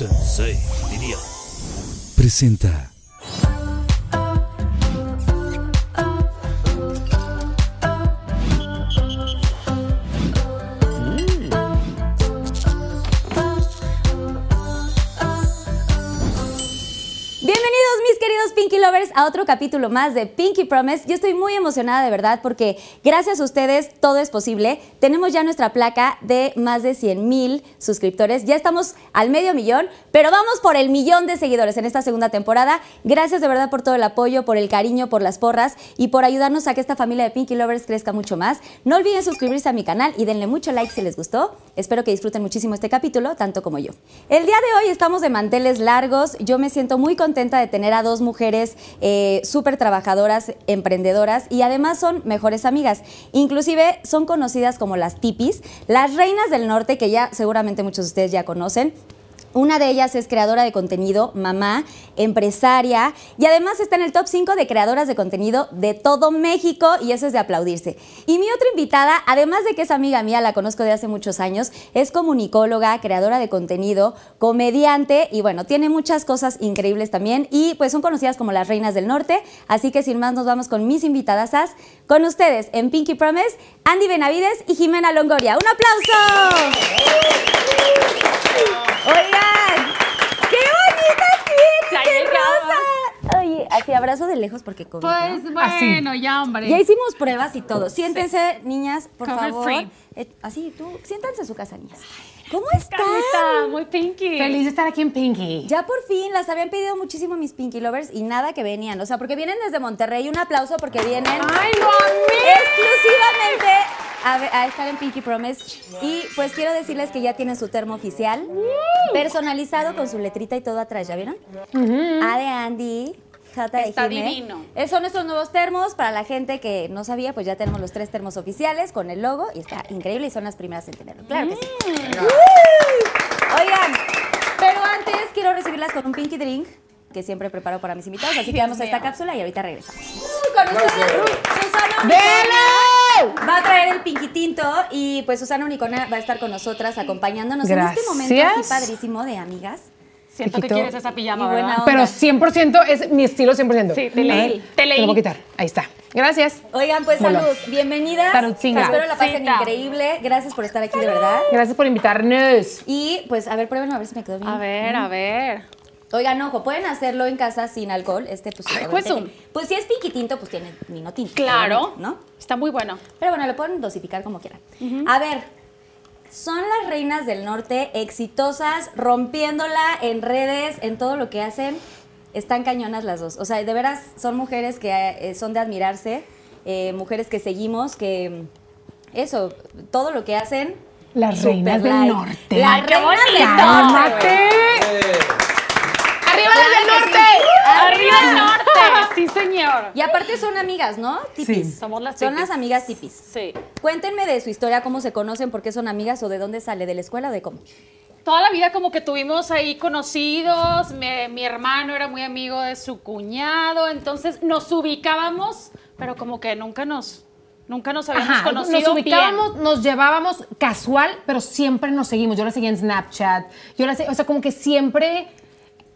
Sensei, diría. Presenta. Bienvenidos mis queridos Pinky Lovers a otro capítulo más de Pinky Promise. Yo estoy muy emocionada de verdad porque gracias a ustedes todo es posible. Tenemos ya nuestra placa de más de 100 mil suscriptores. Ya estamos al medio millón, pero vamos por el millón de seguidores en esta segunda temporada. Gracias de verdad por todo el apoyo, por el cariño, por las porras y por ayudarnos a que esta familia de Pinky Lovers crezca mucho más. No olviden suscribirse a mi canal y denle mucho like si les gustó. Espero que disfruten muchísimo este capítulo, tanto como yo. El día de hoy estamos de manteles largos. Yo me siento muy contenta de tener a dos mujeres eh, súper trabajadoras, emprendedoras y además son mejores amigas. Inclusive son conocidas como las tipis, las reinas del norte que ya seguramente muchos de ustedes ya conocen. Una de ellas es creadora de contenido, mamá, empresaria y además está en el top 5 de creadoras de contenido de todo México y eso es de aplaudirse. Y mi otra invitada, además de que es amiga mía, la conozco de hace muchos años, es comunicóloga, creadora de contenido, comediante y bueno, tiene muchas cosas increíbles también y pues son conocidas como las reinas del norte, así que sin más nos vamos con mis invitadas, con ustedes en Pinky Promise, Andy Benavides y Jimena Longoria. ¡Un aplauso! Oigan, qué bonitas que Ya qué llegamos. rosa. Oye, así abrazo de lejos porque COVID, Pues ¿no? bueno, ya hombre. Ya hicimos pruebas y todo. Siéntense, niñas, por Cover favor. free. Eh, así, tú, siéntanse en su casa, niñas. ¿Cómo Carlita, están? muy pinky. Feliz de estar aquí en Pinky. Ya por fin, las habían pedido muchísimo mis Pinky Lovers y nada que venían. O sea, porque vienen desde Monterrey. Un aplauso porque vienen ¡Ay, lo amé! exclusivamente a, ve- a estar en Pinky Promise. Y pues quiero decirles que ya tienen su termo oficial, personalizado con su letrita y todo atrás, ¿ya vieron? A de Andy. J de Está Jime. divino. Eh, son estos nuevos termos. Para la gente que no sabía, pues ya tenemos los tres termos oficiales con el logo y está increíble y son las primeras en tenerlo. Claro que sí. Mm. ¡Uh! Oigan, pero antes quiero recibirlas con un Pinky Drink que siempre preparo para mis invitados. Así que vamos a esta cápsula y ahorita regresamos. Con ustedes, Susana Unicornia va a traer el Pinky Tinto y pues Susana Unicornia va a estar con nosotras acompañándonos en Gracias. este momento así padrísimo de amigas. Siento que Chiquito. quieres esa Y pijama, buena ¿verdad? onda. Pero 100% es mi estilo 100%. Sí, te A leí, ver, te lo leí. voy a quitar. Ahí está. Gracias. Oigan, pues Hola. salud, bienvenidas. Saludcita. Espero la pasen Saludcita. increíble. Gracias por estar aquí, de verdad. Gracias por invitarnos. Y pues, a ver, pruébenlo a ver si me quedó bien. A ver, a ver. Oigan, ojo, pueden hacerlo en casa sin alcohol. Este, pues, Ay, obviamente pues, un- que- pues si es pinky tinto, pues tiene vino tinto. Claro. obviamente, ¿No? Está muy bueno. Pero bueno, lo pueden dosificar como quieran. A ver, son las reinas del norte, exitosas, rompiéndola en redes, en todo lo que hacen. Están cañonas las dos. O sea, de veras son mujeres que eh, son de admirarse, eh, mujeres que seguimos, que mm, eso, todo lo que hacen. Las super reinas del like. norte. Las ¡Ay, qué reinas del bonito! norte. ¡Cálmate! ¡Arriba las del norte! ¡Arriba el norte! Sí, señor. Y aparte son amigas, ¿no? Tipis. Sí. Somos las Son tipis. las amigas tipis. Sí. Cuéntenme de su historia, cómo se conocen, por qué son amigas o de dónde sale, de la escuela o de cómo. Toda la vida como que tuvimos ahí conocidos, mi, mi hermano era muy amigo de su cuñado, entonces nos ubicábamos, pero como que nunca nos, nunca nos habíamos Ajá, conocido nos bien. ubicábamos, nos llevábamos casual, pero siempre nos seguimos. Yo la seguía en Snapchat. Yo la seguía, o sea, como que siempre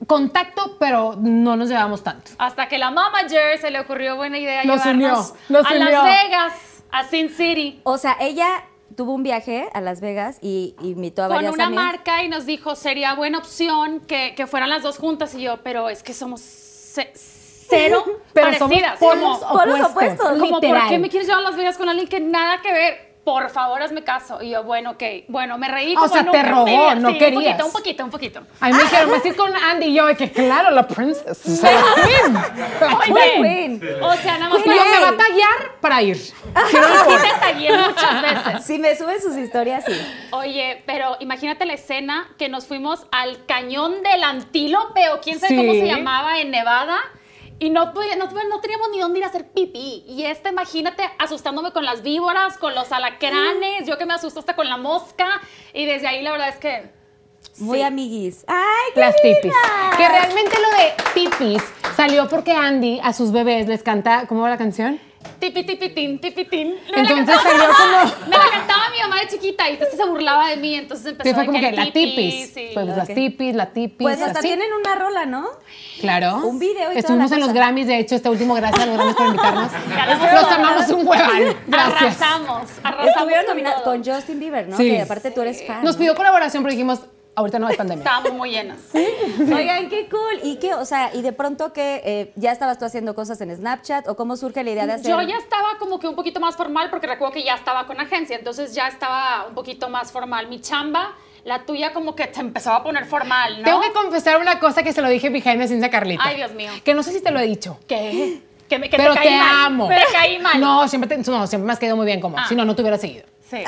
contacto, pero no nos llevábamos tanto. Hasta que la manager se le ocurrió buena idea Nos llevarnos unió, nos a unió. Las Vegas, a Sin City, O sea, ella tuvo un viaje a Las Vegas y y invitó a con varias una amigas. marca y nos dijo sería buena opción que, que fueran las dos juntas y yo, pero es que somos ce- cero Pero somos parecidas. polos como, polos opuestos, como, ¿por literal. qué me quieres llevar a Las Vegas con alguien que nada que ver? Por favor, hazme caso. Y yo, bueno, ok. Bueno, me reí O como sea, te nunca en mi rogó, vida. no Sí, querías. Un poquito, un poquito, un poquito. A mí me dijeron, vas a ir con Andy y yo, de que claro, la princesa. o sea, la queen, la Oye, queen. Queen. O sea, nada más Y yo Pues. me va a para... tallar para ir. Sí te tallé muchas veces. Si me suben sus historias, sí. Oye, pero imagínate la escena que nos fuimos al cañón del antílope o quién sabe cómo Sí. se llamaba en Nevada y no, podía- no, no teníamos ni dónde ir a hacer pipí. Y esta, imagínate, asustándome con las víboras, con los alacranes, yo que me asusto hasta con la mosca y desde ahí la verdad es que... Muy Sí. amiguis. ¡Ay, qué Las tipis. lindas! Que realmente lo de tipis salió porque Andy a sus bebés les canta, ¿cómo va la canción? tipi tipitín, tipitín. Me la Entonces cantaba- salió como. Me la cantaba mi mamá de chiquita y entonces se burlaba de mí, entonces empezó Sí, fue de como que el la tipis. sí. Pues las Ok. tipis, la tipis. Pues hasta así. tienen una rola, ¿no? Claro. un video y toda Estuvimos la en los cosa. Grammys, de hecho, este último, gracias a los Grammys por invitarnos. Ganamos los todo, amamos un hueval. Gracias. Arrasamos, arrasamos Estuvieron con nominadas todo. con Justin Bieber, ¿no? Sí. Que aparte tú eres fan. Nos pidió colaboración, pero dijimos, ahorita no hay pandemia. Estábamos muy llenas. Oigan, qué cool. ¿Y qué? O sea, ¿y de pronto que eh, ya estabas tú haciendo cosas en Snapchat o cómo surge la idea de hacer? Yo ya estaba como que un poquito más formal porque recuerdo que ya estaba con agencia, entonces ya estaba un poquito más formal mi chamba. La tuya como que te empezaba a poner formal, ¿no? Tengo que confesar una cosa que se lo dije behind the scenes a Carlita. Ay, Dios mío. Que no sé si te lo he dicho. ¿Qué? Que, me, que pero te te, caí mal. amo. Te caí mal. No, siempre, te- no, siempre me has quedado muy bien como. Ah. Si no, no te hubiera seguido. Sí.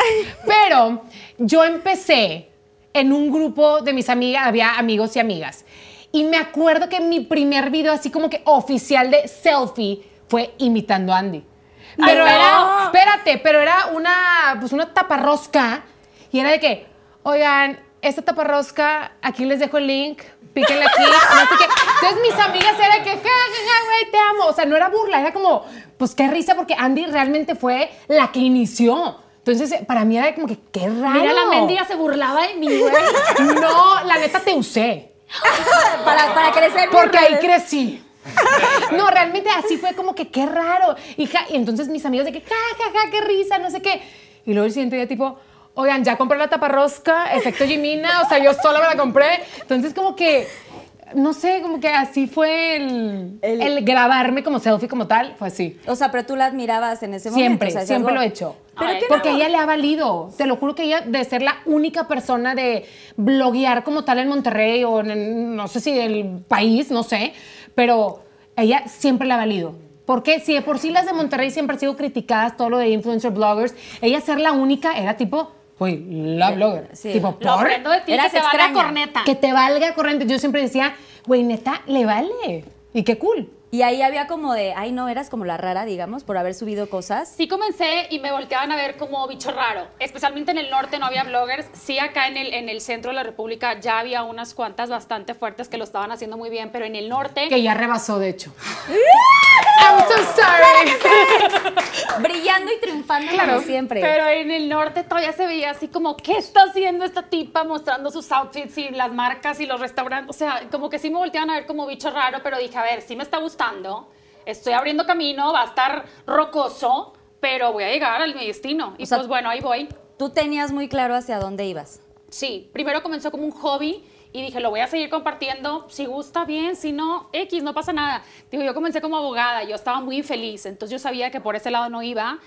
Pero yo empecé en un grupo de mis amigas, había amigos y amigas. Y me acuerdo que mi primer video, así como que oficial de selfie, fue imitando a Andy. Pero no. era, espérate, pero era una, pues una taparrosca. Y era de que, oigan, esta taparrosca, aquí les dejo el link, píquenle aquí. no sé qué. Entonces mis amigas era de que, ja, ja, ja, güey, te amo. O sea, no era burla, era como, pues qué risa, porque Andy realmente fue la que inició. Entonces, eh, para mí era como que, qué raro. Mira, la mendiga se burlaba de mí, güey. No, la neta te usé. para, para crecer. mis Porque ahí redes. crecí. No, realmente así fue como que qué raro. Y, ja- y entonces mis amigos de que, ja, ja, ja, qué risa, no sé qué. Y luego el siguiente día, tipo, oigan, ya compré la taparrosca, efecto Jimina, o sea, yo sola me la compré. Entonces, como que, no sé, como que así fue el, El- el grabarme como selfie, como tal, fue así. O sea, pero tú la admirabas en ese momento. Siempre, o sea, es siempre algo- lo he hecho. Pero Ay, qué Porque a no- ella le ha valido. Te lo juro que ella, de ser la única persona de bloguear como tal en Monterrey o en, no sé si del país, no sé, pero a ella siempre le ha valido. Porque si de por sí las de Monterrey siempre han sido criticadas, todo lo de influencer bloggers, ella ser la única era tipo, uy, la blogger. Sí. Tipo, Lo ¿por? aprendo de ti, Eras que te va la extraña. corneta. Que te valga corriente. Yo siempre decía, güey, neta, le vale. Y qué cool. Y ahí había como de, ay, no, eras como la rara, digamos, por haber subido cosas. Sí comencé y me volteaban a ver como bicho raro. Especialmente en el norte no había bloggers. Sí, acá en el, en el centro de la República ya había unas cuantas bastante fuertes que lo estaban haciendo muy bien, pero en el norte... Que ya rebasó, de hecho. I'm so sorry. Brillando y triunfando Claro, como siempre. Pero en el norte todavía se veía así como, ¿qué está haciendo esta tipa mostrando sus outfits y las marcas y los restaurantes? O sea, como que sí me volteaban a ver como bicho raro, pero dije, a ver, sí me está gustando, estoy abriendo camino, va a estar rocoso, pero voy a llegar al mi destino. Y O sea, pues bueno, ahí voy. Tú tenías muy claro hacia dónde ibas. Sí, primero comenzó como un hobby y dije, lo voy a seguir compartiendo, si gusta bien, si no, X, no pasa nada. Digo, yo comencé como abogada, yo estaba muy infeliz, entonces yo sabía que por ese lado no iba.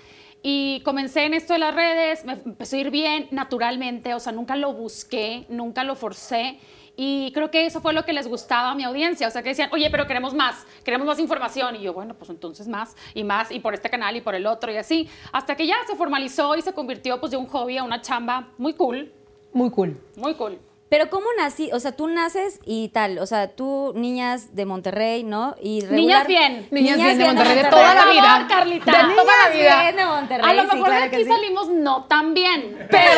Y comencé en esto de las redes, me empezó a ir bien naturalmente, o sea, nunca lo busqué, nunca lo forcé. Y creo que eso fue lo que les gustaba a mi audiencia. O sea, que decían, oye, pero queremos más, queremos más información. Y yo, bueno, pues entonces más y más, y por este canal y por el otro y así. Hasta que ya se formalizó y se convirtió pues de un hobby a una chamba muy cool, Muy cool. muy cool. Pero ¿cómo nací? O sea, tú naces y tal. O sea, tú, niñas de Monterrey, ¿no? Y Niñas regular- bien. Niñas bien de bien Monterrey, de Por toda la favor, vida. Carlita. De toda la vida. bien de Monterrey, A lo sí, mejor claro de que aquí sí. salimos no tan bien. Pero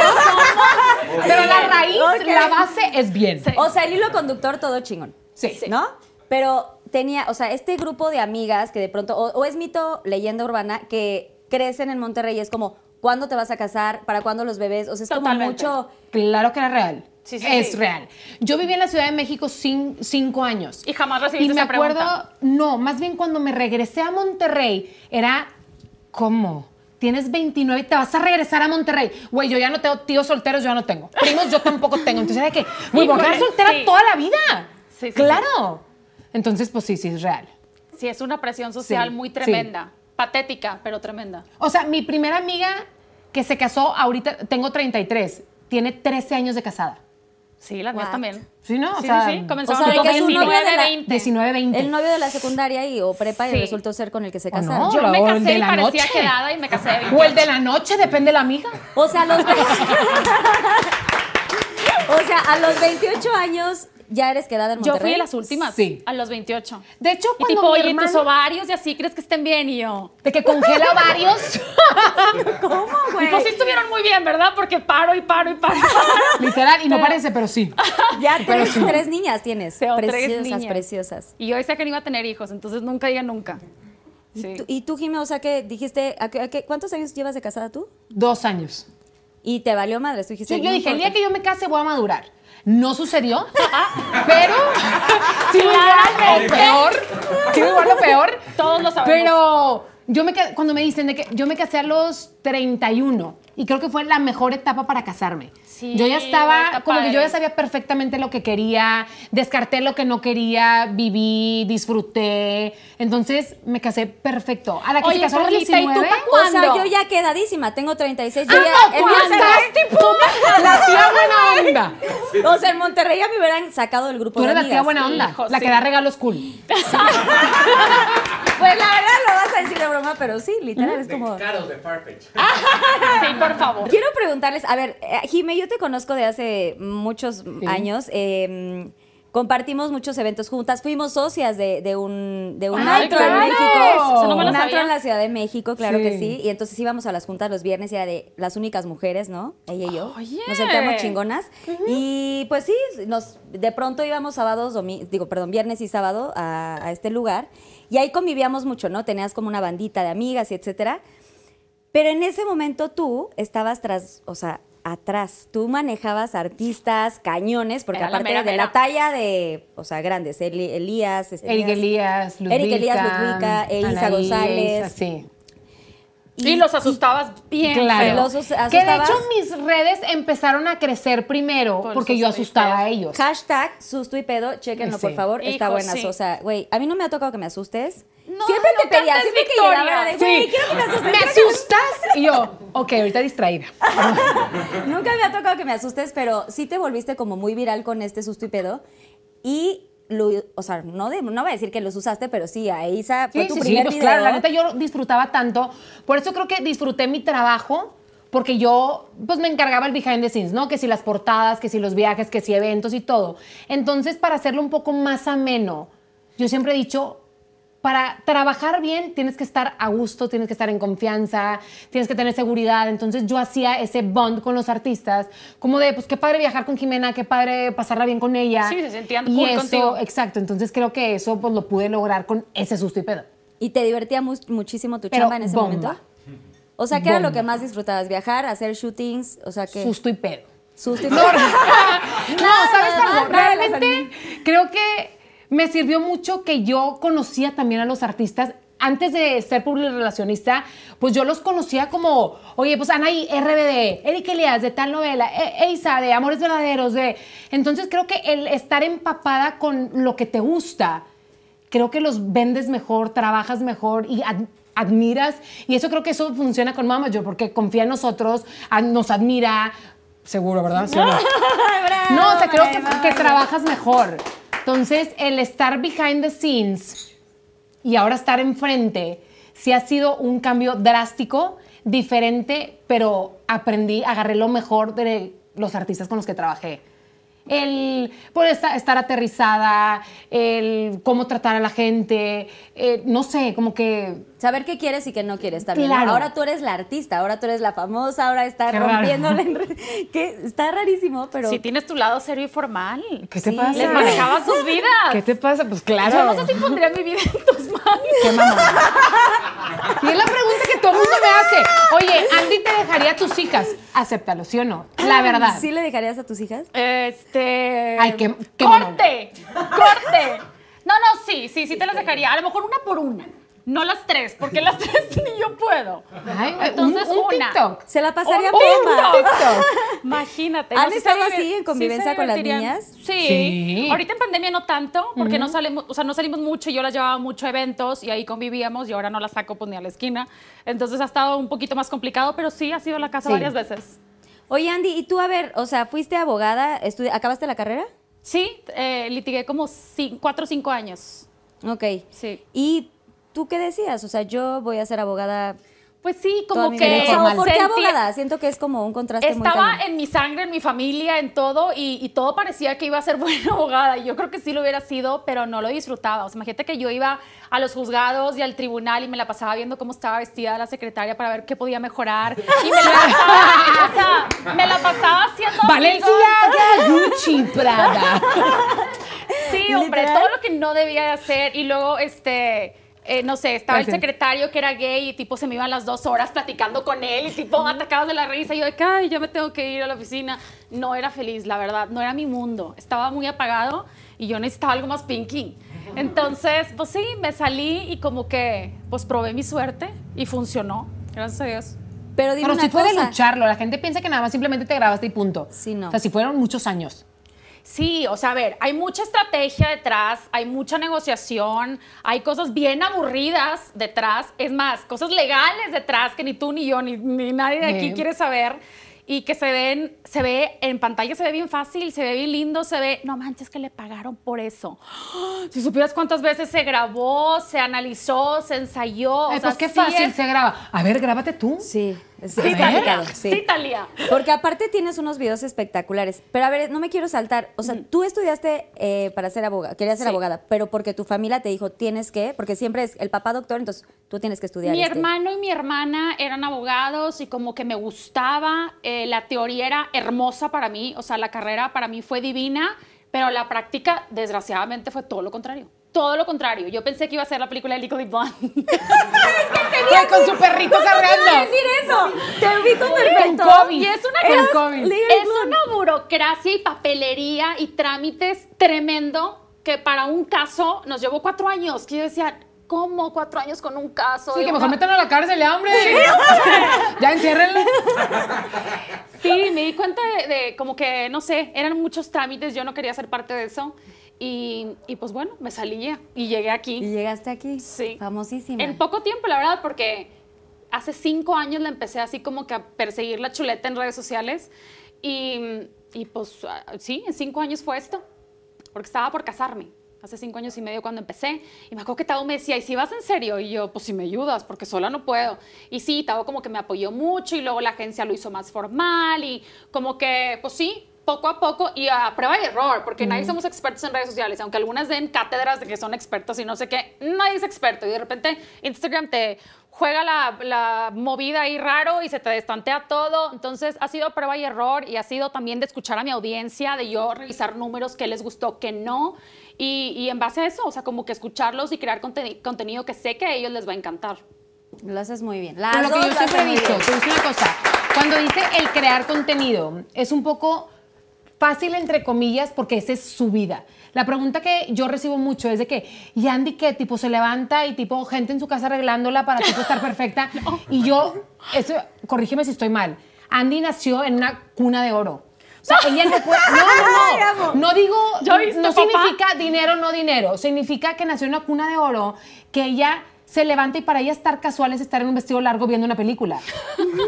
somos- pero la raíz, Ok. la base es bien. Sí. O sea, el hilo conductor todo chingón. Sí. ¿No? Pero tenía, o sea, este grupo de amigas que de pronto, o, o es mito, leyenda urbana, que crecen en Monterrey y es como, ¿cuándo te vas a casar? ¿Para cuándo los bebés? O sea, es Totalmente. como mucho. Claro que era real. Sí, sí, es sí. real. Yo viví en la Ciudad de México cin- cinco años. Y jamás Y recibiste me esa acuerdo, pregunta. no, más bien cuando me regresé a Monterrey, era, ¿cómo? Tienes 29 y te vas a regresar a Monterrey. Güey, yo ya no tengo tíos solteros, yo ya no tengo. Primos yo tampoco tengo. Entonces era de que, güey, voy a quedar Híjole, soltera sí. toda la vida. Sí, sí, claro. Entonces, pues sí, sí, es real. Sí, es una presión social Sí, muy sí. tremenda. Patética, pero tremenda. O sea, mi primera amiga que se casó ahorita, tengo 33, tiene 13 años de casada. Sí, las mías What? también. Sí, ¿no? O Sí, sea, sí, sí. Comenzaron o sea, de con que es un novio de 19, la- 20. 19, 20. El novio de la secundaria y o prepa Sí. y resultó ser con el que se ¿O no? casaron. Yo me O el casé de y la parecía noche. quedada y me casé de O el de la noche, depende de la amiga. O sea, a los ve- O sea, a los 28 años ya eres quedada en Yo Monterrey. fui de las últimas. Sí. A los 28. De hecho, Y cuando tipo, mi oye, tus hermano- ovarios y así, ¿crees que estén bien? Y yo, De que congela varios. ¿Cómo, güey? pues sí estuvieron muy bien, ¿verdad? Porque paro y paro y paro. Literal, y no parece, pero sí. Ya tres, tres niñas tienes. Tengo tres preciosas, niñas. preciosas. y yo decía que no iba a tener hijos, entonces nunca diga nunca. ¿Y tú- ¿Y tú, Jimé, o sea, que dijiste, ¿a qué- a qué- ¿cuántos años llevas de casada tú? Dos años. Y te valió madre, tú dijiste. Sí, yo "No dije, el día importa". Ah, que yo me case voy a madurar. No sucedió, pero sigo igual o Claramente. peor. Sigo igual o peor. Todos lo sabemos. Pero yo me ca- cuando me dicen de que yo me casé a los 31 y creo que fue la mejor etapa para casarme. Sí, yo ya estaba, está como que yo ya padre. sabía perfectamente lo que quería, descarté lo que no quería, viví, disfruté. Entonces me casé perfecto. A la que Oye, se casó a los Carlita, ¿y tú 19, pa' O sea, ¿Cuándo? yo ya quedadísima, tengo 36. Yo Ah, ya, ¿cuándo? el mío Estás tipo la tía buena onda. será- o sea, en Monterrey ya me hubieran sacado del grupo Tú de eres la amigas. tía buena onda, Hijo, la sí. que da regalos cool. Pues la verdad lo vas a decir de broma, pero sí, literal, es como... Caros de Farfetch. Sí, por favor. Quiero preguntarles, a ver, eh, Jime, yo te conozco de hace muchos años. eh, compartimos muchos eventos juntas. Fuimos socias de, de un, de un ¡Ay, antro en claro! México. Eso no me un lo antro sabía. en la Ciudad de México, claro que Sí. sí. Y entonces íbamos a las juntas los viernes y era de las únicas mujeres, ¿no? Ella y yo. Nos sentíamos chingonas. Y pues sí, nos, de pronto íbamos sábados, domi- digo, perdón, viernes y sábado a, a este lugar. Y ahí convivíamos mucho, ¿no? Tenías como una bandita de amigas y etcétera. Pero en ese momento tú estabas tras, o sea, atrás. Tú manejabas artistas, cañones, porque Era la aparte mera, de la mera. talla de, o sea, grandes, Eli- Elías, este, Eric Elías, Ludwika. Eric Elías, Ludwika, e Isa Anaís, González. Sí. Y los asustabas bien. Claro. Los os- asustabas. Que de hecho mis redes empezaron a crecer primero Con porque sus yo videos. asustaba a ellos. Hashtag susto y pedo, chéquenlo Sí. por favor, está Hijo, buenas. sí. O sea, güey, a mí no me ha tocado que me asustes. No, siempre no te pedía, cantes siempre victoria. que llegaba era de, Sí. güey, quiero que me asustes. Me quiero que me Ah, asustas y yo, ok, ahorita distraída. Nunca me ha tocado que me asustes, pero sí te volviste como muy viral con este susto y pedo. Y, lo, o sea, no, de- no voy a decir que los usaste, pero sí, a Isa fue Sí, tu sí, sí, primer pues video. claro, la neta yo disfrutaba tanto. Por eso creo que disfruté mi trabajo, porque yo pues me encargaba el behind the scenes, ¿no? Que si las portadas, que si los viajes, que si eventos y todo. Entonces, para hacerlo un poco más ameno, yo siempre he dicho, para trabajar bien tienes que estar a gusto, tienes que estar en confianza, tienes que tener seguridad. Entonces yo hacía ese bond con los artistas, como de, pues qué padre viajar con Jimena, qué padre pasarla bien con ella. Sí, se sentían y cool eso, contigo. Exacto, entonces creo que eso pues lo pude lograr con ese susto y pedo. Y te divertía mu- muchísimo tu Pero chamba en ese bomba. momento. O sea, ¿qué era lo Bomba. que más disfrutabas? ¿Viajar? ¿Hacer shootings? O sea, que Susto y pedo. Susto y No, pedo. ¿sabes no, algo? no, no, Realmente creo que me sirvió mucho que yo conocía también a los artistas. Antes de ser publirelacionista, pues yo los conocía como, oye, pues Anaí, RBD, Eric Elias, de tal novela, E- Eisa, de Amores Verdaderos, de... Entonces creo que el estar empapada con lo que te gusta, creo que los vendes mejor, trabajas mejor y ad- admiras. Y eso creo que eso funciona con Mama Joe, porque confía en nosotros, a- nos admira. Seguro, ¿verdad? ¿Sí o no? No, o sea, creo que, que trabajas mejor. Entonces, el estar behind the scenes y ahora estar enfrente, sí ha sido un cambio drástico, diferente, pero aprendí, agarré lo mejor de los artistas con los que trabajé. El por esta- estar aterrizada, el cómo tratar a la gente, eh, no sé, como que Saber qué quieres y qué no quieres también. ¿no? Claro. Ahora tú eres la artista, ahora tú eres la famosa, ahora estás Qué raro. rompiéndola. en re- que está rarísimo, pero... Si tienes tu lado serio y formal. ¿Qué te Sí, pasa? Les manejabas sus vidas. ¿Qué te pasa? Pues claro. Yo no sé si pondría mi vida en tus manos. ¿Qué mamá? Y es la pregunta que todo el mundo me hace. Oye, Andy te dejaría a tus hijas. Acéptalo, ¿sí o no? Ah, La verdad. ¿Sí le dejarías a tus hijas? Este. Ay, qué- qué ¡Corte! ¡Corte! No, no, sí, sí, sí te las dejaría. A lo mejor una por una. No las tres, porque las tres ni yo puedo. Ay, un- Entonces, un, una. TikTok. Se la Oh, pasaría Un bomba. TikTok. Oh, Imagínate. ¿Han no, sí se estado divi- así en sí se convivencia con las divertirían. niñas? Sí. Sí. Ahorita en pandemia no tanto, porque no salimos, o sea, no salimos mucho. Yo las llevaba mucho a eventos y ahí convivíamos y ahora no las saco pues, ni a la esquina. Entonces ha estado un poquito más complicado, pero sí ha sido a la casa Sí. varias veces. Oye, Andy, ¿y tú, a ver, o sea, fuiste abogada, estudi- acabaste la carrera? Sí, eh, litigué como cin- cuatro o cinco años. Ok. Sí. ¿Y tú qué decías? O sea, yo voy a ser abogada. Pues sí, toda como mi que... vida. O sea, ¿Por qué sentía- abogada? Siento que es como un contraste muy Estaba cañón. en mi sangre, en mi familia, en todo, y, y todo parecía que iba a ser buena abogada. Y yo creo que sí lo hubiera sido, pero no lo disfrutaba. O sea, imagínate que yo iba a los juzgados y al tribunal y me la pasaba viendo cómo estaba vestida la secretaria para ver qué podía mejorar. Y me la pasaba, o sea, me la pasaba haciendo. Valencia, amigos. Gucci, Prada. Sí, hombre, Literal. todo lo que no debía de hacer. Y luego, este. eh, no sé, estaba Gracias. el secretario que era gay y tipo se me iban las dos horas platicando con él y tipo atacados de la risa. Y yo de que, ay, ya me tengo que ir a la oficina. No era feliz, la verdad, no era mi mundo. Estaba muy apagado y yo necesitaba algo más pinky. Entonces, pues sí, me salí y como que, pues probé mi suerte y funcionó. Gracias a Dios. Pero dime Pero una sí puedes cosa. lucharlo. La gente piensa que nada más simplemente te grabaste y punto. Sí, no. O sea, si fueron muchos años. Sí, o sea, a ver, hay mucha estrategia detrás, hay mucha negociación, hay cosas bien aburridas detrás, es más, cosas legales detrás que ni tú ni yo ni, ni nadie de aquí Sí. quiere saber y que se ven, se ve en pantalla, se ve bien fácil, se ve bien lindo, se ve, no manches que le pagaron por eso. ¡Ah! Si supieras cuántas veces se grabó, se analizó, se ensayó, Ay, o sea, pues qué sí fácil es- se graba. A ver, grábate tú. Sí, es, A es ver. complicado. Sí, Sí. Talía. Porque aparte tienes unos videos espectaculares. Pero a ver, no me quiero saltar. O sea, tú estudiaste eh, para ser abogada, querías ser Sí. abogada, pero porque tu familia te dijo tienes que, porque siempre es el papá doctor, entonces tú tienes que estudiar. Mi este. hermano y mi hermana eran abogados y como que me gustaba, eh, la teoría era hermosa para mí, o sea, la carrera para mí fue divina, pero la práctica desgraciadamente fue todo lo contrario. Todo lo contrario. Yo pensé que iba a ser la película de Liquid Blonde. Ay, con su perrito iba a cargando. decir eso? Te vi con el Con reto. COVID. Y es una Con cosa- COVID. Little es una burocracia y papelería y trámites tremendo que para un caso nos llevó cuatro años. Que yo decía, ¿cómo cuatro años con un caso? Sí, de que una- mejor métanlo a la cárcel, ya, hombre. ya enciérrenlo. Sí, me di cuenta de, de como que, no sé, eran muchos trámites, yo no quería ser parte de eso. Y, y pues bueno, me salí ya y llegué Y aquí. llegaste aquí. Sí. Famosísima. En poco tiempo, la verdad, porque hace cinco años la empecé así como que a perseguir la chuleta en redes sociales. Y, y pues ah, sí, en cinco años fue esto, porque estaba por casarme. Hace cinco años y medio cuando empecé, y me acuerdo que Tavo me decía, ¿y si vas en serio? Y yo, pues si me ayudas, porque sola no puedo. Y sí, Tavo como que me apoyó mucho, y luego la agencia lo hizo más formal, y como que, pues sí, poco a poco, y a prueba y error, porque nadie somos expertos en redes sociales, aunque algunas den cátedras de que son expertos y no sé qué, nadie es experto, y de repente Instagram te juega la, la movida ahí raro y se te destantea todo. Entonces ha sido prueba y error y ha sido también de escuchar a mi audiencia, de yo revisar números que les gustó, que no. Y, y en base a eso, o sea, como que escucharlos y crear conte- contenido que sé que a ellos les va a encantar. Lo haces muy bien. Las Pero lo dos que yo lo siempre he hacen muy dicho, bien. te voy a decir una cosa. Cuando dice el crear contenido, es un poco fácil, entre comillas, porque esa es su vida. La pregunta que yo recibo mucho es de que, ¿y Andy qué? Tipo, se levanta y tipo, gente en su casa arreglándola para tipo estar perfecta. Y yo, eso, corrígeme si estoy mal. Andy nació en una cuna de oro. O sea, ella no puede. No, no, no. No digo. ¿Ya viste, no papá? significa dinero, no dinero. Significa que nació en una cuna de oro, que ella se levanta y para ella estar casual es estar en un vestido largo viendo una película.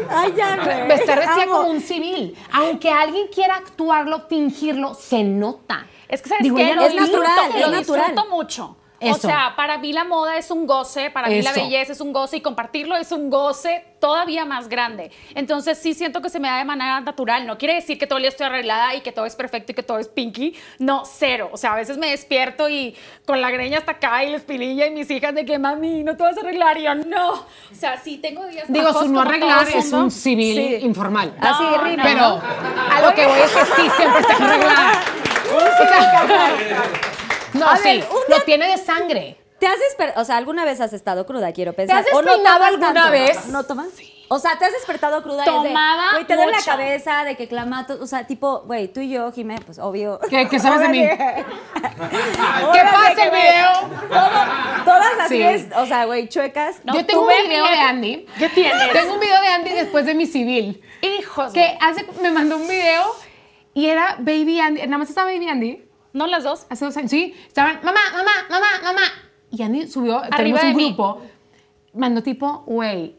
Ay, ya, Eh, güey. Estar vestida Amo. como un civil. Aunque alguien quiera actuarlo, fingirlo, se nota. Es que sabes Digo, qué? ella Lo no Es disfruto, natural, lo es natural. disfruto mucho. O Eso. sea, para mí la moda es un goce, para mí la Eso. belleza es un goce y compartirlo es un goce todavía más grande. Entonces sí siento que se me da de manera natural. No quiere decir que todo el día estoy arreglada y que todo es perfecto y que todo es pinky. No, cero. O sea, a veces me despierto y con la greña hasta acá y la espinilla y mis hijas de que mami, no te vas a arreglar. Y yo, no. O sea, sí tengo días Digo, bajos su no como arreglar todo es mundo. un civil Sí. informal. Así, No, rico. Pero a lo que voy es que sí, siempre está arreglada. O sea, no, A sí, ver, un lo día- tiene de sangre. ¿Te has desper- O sea, ¿alguna vez has estado cruda? Quiero pensar. has ¿O no despeinado tomas alguna tanto? vez? ¿No tomas? O sea, ¿te has despertado cruda? Y Tomaba es de, Güey, te duele la mucho. cabeza, de que clamato. O sea, tipo, güey, tú y yo, Jimé, pues obvio. ¿Qué- qué sabes de mí? Órale. ¿Qué Órale, pasa el güey. video? Todo- todas así Sí. es. O sea, güey, chuecas. No, Yo tengo un tuve video miedo. de Andy. ¿Qué tienes? Tengo un video de Andy después de mi civil. Hijos. Que hace, me mandó un video y era Baby Andy. Nada más estaba Baby Andy. No las dos. Hace dos años. Sí, estaban, mamá, mamá, mamá, mamá. Y Andy subió, tenemos de un mí. grupo. Mandó tipo, güey,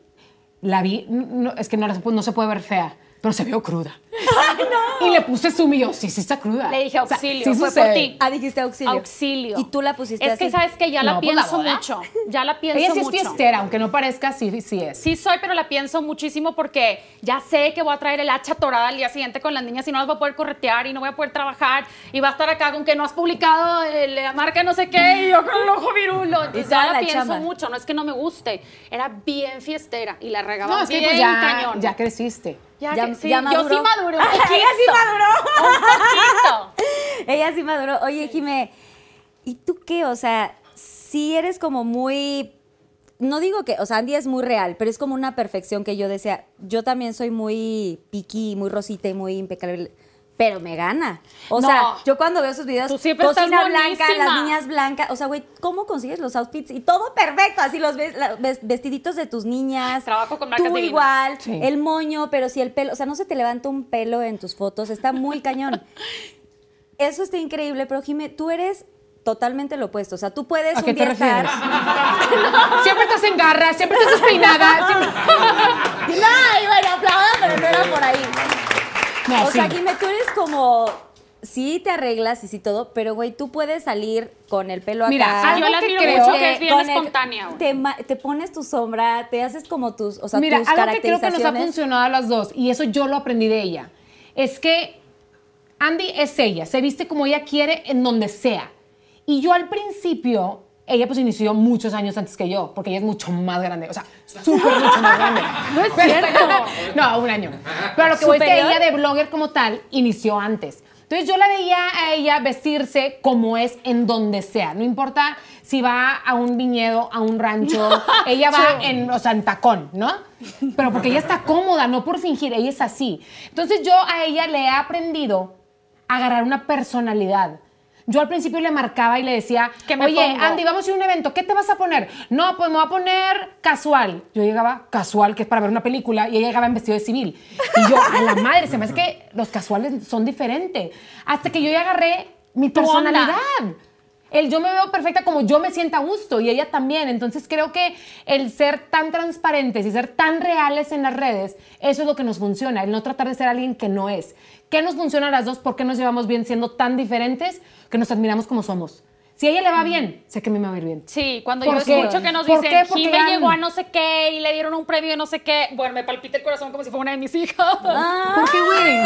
la vi, no, es que no, la- no se puede ver fea, pero se vio cruda. Y le puse zoom y yo, sí, sí está cruda. Le dije, O sea, auxilio, sí fue sucede. por ti. Ah, dijiste auxilio. Auxilio. Y tú la pusiste Es así. que sabes que ya la No, pues, la pienso boda. mucho. Ya la pienso Ella sí es mucho. fiestera, aunque no parezca, sí, sí es. Sí soy, pero la pienso muchísimo porque ya sé que voy a traer el hacha torada al día siguiente con las niñas y no las voy a poder corretear y no voy a poder trabajar y va a estar acá con que no has publicado eh, la marca no sé qué y yo con el ojo virulo. Entonces, toda ya la, la pienso chamba. mucho, no es que no me guste, era bien fiestera y la regaba No, es que bien pues, ya, cañón. ya creciste. Ya Ya- que- sí, ya yo sí maduró. maduré un Ella sí poquito. maduró. Un poquito. Ella sí maduró. Oye, Jimé, ¿y tú qué? O sea, si eres como muy no digo que, o sea, Andy es muy real, pero es como una perfección que yo decía, yo también soy muy piqui, muy rosita y muy impecable. Pero me gana. O No. sea, yo cuando veo sus videos, Tú siempre estás cocina blanca, buenísima. las niñas blancas. O sea, güey, ¿cómo consigues los outfits? Y todo perfecto. Así los ves- la- ves- vestiditos de tus niñas. Trabajo con marcas Tú divinas. igual. Sí. El moño, pero si el pelo. O sea, no se te levanta un pelo en tus fotos. Está muy cañón. Eso está increíble, pero Jime, tú eres totalmente lo opuesto. O sea, tú puedes ¿A un qué te día estar. refieres? Siempre estás en garras, siempre estás despeinada. siempre- No, y bueno, aplaudan, pero no era por ahí. No, o sea, sí. Jimé, tú eres como. Sí, te arreglas y sí todo, pero güey, tú puedes salir con el pelo acá. Mira, algo yo la que admiro creo- mucho que es bien con el- espontánea. güey. te, ma- te pones tu sombra, te haces como tus, o sea, Mira, tus algo que creo que nos ha caracterizaciones. funcionado a las dos, y eso yo lo aprendí de ella, es que Andy es ella, se viste como ella quiere en donde sea. Y yo al principio, ella pues inició muchos años antes que yo, porque ella es mucho más grande, o sea, súper mucho más grande. No es cierto. no, un año. Pero lo que voy es que ¿Superior? ella de blogger como tal inició antes. Entonces yo la veía a ella vestirse como es en donde sea. No importa si va a un viñedo, a un rancho. Ella va en, o sea, en tacón, ¿no? Pero porque ella está cómoda, no por fingir, ella es así. Entonces yo a ella le he aprendido a agarrar una personalidad. Yo al principio le marcaba y le decía, ¿Qué me oye, pongo?" Andy, vamos a ir a un evento, ¿qué te vas a poner? No, pues me voy a poner casual. Yo llegaba casual, que es para ver una película, y ella llegaba en vestido de civil. Y yo, a la madre, se me hace que los casuales son diferentes. Hasta que yo ya agarré mi Tu onda. personalidad. El yo me veo perfecta como yo me sienta a gusto y ella también. Entonces creo que el ser tan transparentes y ser tan reales en las redes, eso es lo que nos funciona, el no tratar de ser alguien que no es. ¿Qué nos funciona a las dos? ¿Por qué nos llevamos bien siendo tan diferentes que nos admiramos como somos? Si a ella le va bien, sé que a mí me va a ir bien. Sí, cuando yo ¿Por qué? escucho que nos ¿Por qué? dicen, Porque Jimé ya- llegó a no sé qué y le dieron un premio de no sé qué, bueno, me palpita el corazón como si fuera una de mis hijas. Ah, Porque, güey.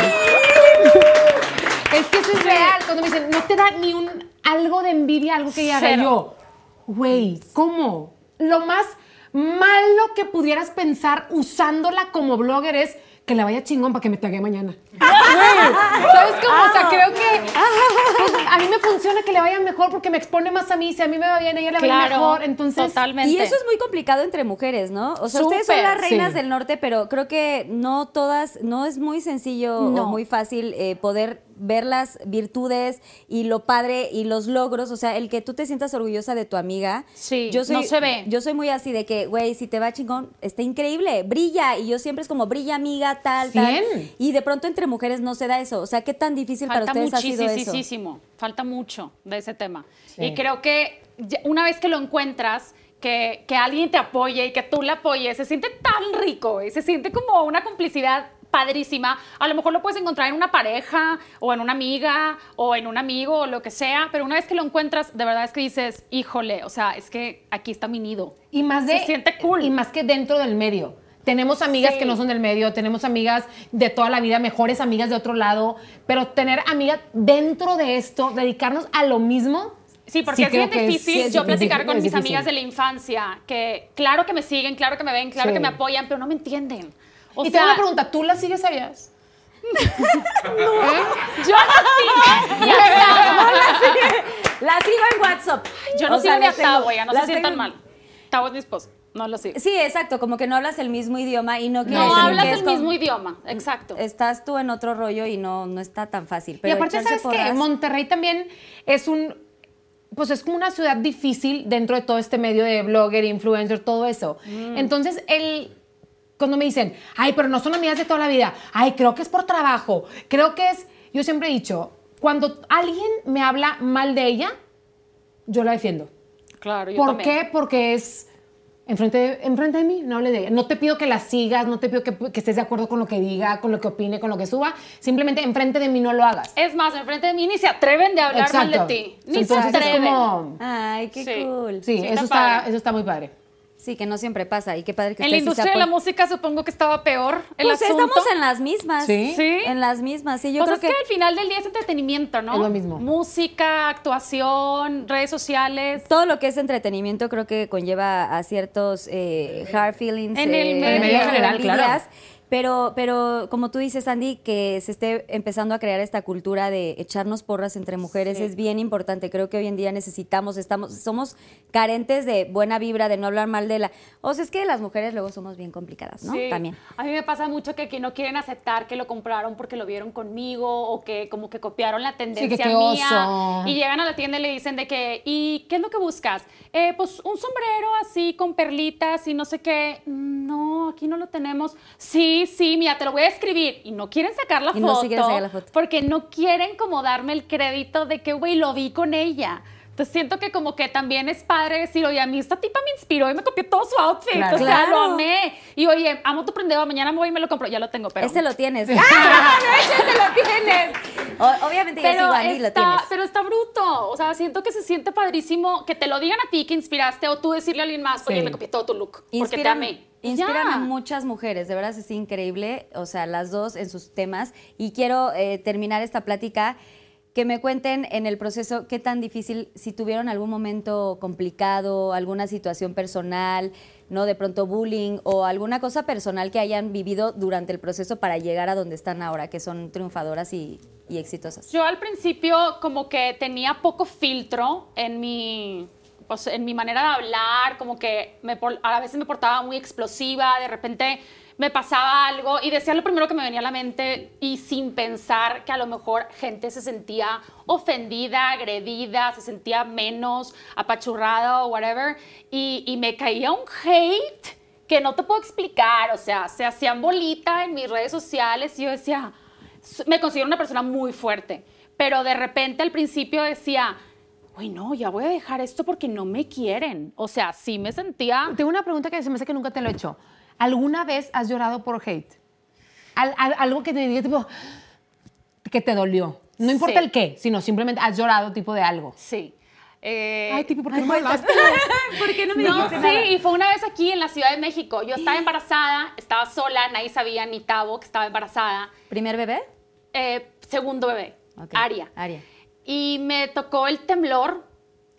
Es que eso es real. Cuando me dicen, no te da ni un algo de envidia, algo que ella haga Cero. yo. Güey, ¿cómo? Lo más malo que pudieras pensar usándola como blogger es que la vaya chingón para que me tague mañana. Güey, ¿Sabes cómo? O sea, creo que pues, a mí me funciona que le vaya mejor porque me expone más a mí. Si a mí me va bien, a ella le va a ir mejor. Entonces, totalmente. y eso es muy complicado entre mujeres, ¿no? O sea, ustedes son Súper, las reinas sí. del norte, pero creo que no todas, no es muy sencillo o No. muy fácil eh, poder ver las virtudes y lo padre y los logros. O sea, el que tú te sientas orgullosa de tu amiga. Sí, no se ve. Yo soy muy así de que, güey, si te va chingón, está increíble, brilla. Y yo siempre es como, brilla amiga, tal, tal. Cien. Y de pronto entre mujeres no se da eso. O sea, ¿qué tan difícil falta para ustedes ha sido eso? muchísimo, falta mucho de ese tema. Sí. Y creo que ya- una vez que lo encuentras, que, que alguien te apoye y que tú la apoyes, se siente tan rico, güey, se siente como una complicidad padrísima. A lo mejor lo puedes encontrar en una pareja o en una amiga o en un amigo o lo que sea, pero una vez que lo encuentras, de verdad es que dices, híjole, o sea, es que aquí está mi nido. Y más de. Se siente cool. Y más que dentro del medio. Tenemos amigas Sí. que no son del medio, tenemos amigas de toda la vida, mejores amigas de otro lado, pero tener amigas dentro de esto, dedicarnos a lo mismo. Sí, porque es creo bien que es- difícil sí es yo difícil, platicar con es mis difícil. amigas de la infancia, que claro que me siguen, claro que me ven, claro Sí. que me apoyan, pero no me entienden. O y te sea, hago una pregunta, ¿tú las sigues a ellas? yo no sigo ni a Tavo. La sigo en WhatsApp. Yo no O sea, sigo ni a las tengo- Tavo, ya no se las sientan tengo- mal. Tavo es mi esposo, no lo sigo. Sí, exacto, como que no hablas el mismo idioma y no quieres No decir hablas que es el como- mismo idioma, exacto. Estás tú en otro rollo y no, no está tan fácil. Pero y aparte, echarse ¿sabes qué? porras- Monterrey también es un. Pues es como una ciudad difícil dentro de todo este medio de blogger, influencer, todo eso. Mm. Entonces, el. Cuando me dicen, ay, pero no son amigas de toda la vida. Ay, creo que es por trabajo. Creo que es. Yo siempre he dicho, cuando alguien me habla mal de ella, yo la defiendo. Claro, yo ¿Por también. qué? Porque es enfrente de, enfrente de mí, no hable de ella. No te pido que la sigas, no te pido que, que estés de acuerdo con lo que diga, con lo que opine, con lo que suba. Simplemente enfrente de mí no lo hagas. Es más, enfrente de mí ni se atreven de hablar mal de ti. Ni se Entonces es atreven. como- Ay, qué Sí. cool. sí, Sí, está eso, está, padre. eso está muy padre. Sí, que no siempre pasa y qué padre que En la ustedes sí se industria de la apoyan. música supongo que estaba peor el Pues asunto. estamos en las mismas. Sí. Sí. En las mismas, sí. Yo Pues creo es que... al final del día es entretenimiento, ¿no? Es lo mismo. Música, actuación, redes sociales. todo lo que es entretenimiento creo que conlleva a ciertos eh, hard feelings. En el eh, medio envidias, general, claro. Pero, pero como tú dices, Andy, que se esté empezando a crear esta cultura de echarnos porras entre mujeres Sí. es bien importante. Creo que hoy en día necesitamos, estamos, somos carentes de buena vibra, de no hablar mal de la. O sea, es que las mujeres luego somos bien complicadas, ¿no? Sí. También. A mí me pasa mucho que, que no quieren aceptar que lo compraron porque lo vieron conmigo o que como que copiaron la tendencia qué mía. oso. Y llegan a la tienda y le dicen de que, ¿y qué es lo que buscas? "Eh, pues un sombrero así con perlitas y no sé qué. "Mm, No, aquí no lo tenemos. Sí, sí, mira, te lo voy a escribir. Y no quieren sacar la Y foto. no se quieren sacar la foto. Porque no quieren como darme el crédito de que, güey, lo vi con ella. Entonces siento que como que también es padre decir, oye, a mí esta tipa me inspiró y me copió todo su outfit. Claro. O sea, lo Claro. amé. Eh, Y oye, amo tu prendedor, mañana me voy y me lo compro. Ya lo tengo, pero. este Este lo tienes. ¡Ah! ¡Ese lo tienes! O- obviamente yo pero, sigo a Andy y lo está, tienes. pero está bruto. O sea, siento que se siente padrísimo que te lo digan a ti que inspiraste o tú decirle a alguien más, oye, Sí. me copié todo tu look. porque te Inspiran, amé. Y inspiran ya. a muchas mujeres, de verdad es increíble, o sea, las dos en sus temas. Y quiero eh, terminar esta plática, que me cuenten en el proceso qué tan difícil, si tuvieron algún momento complicado, alguna situación personal, no de pronto bullying o alguna cosa personal que hayan vivido durante el proceso para llegar a donde están ahora, que son triunfadoras y, y exitosas. Yo al principio como que tenía poco filtro en mi, pues, en mi manera de hablar, como que me por- a veces me portaba muy explosiva, de repente me pasaba algo y decía lo primero que me venía a la mente y sin pensar que a lo mejor gente se sentía ofendida, agredida, se sentía menos, apachurrada o whatever, y, y me caía un hate que no te puedo explicar, o sea, se hacían bolita en mis redes sociales y yo decía, s- me considero una persona muy fuerte, pero de repente al principio decía, uy, no, ya voy a dejar esto porque no me quieren. O sea, sí me sentía... Tengo una pregunta que se me hace que nunca te lo he hecho. ¿Alguna vez has llorado por hate? Al- al- algo que te diga, tipo, que te dolió. No importa Sí. el qué, sino simplemente has llorado tipo de algo. Sí. Eh, Ay, tipo, ¿por qué no me hablaste? ¿Por qué no me dijiste Sí, y fue una vez aquí en la Ciudad de México. Yo estaba embarazada, estaba sola, nadie sabía, ni Tavo, que estaba embarazada. ¿Primer bebé? Eh, segundo bebé, Ok. Aria. Aria. y me tocó el temblor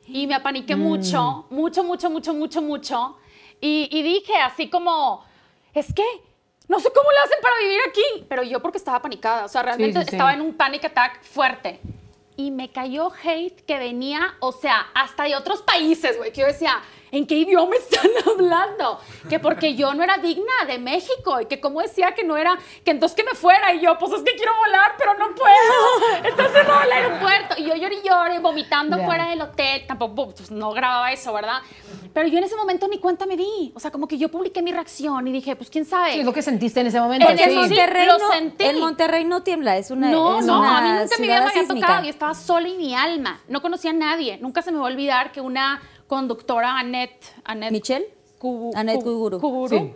y me apaniqué Mm. mucho, mucho, mucho, mucho, mucho, mucho. Y, y dije así como, es que no sé cómo lo hacen para vivir aquí, pero yo porque estaba panicada, o sea, realmente sí, sí. estaba en un panic attack fuerte. Y me cayó hate que venía, o sea, hasta de otros países, güey, que yo decía, ¿en qué idioma están hablando? Que porque yo no era digna de México y que como decía que no era, que entonces que me fuera y yo, pues es que quiero volar, pero no puedo. Entonces no al aeropuerto. Y yo lloré y lloré, vomitando Ya. fuera del hotel, tampoco, pues, no grababa eso, ¿verdad? Pero yo en ese momento ni cuenta me di, o sea, como que yo publiqué mi reacción y dije, pues quién sabe. Sí, es lo que sentiste en ese momento. En Porque el en sí. Monterrey- lo no, sentí. en Monterrey no tiembla, es una No, es no, una a mí nunca en mi vida ciudad me había sísmica. tocado y estaba sola y mi alma. No conocía a nadie. Nunca se me va a olvidar que una conductora, Annette... Annette ¿Michelle? Kubu- Annette Kubu- Kuguru. Kuburu, Sí.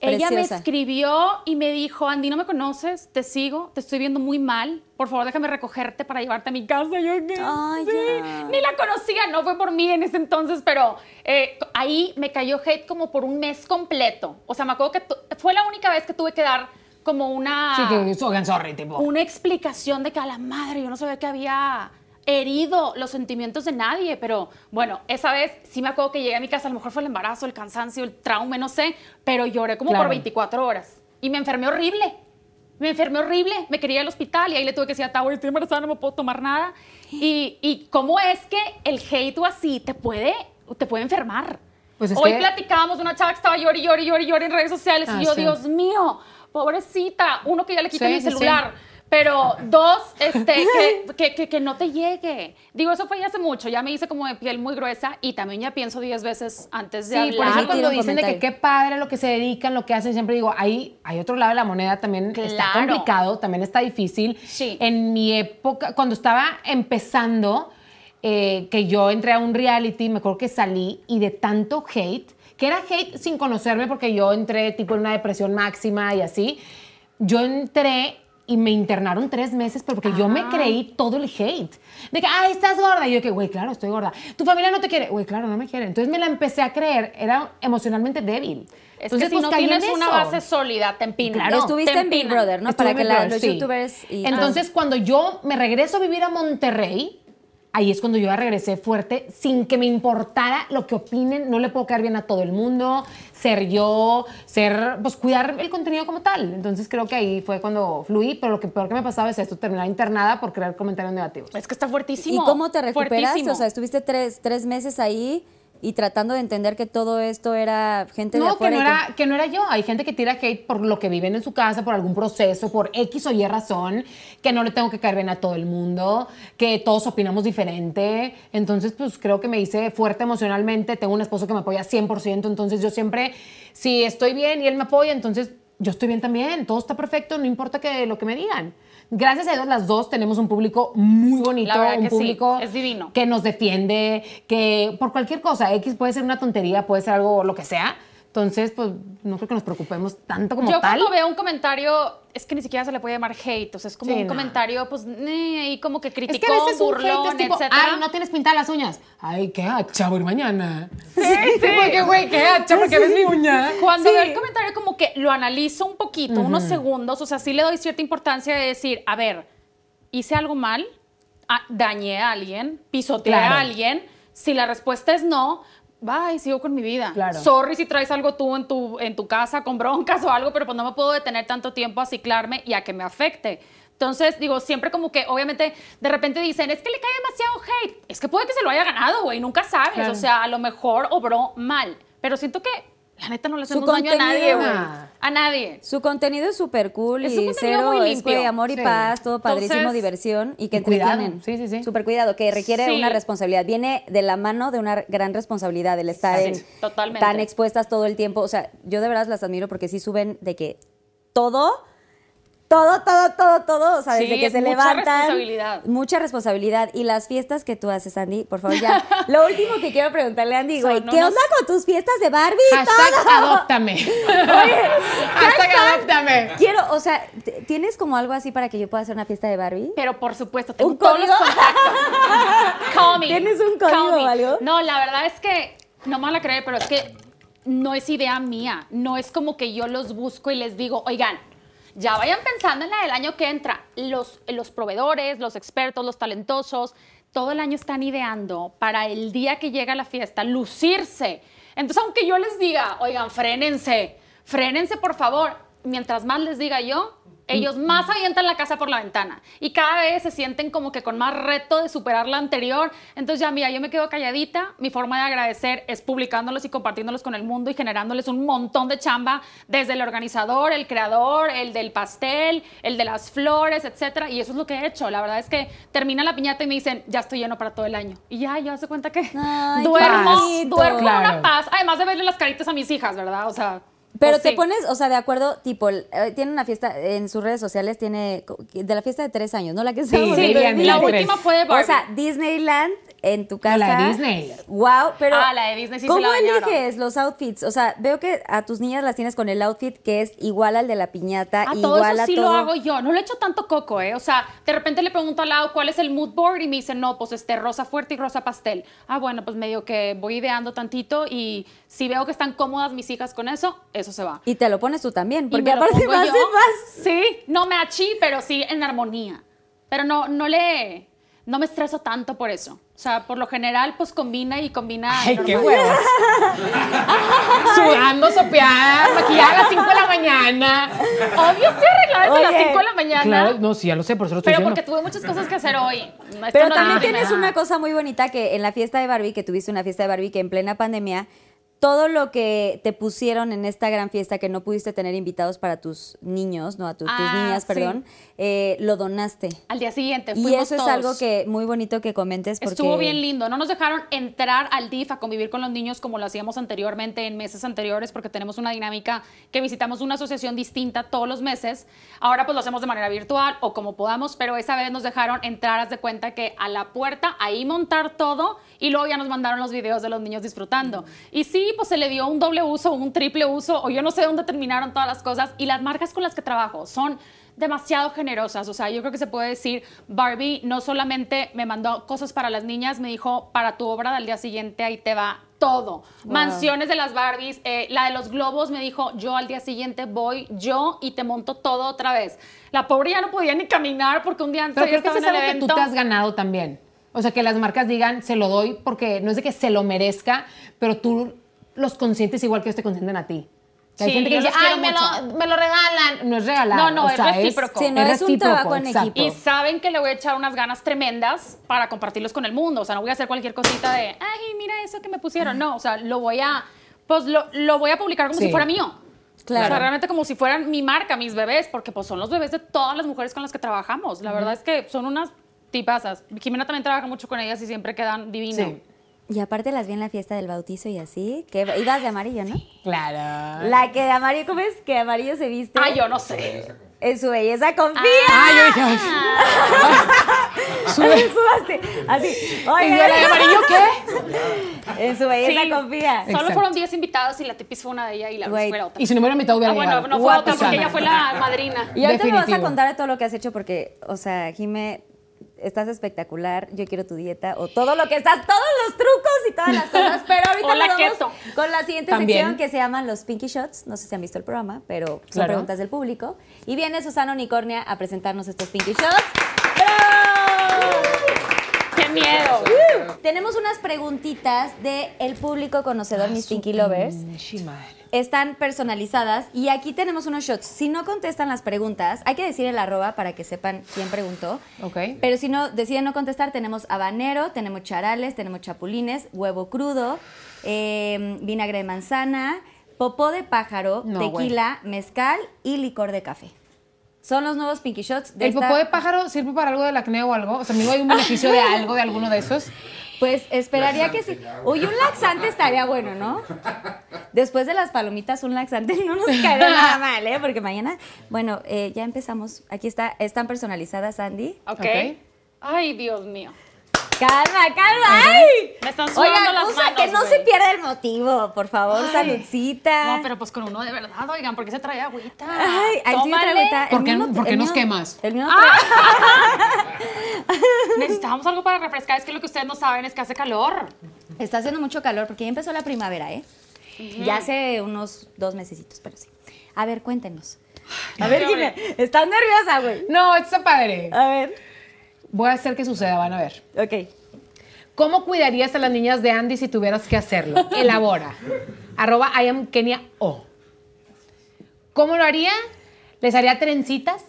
Ella me Preciosa. escribió y me dijo, Andy, no me conoces, te sigo, te estoy viendo muy mal, por favor déjame recogerte para llevarte a mi casa. Yo, ¿qué? Ay, Sí. ya. Ni la conocía, no fue por mí en ese entonces, pero eh, ahí me cayó hate como por un mes completo. O sea, me acuerdo que tu- fue la única vez que tuve que dar como una Sí, que, oigan, sorry, tipo. una explicación de que a la madre yo no sabía que había herido los sentimientos de nadie, pero bueno, esa vez sí me acuerdo que llegué a mi casa, a lo mejor fue el embarazo, el cansancio, el trauma, no sé, pero lloré como Claro. por 24 horas y me enfermé horrible. Me enfermé horrible, me quería ir al hospital y ahí le tuve que decir a Tavo, estoy embarazada, no me puedo tomar nada. Y, y cómo es que el hate o así te puede, te puede enfermar. Pues es Hoy que- platicábamos de una chava que estaba llorando, llorando, llorando, llorando en redes sociales Ah, y yo, sí. Dios mío, pobrecita, uno que ya le quita Sí, mi sí, sí. celular, pero dos, este, que, que, que- que no te llegue. Digo, eso fue ya hace mucho, ya me hice como de piel muy gruesa y también ya pienso 10 veces antes de Sí, por hablar. eso Claro. cuando Tira un dicen de que comentario. qué padre lo que se dedican, lo que hacen, siempre digo, ahí hay otro lado de la moneda, también está Claro. complicado, también está difícil. Sí. En mi época, cuando estaba empezando, eh, que yo entré a un reality, me acuerdo que salí y de tanto hate, que era hate sin conocerme porque yo entré tipo en una depresión máxima y así, yo entré y me internaron tres meses pero porque yo me creí todo el hate. De que, ay, estás gorda. Y yo de que, güey, claro, estoy gorda. Tu familia no te quiere. Güey, claro, no me quiere. Entonces me la empecé a creer. Era emocionalmente débil. Es Entonces, que si pues, no caí en tienes una eso. base sólida, te empinan. Claro. Estuviste te en Big empinan. Brother, ¿no? Estuve Para en que Big la- Brother, los sí. youtubers y Entonces, cuando yo me regreso a vivir a Monterrey, ahí es cuando yo ya regresé fuerte, sin que me importara lo que opinen. No le puedo caer bien a todo el mundo, ser yo, ser, pues cuidar el contenido como tal. Entonces creo que ahí fue cuando fluí, pero lo que peor que me pasaba es esto, terminar internada por crear comentarios negativos. Es que está fuertísimo. ¿Y cómo te recuperaste? fuertísimo. O sea, estuviste tres, tres meses ahí y tratando de entender que todo esto era gente de No, que afuera. no, y era, que no era yo. Hay gente que tira hate por lo que viven en su casa, por algún proceso, por X o Y razón, que no le tengo que caer bien a todo el mundo, que todos opinamos diferente. Entonces, pues creo que me hice fuerte emocionalmente. Tengo un esposo que me apoya 100%, entonces yo siempre, si estoy bien y él me apoya, entonces yo estoy bien también. Todo está perfecto, no importa que lo que me digan. Gracias a Dios las dos tenemos un público muy bonito, La verdad un que sí, público es divino. que nos defiende, que por cualquier cosa, X puede ser una tontería, puede ser algo, lo que sea. Entonces, pues no creo que nos preocupemos tanto como Yo tal. cuando veo un comentario, es que ni siquiera se le puede llamar hate, o sea, es como Sí, un no. comentario, pues, eh, ahí como que es criticó, que a veces un hate es burlón, tipo, etcétera. ay, no tienes pintadas las uñas. Ay, qué hacha, voy a ir mañana. Sí, Porque, güey, qué hacha, porque ves mi uña. Cuando Sí. veo el comentario, como que lo analizo un poquito, unos segundos, o sea, sí le doy cierta importancia de decir, a ver, hice algo mal, Ah, dañé a alguien, pisoteé Claro. a alguien. Si la respuesta es no, bye, sigo con mi vida. Claro. Sorry si traes algo tú en tu, en tu casa con broncas o algo, pero pues no me puedo detener tanto tiempo a ciclarme y a que me afecte. Entonces, digo, siempre como que, obviamente, de repente dicen, es que le cae demasiado hate. Es que puede que se lo haya ganado, güey, nunca sabes. Claro. O sea, a lo mejor obró mal. Pero siento que, la neta, no le Su hacemos daño a nadie, contenido. güey. Ah. A nadie. Su contenido es súper cool Es y un contenido cero muy es que limpio. amor y Sí. paz, todo padrísimo, Entonces, diversión y que y cuidado. entretienen. Sí, sí, sí. Súper cuidado, que requiere Sí. una responsabilidad. Viene de la mano de una gran responsabilidad el estar Así en- es, totalmente. tan expuestas todo el tiempo. O sea, yo de verdad las admiro porque sí suben de que todo, todo, todo, todo, todo. O sea, Sí, desde que es se mucha levantan. responsabilidad. Mucha responsabilidad. Y las fiestas que tú haces, Andy, por favor, ya. Lo último que quiero preguntarle, Andy, Son güey, ¿qué unos- onda con tus fiestas de Barbie? y Hashtag todo? adóptame. Hashtag adóptame. Quiero, o sea, t- ¿tienes como algo así para que yo pueda hacer una fiesta de Barbie? Pero por supuesto, tengo ¿Un todos los código? contactos. Call me, ¿Tienes un call código me. o algo? No, la verdad es que no me van a creer, pero es que no es idea mía. No es como que yo los busco y les digo, oigan, ya vayan pensando en la del año que entra. Los, los proveedores, los expertos, los talentosos, todo el año están ideando para el día que llega la fiesta, lucirse. Entonces, aunque yo les diga, oigan, frénense, frénense por favor, mientras más les diga yo, ellos más avientan la casa por la ventana y cada vez se sienten como que con más reto de superar la anterior. Entonces ya mira, yo me quedo calladita, mi forma de agradecer es publicándolos y compartiéndolos con el mundo y generándoles un montón de chamba desde el organizador, el creador, el del pastel, el de las flores, etcétera, y eso es lo que he hecho. La verdad es que termina la piñata y me dicen, "Ya estoy lleno para todo el año." Y ya, yo hace cuenta que Ay, qué duermo, bonito. duermo con una Claro. paz, además de verle las caritas a mis hijas, ¿verdad? O sea, Pero pues te sí. pones, o sea, de acuerdo, tipo, el- eh, tiene una fiesta en sus redes sociales, tiene co- de la fiesta de tres años, ¿no? La que estamos Sí, viendo de bien, La Disney. última fue de O Barbie. sea, Disneyland en tu casa. la de Disney. Wow, pero. Ah, la de Disney sí se ¿Cómo la dañaron. eliges los outfits? O sea, veo que a tus niñas las tienes con el outfit que es igual al de la piñata, A Ah, igual Ah, todo eso a sí todo. lo hago yo. No le echo tanto coco, ¿eh? O sea, de repente le pregunto al lado cuál es el mood board y me dice, no, pues este rosa fuerte y rosa pastel. Ah, bueno, pues medio que voy ideando tantito y si veo que están cómodas mis hijas con eso, eso se va. Y te lo pones tú también, Y porque me lo aparte pongo más yo. más. Sí, no me achí, pero sí en armonía. Pero no, no le. No me estreso tanto por eso. O sea, por lo general, pues combina y combina. Ay, qué normal. huevos. Sudando, sopeada, maquillada a las 5 de la mañana. Obvio, estoy arreglada desde las Oye, 5 de la mañana. Claro, no, sí, ya lo sé, por eso lo estoy Pero diciendo. porque tuve muchas cosas que hacer hoy. No, esto Pero no también es tienes nada. una cosa muy bonita que en la fiesta de Barbie, que tuviste una fiesta de Barbie que en plena pandemia, todo lo que te pusieron en esta gran fiesta que no pudiste tener invitados para tus niños, no, a tu- tus Ah, niñas, sí. perdón, eh, lo donaste. Al día siguiente Y fuimos eso todos. es algo que muy bonito que comentes porque Estuvo bien lindo. No nos dejaron entrar al DIF a convivir con los niños como lo hacíamos anteriormente en meses anteriores porque tenemos una dinámica que visitamos una asociación distinta todos los meses. Ahora pues lo hacemos de manera virtual o como podamos, pero esa vez nos dejaron entrar, haz de cuenta que a la puerta, ahí montar todo y luego ya nos mandaron los videos de los niños disfrutando. Y sí, pues se le dio un doble uso, un triple uso o yo no sé dónde terminaron todas las cosas y las marcas con las que trabajo son demasiado generosas. O sea, yo creo que se puede decir, Barbie no solamente me mandó cosas para las niñas, me dijo, para tu obra del día siguiente ahí te va todo. Mansiones de las Barbies, eh, la de los globos me dijo, yo al día siguiente voy yo y te monto todo otra vez. La pobre ya no podía ni caminar porque un día antes Pero ella creo que eso es estaba en algo el que tú evento. te has ganado también. O sea, que las marcas digan, se lo doy porque no es de que se lo merezca, pero tú los consientes igual que ellos te consienten a ti. Que hay Sí, gente que yo dice, los quiero ay, me lo, mucho". me lo regalan. No es regalar. No, no, o es sea, recíproco. Sí, no, es un recíproco, trabajo en exacto. equipo. Y saben que le voy a echar unas ganas tremendas para compartirlos con el mundo. O sea, no voy a hacer cualquier cosita de, ay, mira eso que me pusieron. No, o sea, lo voy a, pues lo, lo voy a publicar como Sí. si fuera mío. Claro. O sea, realmente como si fueran mi marca, mis bebés, porque pues son los bebés de todas las mujeres con las que trabajamos. La verdad es que son unas tipazas. Jimena también trabaja mucho con ellas y siempre quedan divinas. Sí, Y aparte las vi en la fiesta del bautizo y así, que ibas de amarillo, ¿no? claro. La que de amarillo, ¿cómo es? Que de amarillo se viste. Ah, yo no sé. En su belleza confía. Ay, yo dije, ay, Ah. Subaste. Así. ¿y Oye, yo la de amarillo qué? En su belleza Sí. confía. Solo Exacto. fueron 10 invitados y la tipis fue una de ellas y la Güey. Luis fue la otra. Y si no me hubiera invitado, hubiera Ah, bueno, llegado. no fue otra porque Guapísima. ella fue la madrina. Y ahorita me vas a Definitivo. contar de todo lo que has hecho porque, o sea, Jime, estás espectacular. Yo quiero tu dieta o todo lo que estás, todos los trucos y todas las cosas. Pero ahorita Hola, nos vamos keto. con la siguiente También. sección que se llaman los Pinky Shots. No sé si han visto el programa, pero son Claro. preguntas del público. Y viene Susana Unicornia a presentarnos estos Pinky Shots. ¡Bravo! ¡Qué miedo! Uh. Tenemos unas preguntitas del público Ah, conocedor, mis Pinky Lovers. Mm, Sí, madre. están personalizadas y aquí tenemos unos shots. Si no contestan las preguntas, hay que decir el arroba para que sepan quién preguntó. Ok. Pero si no deciden no contestar, tenemos habanero, tenemos charales, tenemos chapulines, huevo crudo, eh, vinagre de manzana, popó de pájaro, No, tequila, mezcal y licor de café. Son los nuevos pinky shots de ¿El esta- popó de pájaro sirve para algo del acné o algo? O sea, amigo, hay un beneficio de algo, de alguno de esos. Pues esperaría que sí. Uy, un laxante estaría bueno, ¿no? Después de las palomitas, un laxante no nos cae nada mal, ¿eh? Porque mañana, bueno, eh, ya empezamos. Aquí está, están personalizadas, Andy. ok. Ay, Dios mío. Calma, calma. ¡Ay! Me están sudando Oigan, las usa manos, que no güey. se pierda el motivo, por favor, Ay. saludcita. No, pero pues con uno de verdad, oigan, ¿por qué se trae agüita? Ah. Ay, ay, sí, Tómale. Ah. otra vuelta. El ¿Por qué- mismo- por qué el nos mismo- quemas? El mismo Necesitamos algo para refrescar, es que lo que ustedes no saben es que hace calor. Está haciendo mucho calor porque ya empezó la primavera, ¿eh? Ya hace unos dos mesecitos, pero sí. A ver, cuéntenos. A ver, dime, estás nerviosa, güey. No, esto está padre. A ver, Voy a hacer que suceda, van a ver. ok. ¿Cómo cuidarías a las niñas de Andy si tuvieras que hacerlo? Elabora. Arroba I am Kenia O. ¿Cómo lo haría? ¿Les haría trencitas?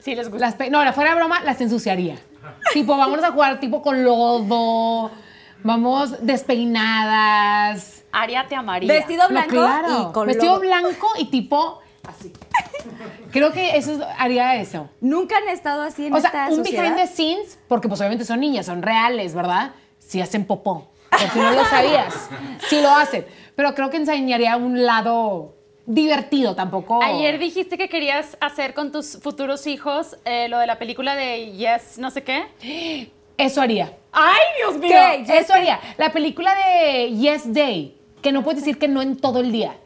Sí, les gusta. Las pe- no, la- fuera de broma, las ensuciaría. Tipo, vamos a jugar tipo con lodo, vamos despeinadas. Aria te amaría. Vestido blanco No, claro. y con Vestido logo. blanco y tipo así. Creo que eso es- haría eso. Nunca han estado así en O sea, esta un sociedad. behind the scenes, porque pues obviamente son niñas, son reales, ¿verdad? Si hacen popó. Por si no lo sabías. Si lo hacen. Pero creo que enseñaría un lado divertido tampoco. Ayer dijiste que querías hacer con tus futuros hijos eh, lo de la película de Yes, no sé qué. Eso haría. ¡Ay, Dios mío! ¿Qué? Eso haría. La película de Yes Day, que no puedes decir que no en todo el día.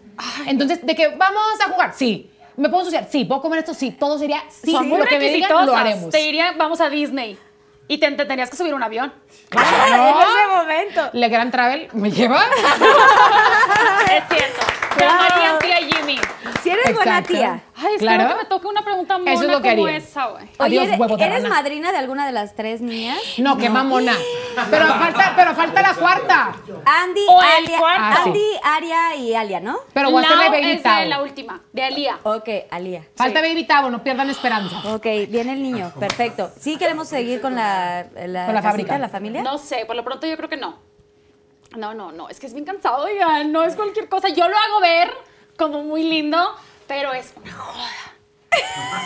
Entonces, de que vamos a jugar, sí. ¿Me puedo ensuciar? Sí. ¿Puedo comer esto? Sí. Todo sería sí. Son muy lo que me digan, lo requisitosas. haremos. Te diría, vamos a Disney. Y te, te tendrías que subir a un avión. Ah, En ese momento. Le Grand Travel me lleva. es cierto. Te Claro. amaría tía Jimmy. Si eres buena Exacto. tía. Ay, espero Claro. que me toque una pregunta mona Eso es lo que como haría. esa, güey. Oye, Adiós, ¿eres, huevo de eres rana. madrina de alguna de las tres niñas? No, qué mamona. Pero falta, pero falta la cuarta. Andy, O el Alia, cuarto. Ah, sí. Andy, Aria y Alia, ¿no? Pero voy a hacerle Lao baby es de la tabo. última, de Alía. Ok, Alia. Falta baby tabo, no pierdan la esperanza. Ok, viene el niño, perfecto. Sí queremos seguir con la, la, Con la casita, fábrica. la familia. No sé, por lo pronto yo creo que no. No, no, no, es que es bien cansado, oigan, no es cualquier cosa. Yo lo hago ver como muy lindo, pero es una joda.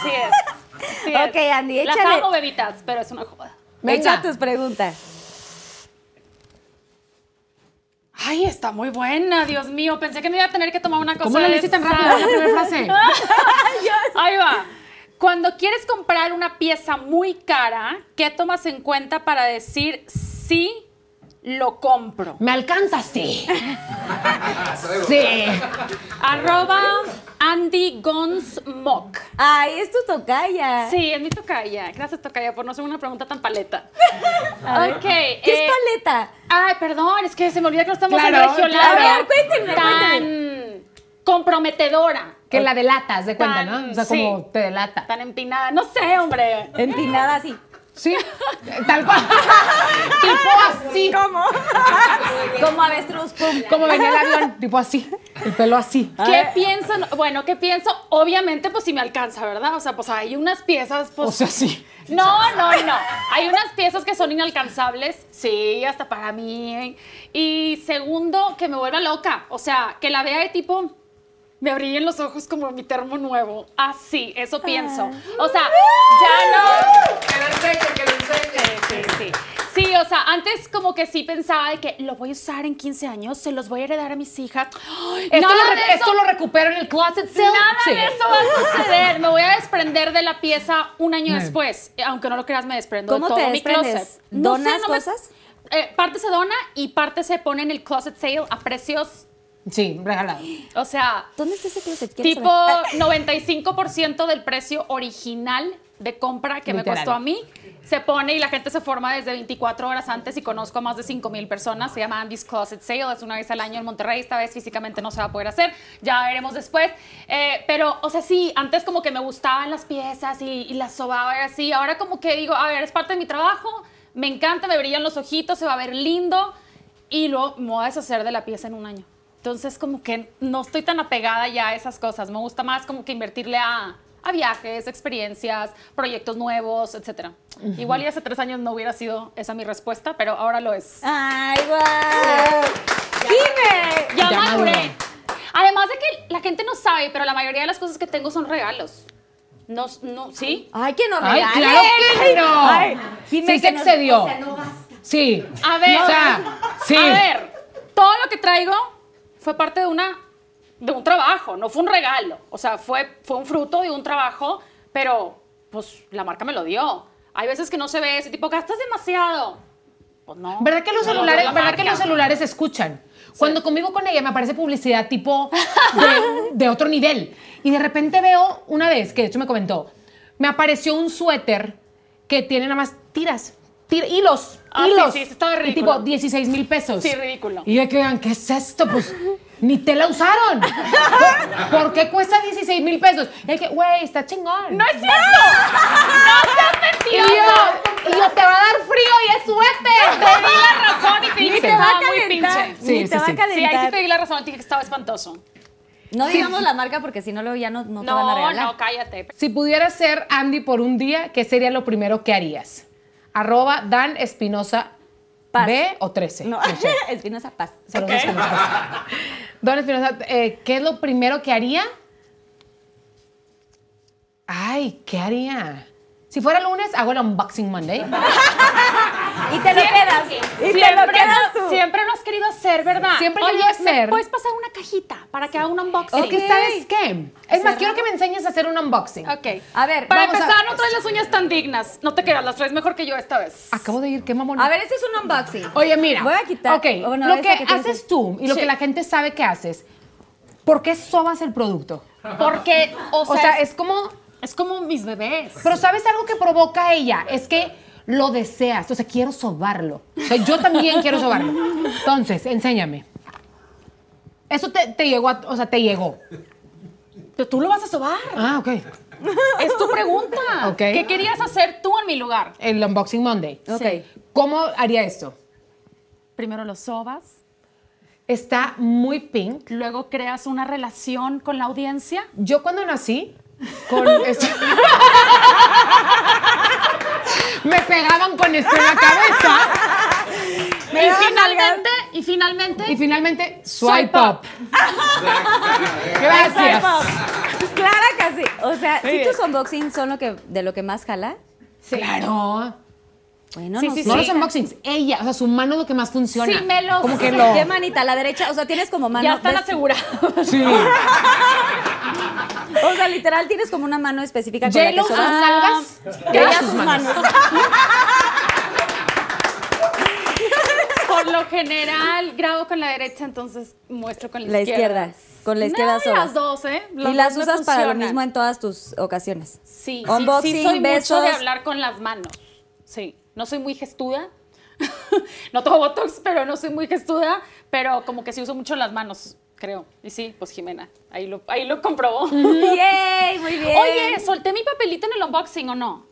Sí es. sí es. Ok, Andy, Las échale. amo, bebitas, pero es una joda. Echa Venga. tus preguntas. Ay, está muy buena, Dios mío. Pensé que me iba a tener que tomar una cosa ¿Cómo la de leíste tan esas. rápido la primera frase? Ahí va. Cuando quieres comprar una pieza muy cara, ¿qué tomas en cuenta para decir sí lo compro? ¿Me alcanza? Sí. Sí. Arroba Andy Gonsmok. Ay, es tu tocaya. Sí, es mi tocaya. Gracias, tocaya, por no hacer una pregunta tan paleta. ok. ¿Qué eh, es paleta? Ay, perdón, es que se me olvida que no estamos en Claro, Regiolabia. claro. A ver, cuéntenme, Tan comprometedora. Que la delatas, de cuenta, Tan- ¿no? O sea, sí. como te delata. Tan empinada. No sé, hombre. Empinada así. Sí, tal cual. tipo así. ¿Cómo? Como avestruz, pum. Como venía el avión, tipo así. El pelo así. ¿Qué piensan? Bueno, ¿qué pienso? Obviamente, pues si me alcanza, ¿verdad? O sea, pues hay unas piezas, pues. O sea, sí. No, no, no. Hay unas piezas que son inalcanzables. Sí, hasta para mí. Y segundo, que me vuelva loca. O sea, que la vea de tipo. Me brillen los ojos como mi termo nuevo. Así, eso pienso. O sea, ya no. Que lo enseñe, que lo enseñe. Sí, sí. Sí, o sea, antes como que sí pensaba de que lo voy a usar en 15 años, se los voy a heredar a mis hijas. Ay, Esto, nada lo, de re- eso- esto lo recupero en el closet sale. Nada Sí. de eso va a suceder. Me voy a desprender de la pieza un año después. Eh, Aunque no lo creas, me desprendo ¿Cómo de todo te mi desprendes? closet. No ¿Donas me- cosas? eh, parte se dona y parte se pone en el closet sale a precios, Sí, regalado. o sea, ¿Dónde está ese closet? Quiero tipo saber. 95% del precio original de compra que Literal. me costó a mí. Se pone y la gente se forma desde 24 horas antes y conozco a más de 5 mil personas. Se llama Andy's Closet Sale, es una vez al año en Monterrey. Esta vez físicamente no se va a poder hacer, ya veremos después. Eh, pero, o sea, sí, antes como que me gustaban las piezas y, y las sobaba y así. Ahora como que digo, a ver, es parte de mi trabajo, me encanta, me brillan los ojitos, se va a ver lindo y luego me voy a deshacer de la pieza en un año. Entonces, como que no estoy tan apegada ya a esas cosas. Me gusta más como que invertirle a, a viajes, experiencias, proyectos nuevos, etc. Igual y hace tres años no hubiera sido esa mi respuesta, pero ahora lo es. Ay, guau. Dime. Ya, Ya maduré. maduró. Además de que la gente no sabe, pero la mayoría de las cosas que tengo son regalos. No, no, ¿sí? Ay, que nos Ay, regalen. claro que no. Ay, Jime, Sí que se nos- excedió. o sea, no basta. Sí. A ver, O sea, sí. a ver, todo lo que traigo fue parte de una de un trabajo, no fue un regalo, o sea, fue fue un fruto de un trabajo, pero pues la marca me lo dio. Hay veces que no se ve ese tipo, gastas demasiado. Pues no. ¿Verdad que los Me lo dio celulares, la verdad que marca. los celulares escuchan? Cuando convivo con ella me aparece publicidad tipo de, de otro nivel. Y de repente veo una vez, que de hecho me comentó, me apareció un suéter que tiene nada más tiras, tira- hilos, Ah, sí, hilos. sí, sí, estaba Y ridículo. tipo 16 mil pesos. Sí, ridículo. pues, Y yo que oigan, ¿qué es esto? Pues ni te la usaron. ¿Por, por qué cuesta 16 mil pesos? Y hay que, güey, está chingón. No es cierto. no seas y yo, mentiroso. y yo, te va a dar frío y es suéter. Te di la razón y te dije Ni que te Te va estaba a Ah, muy calentar. pinche. Sí, ni sí, te va sí. a Sí, ahí sí calentar. te di la razón, te dije que estaba espantoso. No digamos la marca porque si no, luego ya no, no te van a No, regalar. no, cállate. Si pudieras ser Andy por un día, ¿qué sería lo primero que harías? Arroba Dan Espinosa Paz. B o 13. No, sé. Espinosa Paz. Solo Dan Espinosa. Dan Espinosa, eh, ¿qué es lo primero que haría? Ay, ¿qué haría? Si fuera lunes, hago el Unboxing Monday. Y te lo quedas. Y te lo quedas tú. siempre lo has querido hacer, ¿verdad? Siempre lo Oye, voy a hacer. ¿me puedes pasar una cajita para que haga un unboxing. Es que, ¿sabes qué? Es más, quiero que me enseñes a hacer un unboxing. Ok. A ver, para vamos a- empezar, no traes las uñas tan dignas. No te creas, las traes mejor que yo esta vez. Acabo de ir, qué mamón. A ver, ese es un unboxing. Oye, mira. Voy a quitar. Ok, oh, bueno, lo esa que tienes haces ahí. tú y lo Sí. que la gente sabe que haces, ¿por qué sobas el producto? Porque, o sea, O sea, es, es como. es como mis bebés. Pero ¿sabes algo que provoca a ella? Es que lo deseas. O sea, quiero sobarlo. O sea, yo también quiero sobarlo. Entonces, enséñame. Eso te, te llegó, a- o sea, te llegó. Pero tú lo vas a sobar. Ah, ok. Es tu pregunta. Ok. ¿Qué querías hacer tú en mi lugar? El Unboxing Monday. Ok. ¿Cómo haría esto? Primero lo sobas, Está muy pink. luego creas una relación con la audiencia. Yo cuando nací, con este- me pegaban con esto en la cabeza y finalmente, y finalmente, y finalmente swipe up. Gracias. Clara casi. O sea, si bien. tus unboxings son lo que, de lo que más jala, Claro. bueno, Sí, no sí, sé. No sí. los unboxings, ella, o sea, su mano es lo que más funciona. Sí, me lo Como que sé. lo. ¿Qué manita? ¿La derecha? O sea, tienes como mano. ya están ¿ves? asegurados. Sí. O sea, literal tienes como una mano específica con la que J-Lo, sus sobas. nalgas. Ella ella sus manos. Por lo general, grabo con la derecha, entonces muestro con la, La izquierda. izquierda. Con la izquierda Nada de sobas. las dos, ¿eh? Las y las dos me usas para lo funcionan. mismo en todas tus ocasiones. Sí, sí, Unboxing, sí soy besos. mucho de hablar con las manos. Sí, no soy muy gestuda. no tomo botox, pero no soy muy gestuda, pero como que sí uso mucho las manos. creo. Y sí, pues Jimena, ahí lo, ahí lo comprobó. ¡Yay! Muy bien. Oye, ¿solté mi papelito en el unboxing o no?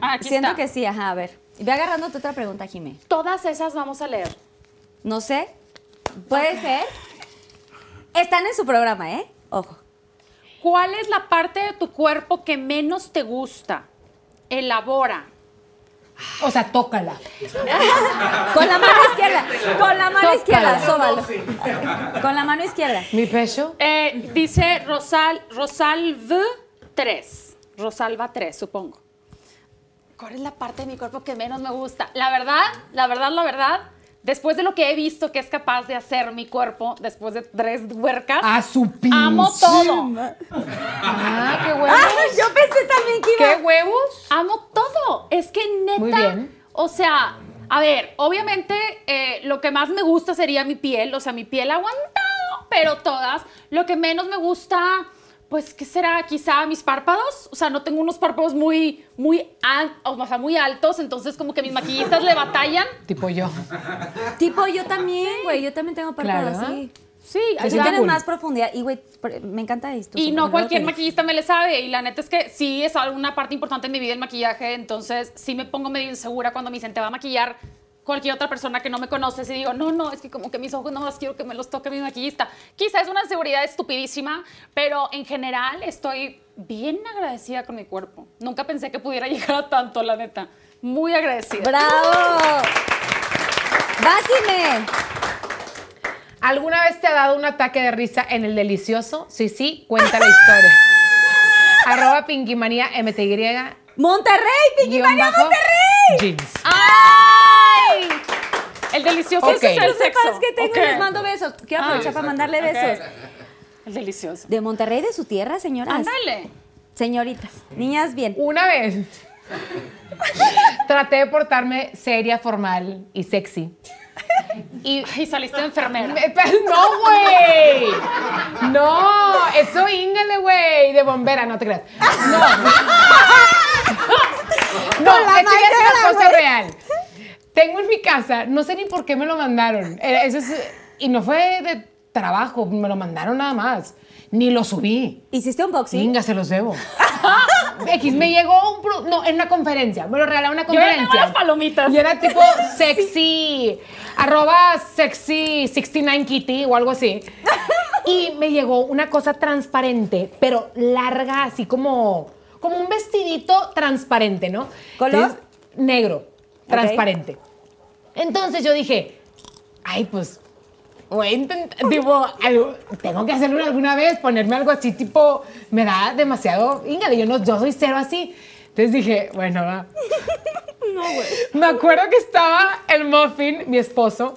Ah, aquí Siento está. que sí, ajá, a ver. Ve agarrando tu otra pregunta, Jimé. Todas esas vamos a leer. No sé. Puede ser. Están en su programa, ¿eh? Ojo. ¿Cuál es la parte de tu cuerpo que menos te gusta? Elabora. O sea, tócala. Con la mano izquierda. Con la mano Tócala. izquierda, sóbalo. Con la mano izquierda. ¿Mi pecho? Eh, dice Rosal, Rosalv 3. Rosalva 3, supongo. ¿Cuál es la parte de mi cuerpo que menos me gusta? La verdad, la verdad, la verdad, después de lo que he visto que es capaz de hacer mi cuerpo después de tres huercas, A su pin. amo todo. Ah, qué Ah, huevos. yo pensé también que ¿Qué iba. huevos? Amo todo. Es que neta. Muy bien. O sea, a ver, obviamente eh, lo que más me gusta sería mi piel. O sea, mi piel ha aguantado, pero todas. Lo que menos me gusta, pues, ¿qué será? Quizá mis párpados. O sea, no tengo unos párpados muy, muy, al- o sea, muy altos. Entonces, como que mis maquillistas le batallan. Tipo yo. Tipo, yo también, güey. Yo también tengo párpado Claro. así. Ah, Sí, Tú está tienes cool. más profundidad. Y, güey, pr- me encanta esto. Y no cualquier maquillaje. maquillista me le sabe. Y la neta es que sí es una parte importante en mi vida el maquillaje. Entonces sí me pongo medio insegura cuando me dicen te va a maquillar cualquier otra persona que no me conoce. Y digo, no, no, es que como que mis ojos no más quiero que me los toque mi maquillista. Quizá es una inseguridad estupidísima, pero en general estoy bien agradecida con mi cuerpo. Nunca pensé que pudiera llegar a tanto, la neta. Muy agradecida. ¡Bravo! ¡Vas, Jimé! ¿Alguna vez te ha dado un ataque de risa en el delicioso? Sí, sí, cuenta la historia. Arroba pinkimanía mty. ¡Monterrey, Pinky guión María bajo, Monterrey! Jeans. ¡Ay! El delicioso Ok. es el Los sexo. fans que tengo Ok. les mando besos. Quiero Ah, aprovechar para mandarle besos. El delicioso. De Monterrey, de su tierra, señoras. Ándale. Señoritas, niñas bien. Una vez traté de portarme seria, formal y sexy. Y Y saliste enfermera. Me- pe- No, güey. No, eso íngale, güey. De bombera, no te creas. No. No, Con la esto ya es mañana, una cosa güey. real. Tengo en mi casa, no sé ni por qué me lo mandaron. Eh, Eso es- y no fue de trabajo, me lo mandaron nada más. Ni lo subí. ¿Hiciste un boxing? Venga, se los debo. X, me llegó un... pro- no, en una conferencia. Me lo regalaron en una Yo conferencia. era las palomitas. Y era tipo sexy, arroba sexy 69 kitty o algo así. Y me llegó una cosa transparente, pero larga, así como, como un vestidito transparente, ¿no? ¿Color? negro, transparente. Entonces yo dije, ay, pues, voy a intentar, tipo, algo- tengo que hacerlo alguna vez, ponerme algo así, tipo, me da demasiado, íngale, yo no, yo soy cero así. Entonces dije, bueno, va. Me acuerdo que estaba el Muffin, mi esposo,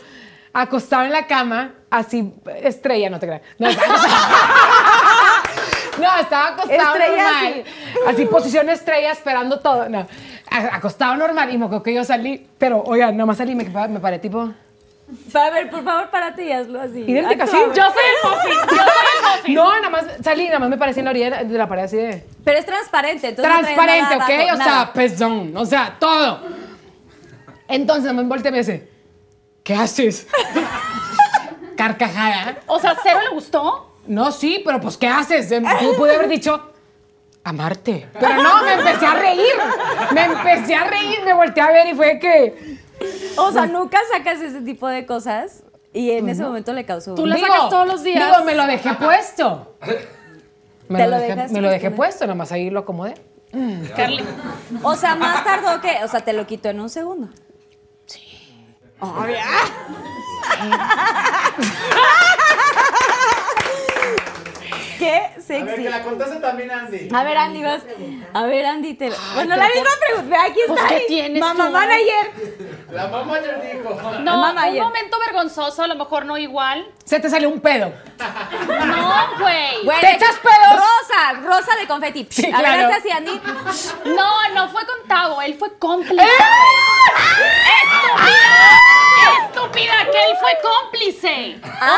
acostado en la cama, así, estrella, no te creas. No, estaba acostado, No, estaba acostado Estrella, normal. Así, posición estrella, esperando todo. No, a- acostado normal. Y me acuerdo que yo salí, pero, oiga, nomás salí, me, pa- me paré tipo... Para ver, por favor, párate y hazlo así. Y desde que Actúa, así, güey. Yo soy el muffin, yo soy el muffin. No, nada más salí, nada más me parecí en la orilla de la- de la pared así de... Pero es transparente, entonces. no traes transparente, nada ¿ok? abajo, o sea, nada. pezón, o sea, todo. Entonces me volteé y me dice, ¿qué haces? Carcajada. O sea, cero le gustó. No, sí, pero pues, ¿qué haces? Em, Yo pude haber dicho, amarte. Pero no, me empecé a reír. Me empecé a reír, me volteé a ver y fue que... O sea, nunca sacas ese tipo de cosas. Y en ese momento le causó. Tú la sacas todos los días. Digo, me lo dejé puesto. Me Te lo lo dejé, dejaste me lo dejé puesto. puesto, nomás ahí lo acomodé. Carly. O sea, más tardó que. O sea, te lo quitó en un segundo. Sí. Qué A ver, sexy. que la contaste también, Andy. A ver, Andy, vas. A ver, Andy, te. Bueno, la misma pregunta. Ve, Aquí Pues, está. ¿qué ahí. tienes Mamá tú? manager. La mamá ayer dijo. No, Mamá ayer. un momento vergonzoso, a lo mejor no igual. Se te salió un pedo. No, güey. Güey, ¡Te echas pedos! Rosa, rosa de confeti. Sí, a ver, claro. esta sí, Andy. No, no fue con Tavo, él fue cómplice. ¡Eh! ¡Estúpida! ¡Estúpida! Que él fue cómplice. Ah.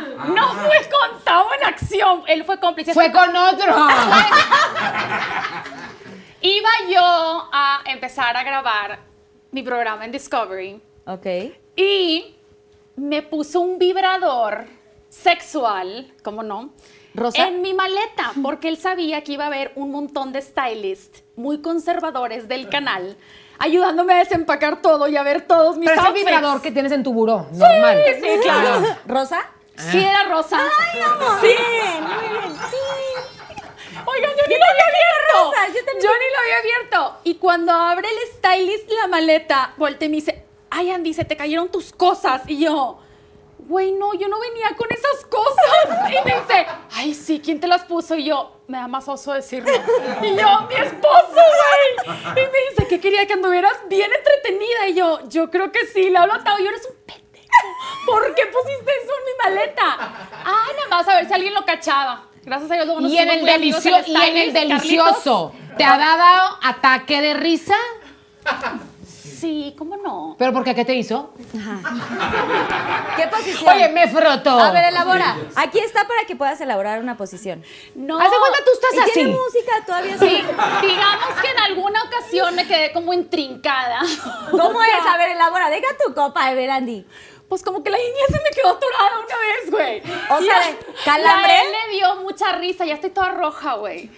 O sea, no fue con Tavo en acción, él fue cómplice. Fue con otro. Iba yo a empezar a grabar mi programa en Discovery. Ok. Y me puso un vibrador sexual, ¿cómo no? Rosa. En mi maleta, porque él sabía que iba a haber un montón de stylists muy conservadores del canal ayudándome a desempacar todo y a ver todos mis Pero es el outfits. vibrador que tienes en tu buró, normal. Sí, sí, claro. ¿Rosa? Sí, era rosa. Sí. Muy bien. Oigan, yo ni lo había abierto. Rosa, yo también. ni lo había abierto. Y cuando abre el stylist la maleta, voltea y me dice, ay, Andy, se te cayeron tus cosas. Y yo, güey, no, yo no venía con esas cosas. Y me dice, ay, sí, ¿quién te las puso? Y yo, me da más oso decirlo. Y yo, mi esposo, güey. Y me dice, ¿qué quería? Que anduvieras bien entretenida. Y yo, yo creo que sí. Le hablo a Tao, yo eres un pendejo. ¿Por qué pusiste eso en mi maleta? Ah, nada más a ver si alguien lo cachaba. Gracias a Dios, luego nos Y en hicimos el muy amigos delicioso, y en el stylist, delicioso. ¿Te ha dado ataque de risa? Carlitos. Sí, ¿cómo no? ¿Pero por qué? ¿Qué te hizo? ¿Qué posición? Oye, me frotó. A ver, elabora. Aquí está para que puedas elaborar una posición. No. Haz de cuenta tú estás y tiene así. música todavía. Sí, digamos que en alguna ocasión me quedé como intrincada. ¿Cómo O sea, es? A ver, elabora. Deja tu copa, a ver, Andy. Pues como que la inglesa me quedó atorada una vez, güey. O Y sea, a- ¿calambre? y A él le dio mucha risa, ya estoy toda roja, güey.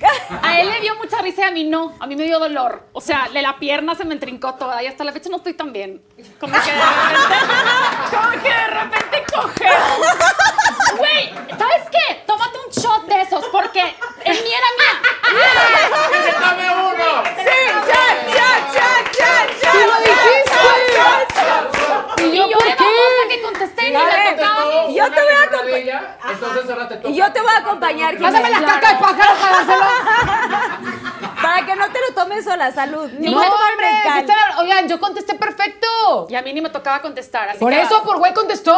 A él le dio mucha risa y a mí no, a mí me dio dolor. O sea, le la pierna se me entrincó toda y hasta la fecha no estoy tan bien. Como que de repente, como que de repente cojeo. Güey, ¿sabes qué? Tómate un shot de esos porque en mí era mía. ¡Que se tome uno! ¡Tú lo dijiste! Y yo, de babosa que contesté y ni Ahora me te tocaba. tocó Yo una te voy a que no era de acompa- ella, Entonces ahora te toca. Y yo te voy a acompañar, Jimena. Pásame la caca de pájaro para dárselo. Para que no te lo tomes sola, salud. Ni No, voy a tomar hombre. mezcal. ¿qué tal? Oigan, yo contesté perfecto. Y a mí ni me tocaba contestar. así Por que- eso, por güey, contestó.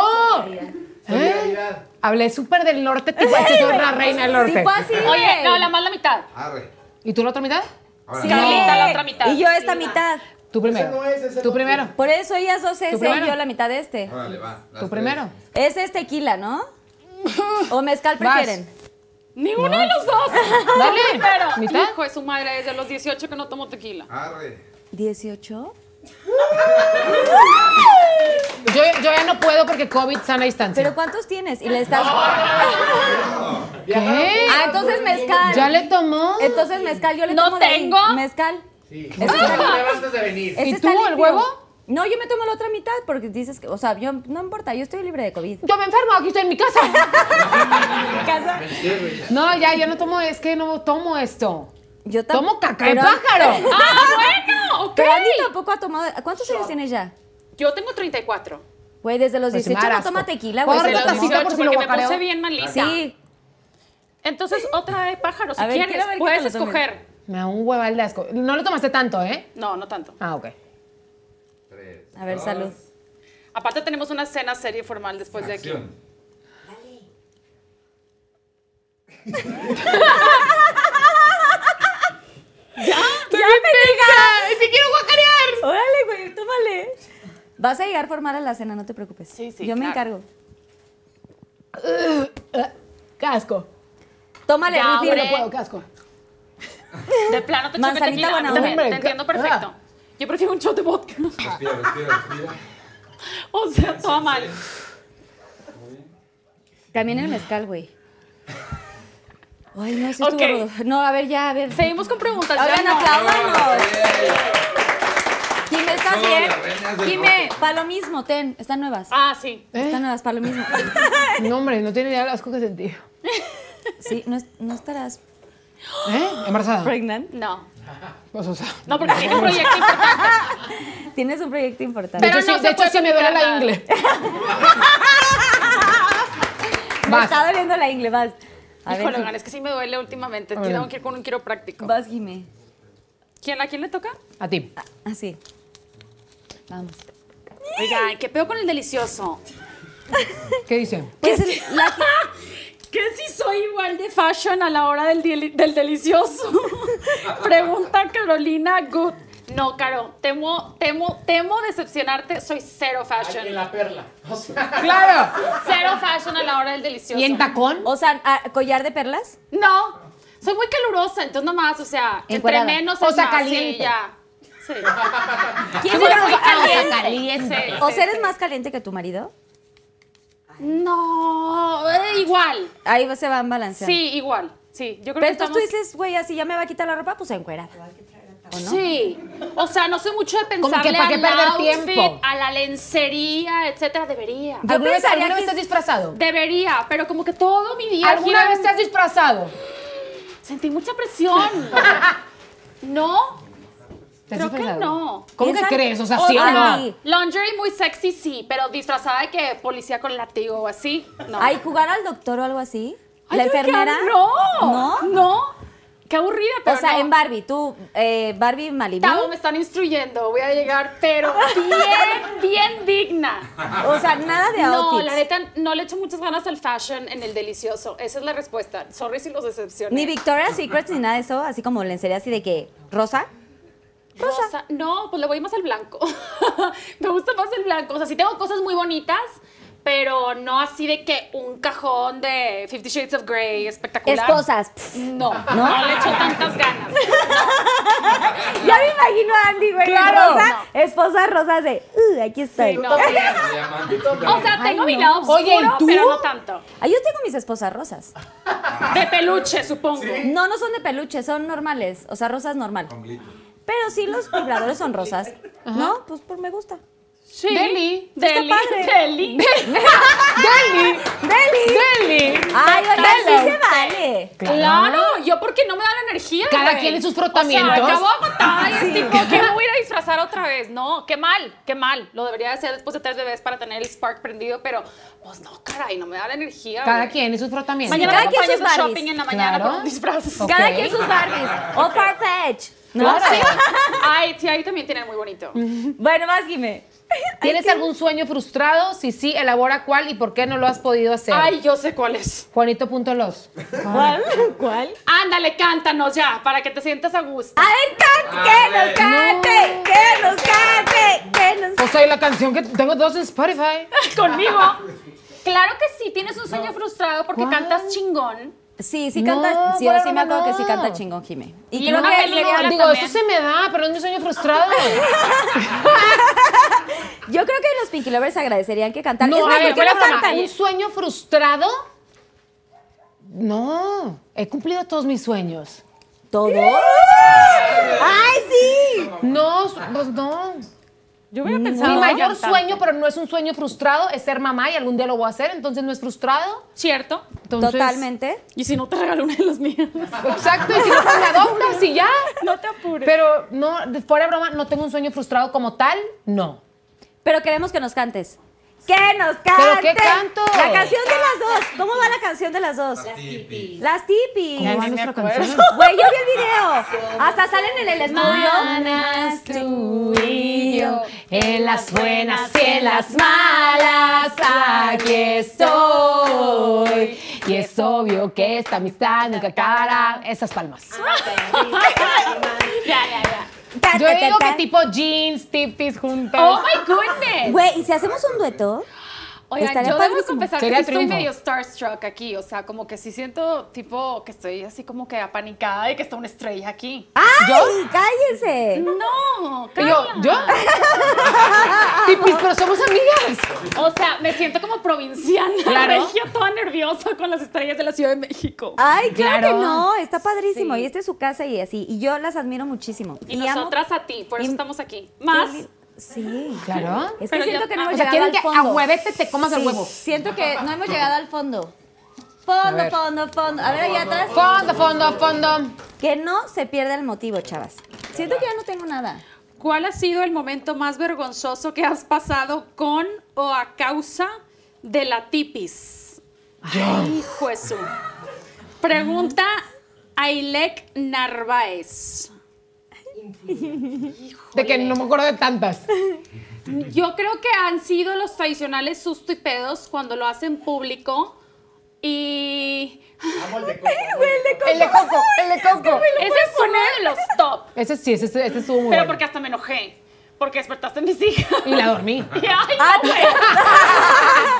¿Eh? Solidaridad. Hablé súper del norte, tipo que soy la reina del norte. Tipo así. Oye, güey. no, la más la mitad. Arre. ¿Y tú la otra mitad? Ahora. Sí. Carlita, la otra mitad. Y yo esta mitad. Tú primero. Ese no es, ese tú no. primero. Por eso ellas dos ¿Tú ese primero? y yo la mitad de este. Órale, va. Las Tú tres. primero. Ese es este tequila, ¿no? ¿O mezcal Vas. prefieren? Ninguno de los dos. Dale. Pero, ¿Mitad? hijo de su madre, desde los 18 que no tomo tequila. Arre. ¿18? Yo, yo ya no puedo porque COVID sana distancia. ¿Pero cuántos tienes? Y le estás... ¿Qué? Ah, entonces mezcal. ¿Ya le tomó? Entonces mezcal, yo le No tomo de ahí. tengo. Mezcal. Sí. Ese está No te levantes de venir. Ese ¿Y está tú, el limpio. huevo? No, yo me tomo la otra mitad porque dices que, o sea, yo no importa, yo estoy libre de COVID. Yo me enfermo, aquí estoy en mi casa. Casa. No, ya, yo no tomo, es que no tomo esto. Yo tam- Tomo caca de pero- pájaro. ¡Ah, bueno! ¡Ok! Pero Andy tampoco ha tomado. ¿Cuántos años tienes ya? Yo tengo 34. Güey, desde los Pues sí me 18 no arrasco. toma tequila, güey. Por Desde Solo la los tomó- 18 tacita, por si lo porque me guacareo. puse bien malita. Sí. Entonces, otra de pájaro. Si A ver, quieres, quiero ver qué puedes te lo tomes. escoger. Me da un hueval de asco. No lo tomaste tanto, ¿eh? No, no tanto. Ah, ok. Tres. A ver, dos, salud. Aparte, tenemos una cena serie formal después de aquí. acción. ¡Ya me ¡Si quiero guacarear! Órale, güey, tómale. Vas a llegar formal a la cena, no te preocupes. Sí, sí, Yo me claro. encargo. Casco. Tómale, Ya, Rifi. Yo no hombre. puedo, casco. De plano, te choca Manzanita tequila. buena Ah, también, onda. Te entiendo perfecto. Yo prefiero un shot de vodka. Respira, respira, respira. O sea, todo mal. También el mezcal, güey. Ay, no, sí estuvo Ok. rudo. No, a ver, ya, a ver. Seguimos con preguntas. ya Oigan, no. aplaudanos. Jimé, ¿estás Solo bien? las reinas del Jimé, norte. para lo mismo, ten. Están nuevas. Ah, sí. ¿Eh? Están nuevas, para lo mismo. No, hombre, no tiene idea del asco que sentí. ¿Eh? Sí, no, es- no estarás Ah. ¿Embarazada? pregnant. No. Pues, o sea. No, porque tiene un proyecto importante. Tienes un proyecto importante. de Pero hecho, sí- no de se hecho puede sí me duele la tocar ingle. Me Vas. está doliendo la ingle, vas. A Híjole, ver, oigan, es que sí me duele últimamente. ver. Tengo que ir con un quiropráctico. vas, Jimé. ¿Quién, ¿A quién le toca? A ti. Así. Vamos. Oigan, ¿qué pedo con el delicioso? ¿Qué dice? ¿Qué Pues es el- la- ¿Qué si soy igual de fashion a la hora del, dieli- del delicioso? Pregunta Carolina Good. No, Caro, temo, temo, temo decepcionarte. Soy cero Ay, En fashion. la perla. O sea, ¡Claro! Cero fashion a la hora del delicioso. ¿Y en tacón? O sea, ¿a- ¿collar de perlas? No, soy muy calurosa, entonces nomás, o sea, Encuerada. entre menos O es sea, más, caliente. Sí, ya. Sí. ¿Quién Soy es muy más caliente. caliente? caliente. O sea, ¿eres más caliente que tu marido? No, eh, igual. Ahí se van balanceando. Sí, igual. Sí, yo creo Pero que entonces estamos... tú dices, güey, así ya me va a quitar la ropa, pues encuerada. ¿O no? Sí, o sea, no sé mucho de Como que pensarle para qué al perder outfit, tiempo. a la lencería, etcétera, debería. Yo ¿Alguna vez, pensaría alguna que vez es- estás disfrazado? Debería, pero como que todo mi día gira ¿Alguna en- vez te has disfrazado? Sentí mucha presión. ¿No? ¿Te has Creo que disfrazado? no. ¿Cómo que Piensa- crees? O sea, O sí o sea, no. sí. Lingerie muy sexy, sí, pero disfrazada de que policía con látigo o así, no. Ay, jugar al doctor o algo así. Ay, ¿La no, qué enfermera? hor- No, ¿No? no. Qué aburrida, O pero sea, no. en Barbie, tú, eh, Barbie Malibu. Tavo, me están instruyendo, voy a llegar, pero bien, bien digna. O sea, nada de No, outfits. la neta, no le echo muchas ganas al fashion en el delicioso. Esa es la respuesta. Sorry si los decepcioné. Ni Victoria's Secret ni nada de eso, así como lencería así de que rosa. Rosa. No, pues le voy más al blanco. Me gusta más el blanco. O sea, sí tengo cosas muy bonitas, pero no así de que un cajón de Fifty Shades of Grey espectacular. Esposas. Mm. Pff, No, no, le echo tantas ganas. Ya me imagino a Andy, güey. en Claro. rosa, esposa rosa de, uh, aquí estoy. Sí, no. de diamante. O sea, tengo mi lado oscuro, Oye, ¿y tú? pero no tanto. Ah, yo tengo mis esposas rosas. De peluche, supongo. No, no son de peluche, son normales. O sea, rosas normal. Con glitter. Pero sí, los vibradores son rosas. ¿No? Pues por me gusta. Sí. Deli. Deli. Está padre. Deli. ¡Deli! ¡Deli! ¡Deli! Ay, oigan, sí Deli. se vale. Claro, yo porque no me da la energía. Cada güey. quien en sus O sea, frotamientos. acabo agotada y es tipo, ¿qué me voy a ir a disfrazar otra vez? No, qué mal, qué mal. Lo debería hacer después de tres bebés para tener el spark prendido, pero pues no, caray, no me da la energía. Cada güey. quien y sus frotamientos. Mañana Cada me quien sus acompañas de Barbies. shopping en la mañana Claro. con un disfraz. Ok. Cada quien sus Barbies. O Farfetch. ¿no? Claro. Ay, sí, ahí también tienen muy bonito. Bueno, más Jimé. ¿Tienes algún sueño frustrado? Si sí, elabora cuál y por qué no lo has podido hacer. Ay, yo sé cuál es. Juanito.los. ¿Cuál? ¿Cuál? Ándale, cántanos ya, para que te sientas a gusto. A ver, can- que nos cante, que nos cante, que nos O sea, y la canción que tengo dos en Spotify. Conmigo. Claro que sí, tienes un sueño frustrado porque cantas chingón. Sí, sí No, canta, sí, bueno, sí me acuerdo que no. sí canta chingón Jimé. Y creo una que película sería- Digo, también. eso se me da, pero no es mi sueño frustrado. yo creo que los Pinky Lovers agradecerían que cantaran. No, es más, a ¿por ver, qué fuera no broma, cantan? ¿Un sueño frustrado? No, he cumplido todos mis sueños. ¿Todo? ¡Ay, sí! No, su- pues no. Yo hubiera pensado. Mi en mayor cantante. sueño, pero no es un sueño frustrado, es ser mamá y algún día lo voy a hacer, entonces no es frustrado. Cierto. Entonces- Totalmente. Y si no te regalo una de las mías. Exacto, y si no pues, me adoptas y ya. No te apures. Pero no, de- fuera de broma, no tengo un sueño frustrado como tal, no. Pero queremos que nos cantes. ¡Que nos cantes! ¿Pero qué canto? La canción de las dos. ¿Cómo va la canción de las dos? Tipi. Las tipis. ¿Cómo va nuestra canción? Güey, yo vi el video. Hasta salen en el estudio. Hermanas tú y yo, en las buenas y en las malas, aquí estoy. Y es obvio que esta amistad nunca acabará. Esas palmas. Ah, Ya, ya, ya. Tan, Yo tan, digo que tan. tipo jeans, tipis juntas. Oh my goodness. Güey, ¿y si hacemos un dueto? Oigan, Estaría yo debo padrísimo. confesar Sería que sí estoy triunfo. medio starstruck aquí. O sea, como que sí siento, tipo, que estoy así como que apanicada de que está una estrella aquí. ¡Ay, cállense! No, Y yo, calla. ¿yo? tipis, pero somos amigas. O sea, me siento como provinciana, Claro. regia, toda nerviosa con las estrellas de la Ciudad de México. Ay, claro, Claro. que no, está padrísimo. Sí. Y esta es su casa y así. Y yo las admiro muchísimo. Y, amo- nosotras a ti, por eso y- estamos aquí. Más, Sí. Claro. Es que Pero siento ya- que ah, no o hemos O sea, llegado al quieren que fondo. a huevete te comas el Sí, huevo. Siento que no hemos llegado al fondo. A Fondo, ver. fondo, fondo. A ver, allá atrás. Fondo, fondo, fondo. Que no se pierda el motivo, chavas. Siento que ya no tengo nada. ¿cuál ha sido el momento más vergonzoso que has pasado con o a causa de la tipis? Ay, hijo de su. Pregunta Ailek Narváez. De que no me acuerdo de tantas. Yo creo que han sido los tradicionales susto y pedos cuando lo hacen público y Amo el de coco. El de coco, el de coco. ese es uno de los top, Ese sí, ese, ese estuvo pero muy bueno. porque hasta me enojé, porque despertaste a mis hijas. Ah. Ah, Y la dormí. Y, ay, no, güey.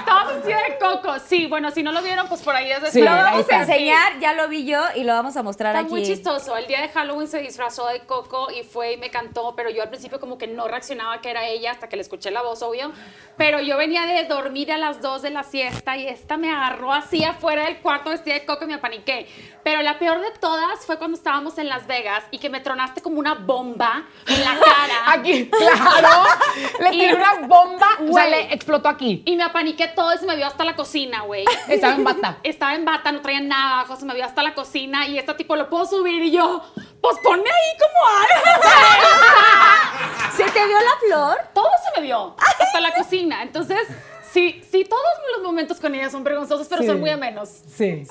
Estaba vestida de loco. Sí, bueno, si no lo vieron, pues por ahí es de Ah. Sí, Lo ahí vamos a está. enseñar, ya lo vi yo y lo vamos a mostrar Está aquí. muy chistoso. El día de Halloween se disfrazó de Coco y fue y me cantó, pero yo al principio como que no reaccionaba que era ella hasta que le escuché la voz, obvio. Pero yo venía de dormir a las 2 de la siesta y esta me agarró así afuera del cuarto vestida de Coco y me apaniqué. Pero la peor de todas fue cuando estábamos en Las Vegas y que me tronaste como una bomba en la cara. Aquí, claro. le tiré una bomba. O sea, Güey. le explotó aquí. Y me apaniqué todo y se me vio hasta la cocina, güey. Estaba en bata. Estaba en bata, no traía nada abajo, se me vio hasta la cocina y este tipo lo puedo subir y yo, pues ponme ahí como algo. ¿Se te vio la flor? Todo se me vio, hasta la cocina. Entonces, sí, sí, todos los momentos con ella son vergonzosos, pero Sí. son muy amenos. Sí.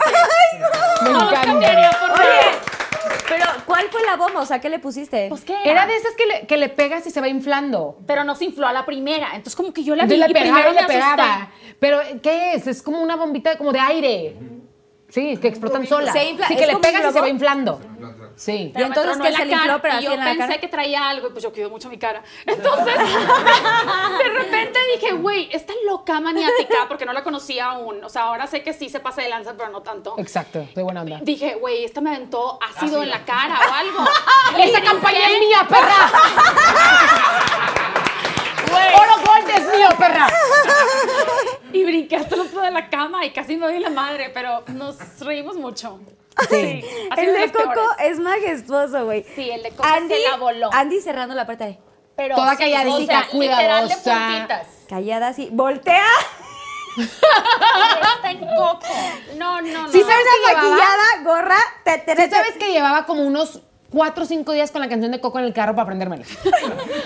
Me Vamos, encanta. Camelia, por Oye, favor. pero ¿cuál fue la bomba? O sea, ¿qué le pusiste? Pues qué Era de esas que le, que le pegas y se va inflando. Pero no se infló a la primera, entonces como que yo la vi Entonces le y primero pegaba, le me asusté. pegaba. Pero, ¿qué es? Es como una bombita como de aire. Sí, que explotan sola. Se infla- sí, es que le como un pegas y se globo. va inflando. Planta. Sí. Y entonces, me ¿qué? tronó ¿Se en le infló, cara pero y así yo en la pensé cara? que traía algo y pues yo cuido mucho mi cara. Entonces, de repente dije, güey, esta loca maniática, porque no la conocía aún. O sea, ahora sé que sí se pasa de lanza, pero no tanto. Exacto. De buena onda. Dije, güey, esta me aventó ácido en la cara o algo. ¡Esa campaña es mía, perra! ¡Oro Gold es mío, perra! Y brinqué hasta el otro de la cama y casi me doy la madre, pero nos reímos mucho. Sí. ha sido El de las peores. Coco es majestuoso, güey. Sí, el de Coco se la voló. Andy cerrando la puerta de Pero Toda sí, calladita, o sea, literal de cuidadosa. puntitas. callada así, voltea, Y está en Coco. No, no, no. Sí, ¿sabes qué llevaba? maquillada, gorra, te, te- ¿Sí sabes que llevaba como unos cuatro o cinco días con la canción de Coco en el carro para aprendérmela?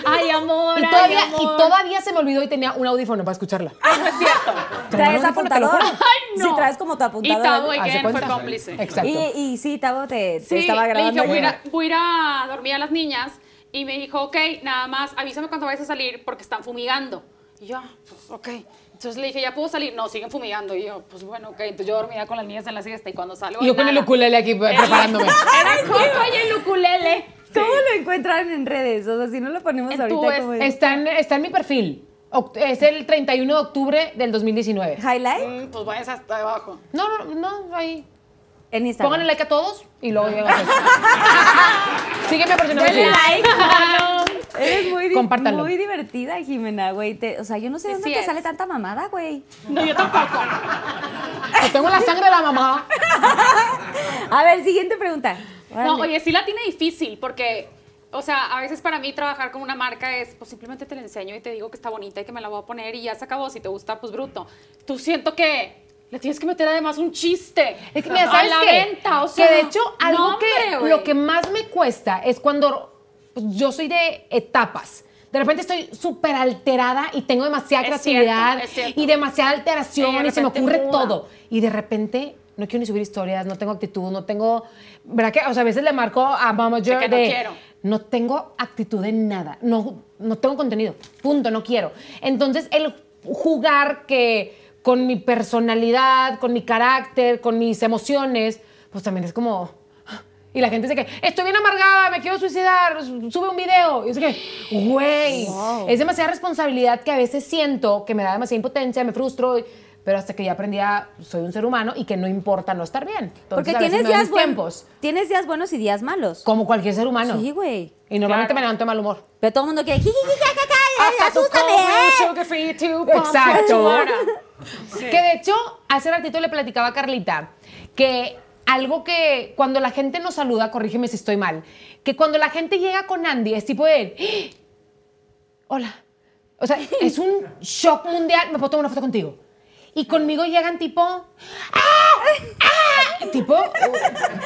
Ay, amor, Y ay, todavía, y amor. Ah, todavía se me olvidó y tenía un audífono para escucharla. Ay, no es cierto. traes Claro, te lo apuntador. juro. Ay, no. Sí, traes como tu Y apuntador. Tabo Andy. Haz de again fue cuenta. cómplice. Exacto. Y, y sí, Tavo te, te Sí, estaba le dije, grabando. voy a ir güey. a- voy a ir a dormir a las niñas. Y me dijo, ok, nada más, avísame cuando vayas a salir porque están fumigando. Y yo, ah, pues, ok. Entonces le dije, ¿ya puedo salir? No, siguen fumigando. Y yo, pues bueno, ok. Entonces yo dormía con las niñas en la siesta y cuando salgo... Y yo con el nada. ukulele aquí pues, preparándome. Era Coco y el ukulele. ¿Cómo lo encuentran en redes? O sea, si no lo ponemos En tu ahorita es- como es- Está en, está en mi perfil. Oct- Es el 31 de octubre del 2019. highlight Mm, Pues váyanse hasta abajo. No, no, no, ahí. en Instagram. Pónganle like a todos y luego llegan a eso. Sígueme por si no me Denle sigues. like. Eres muy, di- Compártanlo. muy divertida, Jimena, güey. Te- O sea, yo no sé de dónde Sí te es. sale tanta mamada, güey. No, yo tampoco. Pues Tengo la sangre de la mamá. A ver, siguiente pregunta. No, Órale. oye, sí la tiene difícil porque, o sea, a veces para mí trabajar con una marca es, pues simplemente te la enseño y te digo que está bonita y que me la voy a poner y ya se acabó. Si te gusta, pues bruto. Tú siento que le tienes que meter además un chiste. Es que mira, ¿sabes a la qué? venta, o sea. que de hecho, no, algo que hombre, güey. lo que más me cuesta es cuando pues, yo soy de etapas. De repente estoy súper alterada y tengo demasiada Es creatividad cierto, es cierto. y demasiada Sí, alteración de y se me repente ocurre muda. todo. Y de repente no quiero ni subir historias, no tengo actitud, no tengo... ¿Verdad que? O sea, a veces le marco a Mama Jer que de... no quiero. no tengo actitud en nada, no, no tengo contenido, punto, no quiero. Entonces, el jugar que con mi personalidad, con mi carácter, con mis emociones, pues también es como... ah, Y la gente dice que estoy bien amargada, me quiero suicidar, su- sube un video. Y es que, güey, es demasiada responsabilidad que a veces siento que me da demasiada impotencia, me frustro, y- pero hasta que ya aprendí a soy un ser humano y que no importa no estar bien. Entonces, Porque a veces tienes me doy días, mis buen- tiempos, tienes días buenos y días malos. como cualquier ser humano. Sí, güey. Y normalmente Claro. me levanto de mal humor. Pero todo el mundo quiere. "Jijiji, jajaja, Hasta tu asústame, cover, eh". sugar free, too, pump, Exacto. ahora. Que de hecho, hace ratito le platicaba a Carlita que algo que cuando la gente nos saluda, corrígeme si estoy mal, que cuando la gente llega con Andy es tipo de, "¡Ah! hola. O sea, es un shock mundial, me puedo tomar una foto contigo. Y conmigo llegan tipo, ¡ah! ¡Ah! Tipo,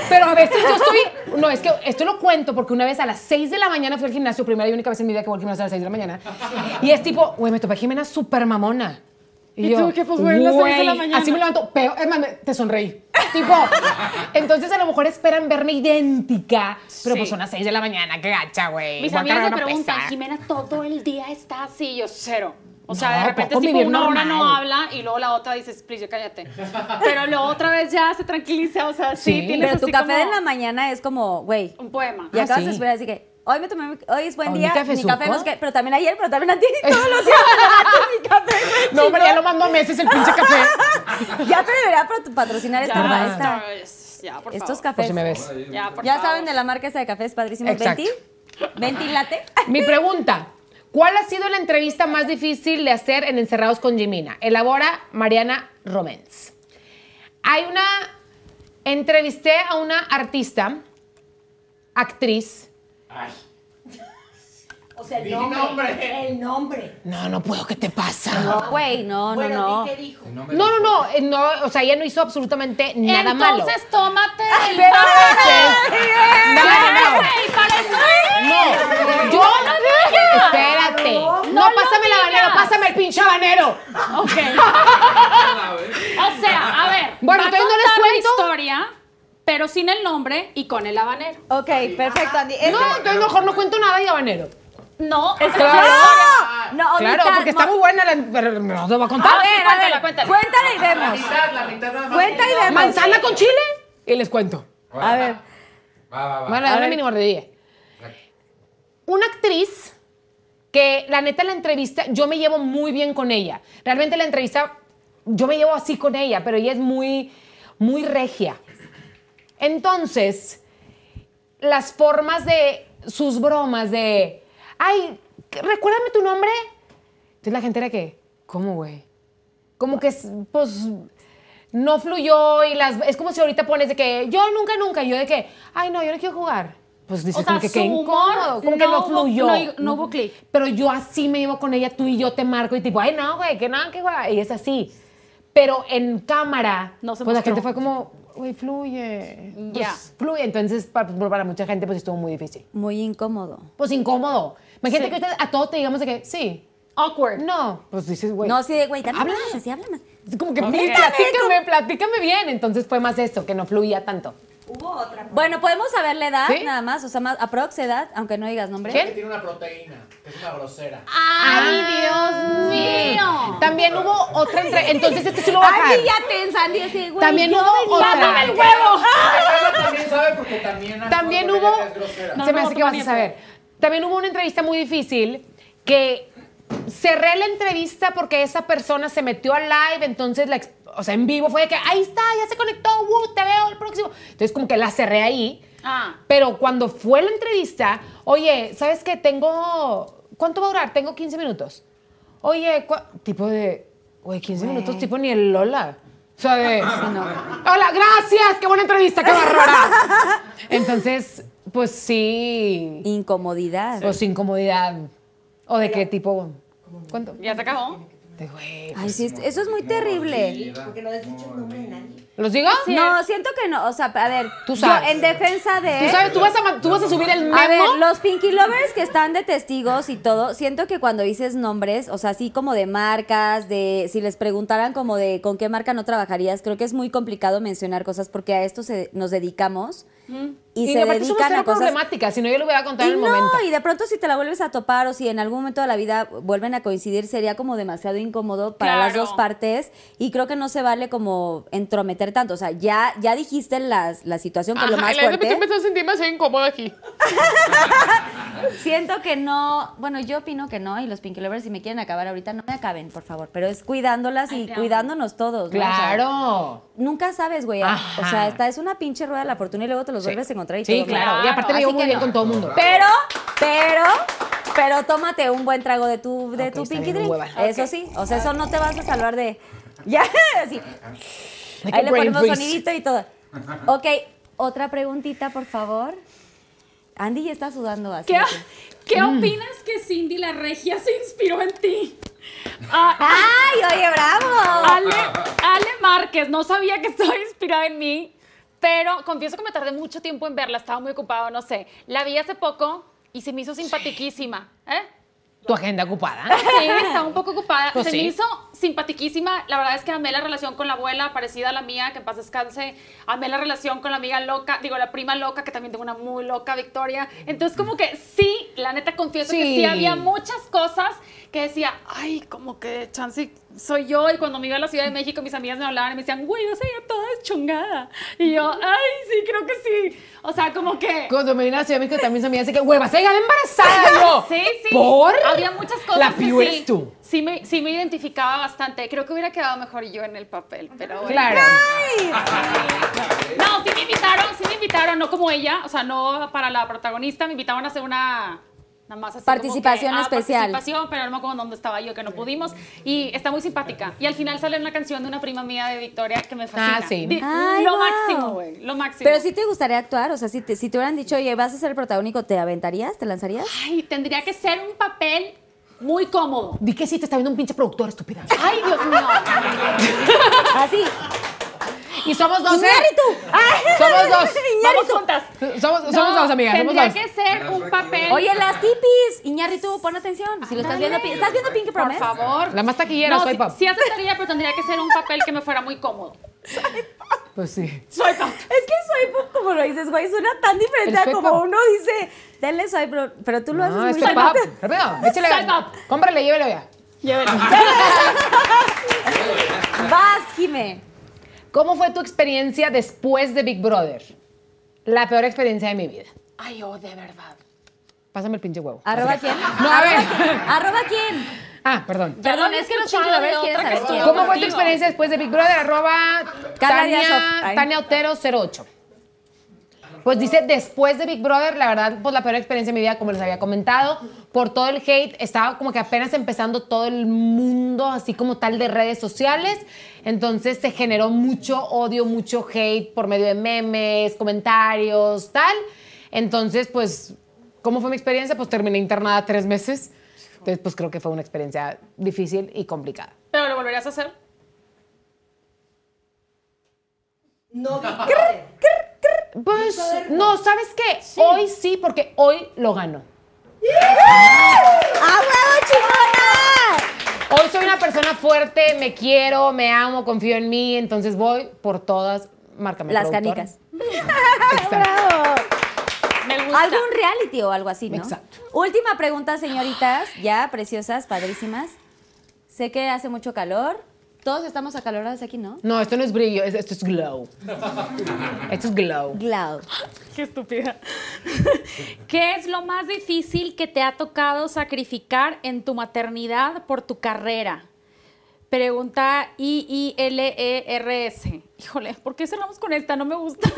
pero a veces yo estoy, no, es que esto lo cuento porque una vez a las 6 de la mañana fui al gimnasio, primera y única vez en mi vida que voy al gimnasio a las 6 de la mañana, y es tipo, güey, me topé a Jimena súper mamona. Y tú, que, pues, güey, a las seis de la "Güey", mañana. Así me levanto, pero, es más, me- te sonreí. Tipo, entonces a lo mejor esperan verme idéntica, pero Sí. pues son las 6 de la mañana, qué gacha, güey. Mis Eh, Voy a amigas me cargar una preguntan, pesa. Jimena todo el día está así, yo cero. O sea, No, de puedo repente tipo convivir una hora no normal. habla y luego la otra dices, please, ya cállate. Pero luego otra vez ya se tranquiliza, o sea, sí, Sí. tienes Pero tu así café de como la mañana es como, güey. un poema. Y Ah, acabas sí. de esperar, así que hoy me tomé, mi- hoy es buen Hoy mi día, café mi café, no suco. sé qué, pero también ayer, pero también antier, y todos los días me levanto mi café, güey, No, hombre, chingón. ya lo mando a meses el pinche café. Ya te debería pro- patrocinar esta, Ya. esta- ya, por estos favor. cafés. Por si me ves. Ya, por ya favor. saben de la marca esa de cafés padrísimos. Exacto. Venti. Venti latte. Mi pregunta. ¿Cuál ha sido la entrevista más difícil de hacer en Encerrados con Jimena? Elabora Mariana Romens. Hay una... Entrevisté a una artista, actriz. O sea, el Di nombre. nombre. El nombre. No, no puedo, ¿qué te pasa? Güey, no, no, bueno, no. di qué dijo? No, No, no, no, eh, no, o sea, ella no hizo absolutamente nada malo. Entonces, tómate el Pero a veces- No, no, no. Ay, para eso No, yo No lo digas. Espérate. No, No lo pásame el habanero, digas. pásame el pinche habanero. Ah, O sea, a ver. Bueno, va a entonces no les contar la cuento. historia, pero sin el nombre y con el habanero. Ok, Ah, perfecto, Andy. Eso- No, entonces mejor no cuento nada y habanero. No, eso- Claro. No, no, Claro, mitad, porque está mo- muy buena la. Pero no te va a A contar. ver, a ver, Cuéntala, cuéntala. cuéntala y La vemos. mitad, la mitad nada más. Cuenta y vemos. ¿Manzana con chile? Y les cuento. A ver. Va, va, va. Bueno, una mini mordidilla. Una actriz que la neta la entrevista, yo me llevo muy bien con ella. Realmente la entrevista, yo me llevo así con ella, pero ella es muy, muy regia. Entonces, las formas de sus bromas de, ay, recuérdame tu nombre. Entonces la gente era que, ¿cómo, güey? Como que, es, pues, no fluyó y las... Es como si ahorita pones de que yo nunca, nunca, y yo de que, ay, no, yo no quiero jugar. Pues dices O sea, como que qué su humor incómodo, como que no no hubo- fluyó. no- no hubo clic. Pero yo así me llevo con ella, tú y yo te marco y tipo, ay, no, güey, que nada, que güey. Y es así. Pero en cámara, No se pues la mostró. gente fue como, güey, fluye. Pues, Ya. Fluye. Entonces, pa- para, mucha gente, pues estuvo muy difícil. Muy incómodo. Pues incómodo. Imagínate Sí. que ahorita a todos te digamos de que, sí, awkward. no. Pues dices, güey. No, sí, de güey, dame Habla. más, así habla más. Es como que platícame, platícame bien. Entonces fue más esto, que no fluía tanto. Hubo otra. Bueno, podemos saber la edad, ¿Sí? nada más, o sea, más aprox edad, aunque no digas nombre. ¿Quién? Que tiene una proteína. que Es una grosera. Ah. Ay, Dios mío. También hubo otra entre... Entonces este sí lo va a Ay, bajar. ya tensa, Andy, así, güey. También yo hubo venía- otra. ¡Dame el huevo! Carla también sabe porque también. También Antonio hubo. Vélez Es grosera. No, se me no, hace tú que vas a también, saber. También hubo una entrevista muy difícil que cerré la entrevista porque esa persona se metió al live, entonces la, ex- o sea, en vivo fue de que ahí está, ya se conectó, woo, te veo el próximo. Entonces como que la cerré ahí. Ah. Pero cuando fue la entrevista, oye, ¿sabes qué? Tengo ¿cuánto va a durar? Tengo 15 minutos. Oye, ¿cuá- tipo de güey, 15 minutos tipo ni el Lola. O sea, de, Hola, gracias, qué buena entrevista, qué bárbara. Entonces, pues sí, Incomodidad. o sin comodidad. O de qué tipo. ¿Cuánto? Ya se acabó. De güey. Ay, sí, eso es muy terrible. Porque no has dicho el nombre de nadie. ¿Los digo? No, siento que no, o sea, a ver, Tú yo sabes. en defensa de... ¿Tú sabes? ¿Tú vas a, ma- tú vas a subir el memo? A ver, los Pinky Lovers que están de testigos y todo, siento que cuando dices nombres, o sea, así como de marcas, de si les preguntaran como de con qué marca no trabajarías, creo que es muy complicado mencionar cosas porque a esto se- nos dedicamos y, y se aparte somos dedican cero a cosas problemática, si no yo lo hubiera contado y en el no, momento. y de pronto si te la vuelves a topar o si en algún momento de la vida vuelven a coincidir, sería como demasiado incómodo para las Claro. dos partes y creo que no se vale como entrometer tanto. O sea, ya, ya dijiste las, la situación, que es lo más fuerte. a sentir más incómoda aquí. Siento que no, bueno, yo opino que no y los Pinky Lovers si me quieren acabar ahorita, no me acaben, por favor, pero es cuidándolas y cuidándonos todos. ¿no? O sea, Claro. Nunca sabes, güey. Ajá. O sea, esta es una pinche rueda de la fortuna y luego te los vuelves a encontrar y Sí, todo, claro. Y aparte me Así llevo muy que bien no. con todo el mundo. Pero, pero, pero tómate un buen trago de tu, de Ok, tu está pinky bien, drink. hueva. Eso sí, o sea, eso no te vas a salvar de. Ya, así. Like a Ahí le brain ponemos freeze. sonidito y todo. Ok, otra preguntita, por favor. Andy ya está sudando así. ¿Qué, que- ¿qué opinas que Cindy la regia se inspiró en ti? Ah, ¡Ay, oye, bravo! Ale, Ale Márquez, no sabía que estaba inspirada en mí, pero confieso que me tardé mucho tiempo en verla, estaba muy ocupado, no sé. La vi hace poco y se me hizo simpatiquísima, ¿eh? Tu agenda ocupada. Sí, estaba un poco ocupada. Pues se sí. me hizo simpatiquísima. La verdad es que amé la relación con la abuela, parecida a la mía, que en paz descanse. Amé la relación con la amiga loca, digo, la prima loca, que también tengo una muy loca, Victoria. Entonces, como que sí, la neta confieso que Sí. sí había muchas cosas que decía, ay, como que chance soy yo. Y cuando me iba a la Ciudad de México, mis amigas me hablaban y me decían, güey, vas a ir toda chungada. Y yo, ay, sí, creo que sí. O sea, como que. Cuando me vine a la Ciudad de México también se me hace que, güey, vas a llegar embarazada yo. Sí, sí. ¿Por? Había muchas cosas. La que piu sí, eres tú. Sí me, sí me identificaba bastante. Creo que hubiera quedado mejor yo en el papel, pero bueno. Claro. No, sí me invitaron, sí me invitaron, no como ella, o sea, no para la protagonista, me invitaban a hacer una nada más así como Participación que, ah, especial. participación, pero no me acuerdo dónde estaba yo que no pudimos y está muy simpática. Y al final sale una canción de una prima mía de Victoria que me fascina. sí. Di- Ay, lo wow. máximo, güey, lo máximo. Pero si te gustaría actuar, o sea, si te, si te hubieran dicho, oye, vas a ser el protagónico, ¿te aventarías? ¿Te lanzarías? Ay, tendría que ser un papel muy cómodo. Di que sí, te está viendo un pinche productor, estúpida. Ay, Dios mío. Ah, Así. Y somos dos. ¿eh? ¡Iñárritu! ¡Ay! Somos dos. Vamos ¡Iñárritu! juntas. Somos, somos No, dos, amigas. Somos Tendría dos. que ser un papel. Oye, las tipis. Iñárritu, pon atención. Si lo estás viendo, pi- ¿estás viendo Pinky por Promise? favor. La más taquillera, No, soy sí- pop. Sí aceptaría, pero tendría que ser un papel que me fuera muy cómodo. Pues sí. Es que soy pop, como lo dices, güey, suena tan diferente El a soy como pop. uno dice, dale soy, pero, pero tú lo haces No, muy esto es bien. pop. Rápido, échale. Soy ganas. pop. Cómprale, llévelo ya. Vas, Jime. ¿Cómo fue tu experiencia después de Big Brother? La peor experiencia de mi vida. Ay, oh, de verdad. Pásame el pinche huevo. ¿Arroba quién? No, a ver. ¿Arroba quién? Ah, perdón. Perdón, es que los Pinky Lovers quieren saber quién. ¿Cómo fue tu experiencia después de Big Brother? Arroba Carla Tania, Díaz Off- ay. Tania Otero 08. Pues dice, después de Big Brother, la verdad, pues la peor experiencia de mi vida, como les había comentado, por todo el hate, estaba como que apenas empezando todo el mundo, así como tal de redes sociales, entonces se generó mucho odio, mucho hate por medio de memes, comentarios, tal. Entonces, pues, ¿cómo fue mi experiencia? Pues terminé internada tres meses, entonces pues creo que fue una experiencia difícil y complicada. ¿Pero lo volverías a hacer? No, Big Brother. Pues no, ¿sabes qué? Hoy sí, porque hoy lo gano. ¡A huevo, chingona! Hoy soy una persona fuerte, me quiero, me amo, confío en mí, entonces voy por todas. Márcame. Ah, Las productor. canicas. Exacto. ¡Bravo! Me gusta. Algún reality o algo así, ¿no? Exacto. Última pregunta, señoritas, ya preciosas, padrísimas. Sé que hace mucho calor. Todos estamos acalorados aquí, ¿no? No, esto no es brillo, es- esto es glow. Esto es glow. Glau. Qué estúpida. ¿Qué es lo más difícil que te ha tocado sacrificar en tu maternidad por tu carrera? Pregunta I-I-L-E-R-S. E Híjole, ¿por qué cerramos con esta? No me gusta.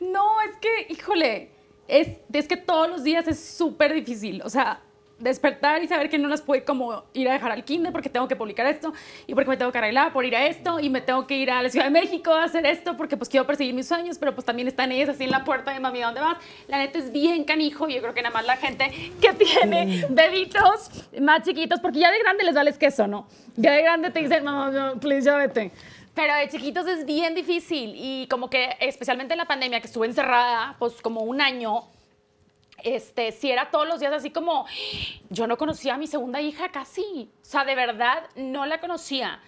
¿No? es que, híjole, es, es que todos los días es súper difícil. O sea, despertar y saber que no las puedo como ir a dejar al kinder porque tengo que publicar esto y porque me tengo que arreglar por ir a esto y me tengo que ir a la Ciudad de México a hacer esto porque pues quiero perseguir mis sueños, pero pues también están ellas así en la puerta de mami, ¿a dónde vas? La neta es bien canijo y yo creo que nada más la gente que tiene bebitos más chiquitos, porque ya de grande les vales queso, ¿no? Ya de grande te dicen, mamá, no, please, ya vete. Pero de chiquitos es bien difícil y como que especialmente en la pandemia que estuve encerrada pues como un año este, si era todos los días así como, yo no conocía a mi segunda hija casi, o sea, de verdad no la conocía,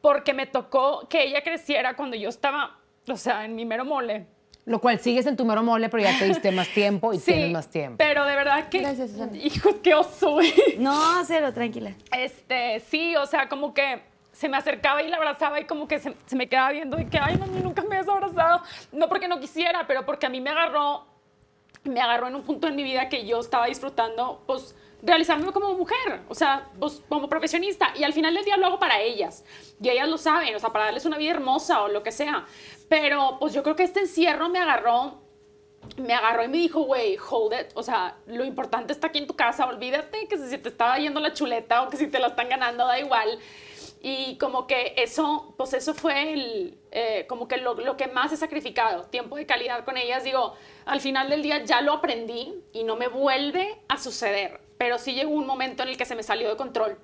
porque me tocó que ella creciera cuando yo estaba, o sea, en mi mero mole. Lo cual sigues en tu mero mole, pero ya te diste más tiempo y tienes más tiempo. pero de verdad que, Gracias, Susana. hijos, qué oso, güey. No, cero, tranquila. Este, sí, o sea, como que se me acercaba y la abrazaba y como que se, se me quedaba viendo de que, ay, mami, nunca me has abrazado. No porque no quisiera, pero porque a mí me agarró, me agarró en un punto en mi vida que yo estaba disfrutando, pues, realizarme como mujer, o sea, pues, como profesionista. Y al final del día lo hago para ellas. Y ellas lo saben, o sea, para darles una vida hermosa o lo que sea. Pero, pues, yo creo que este encierro me agarró me agarró y me dijo, güey, hold it. O sea, lo importante está aquí en tu casa. Olvídate que si se te está yendo la chuleta o que si te la están ganando, da igual. Y como que eso, pues eso fue el, eh, como que lo, lo que más he sacrificado, tiempo de calidad con ellas. Digo, al final del día ya lo aprendí y no me vuelve a suceder. Pero sí llegó un momento en el que se me salió de control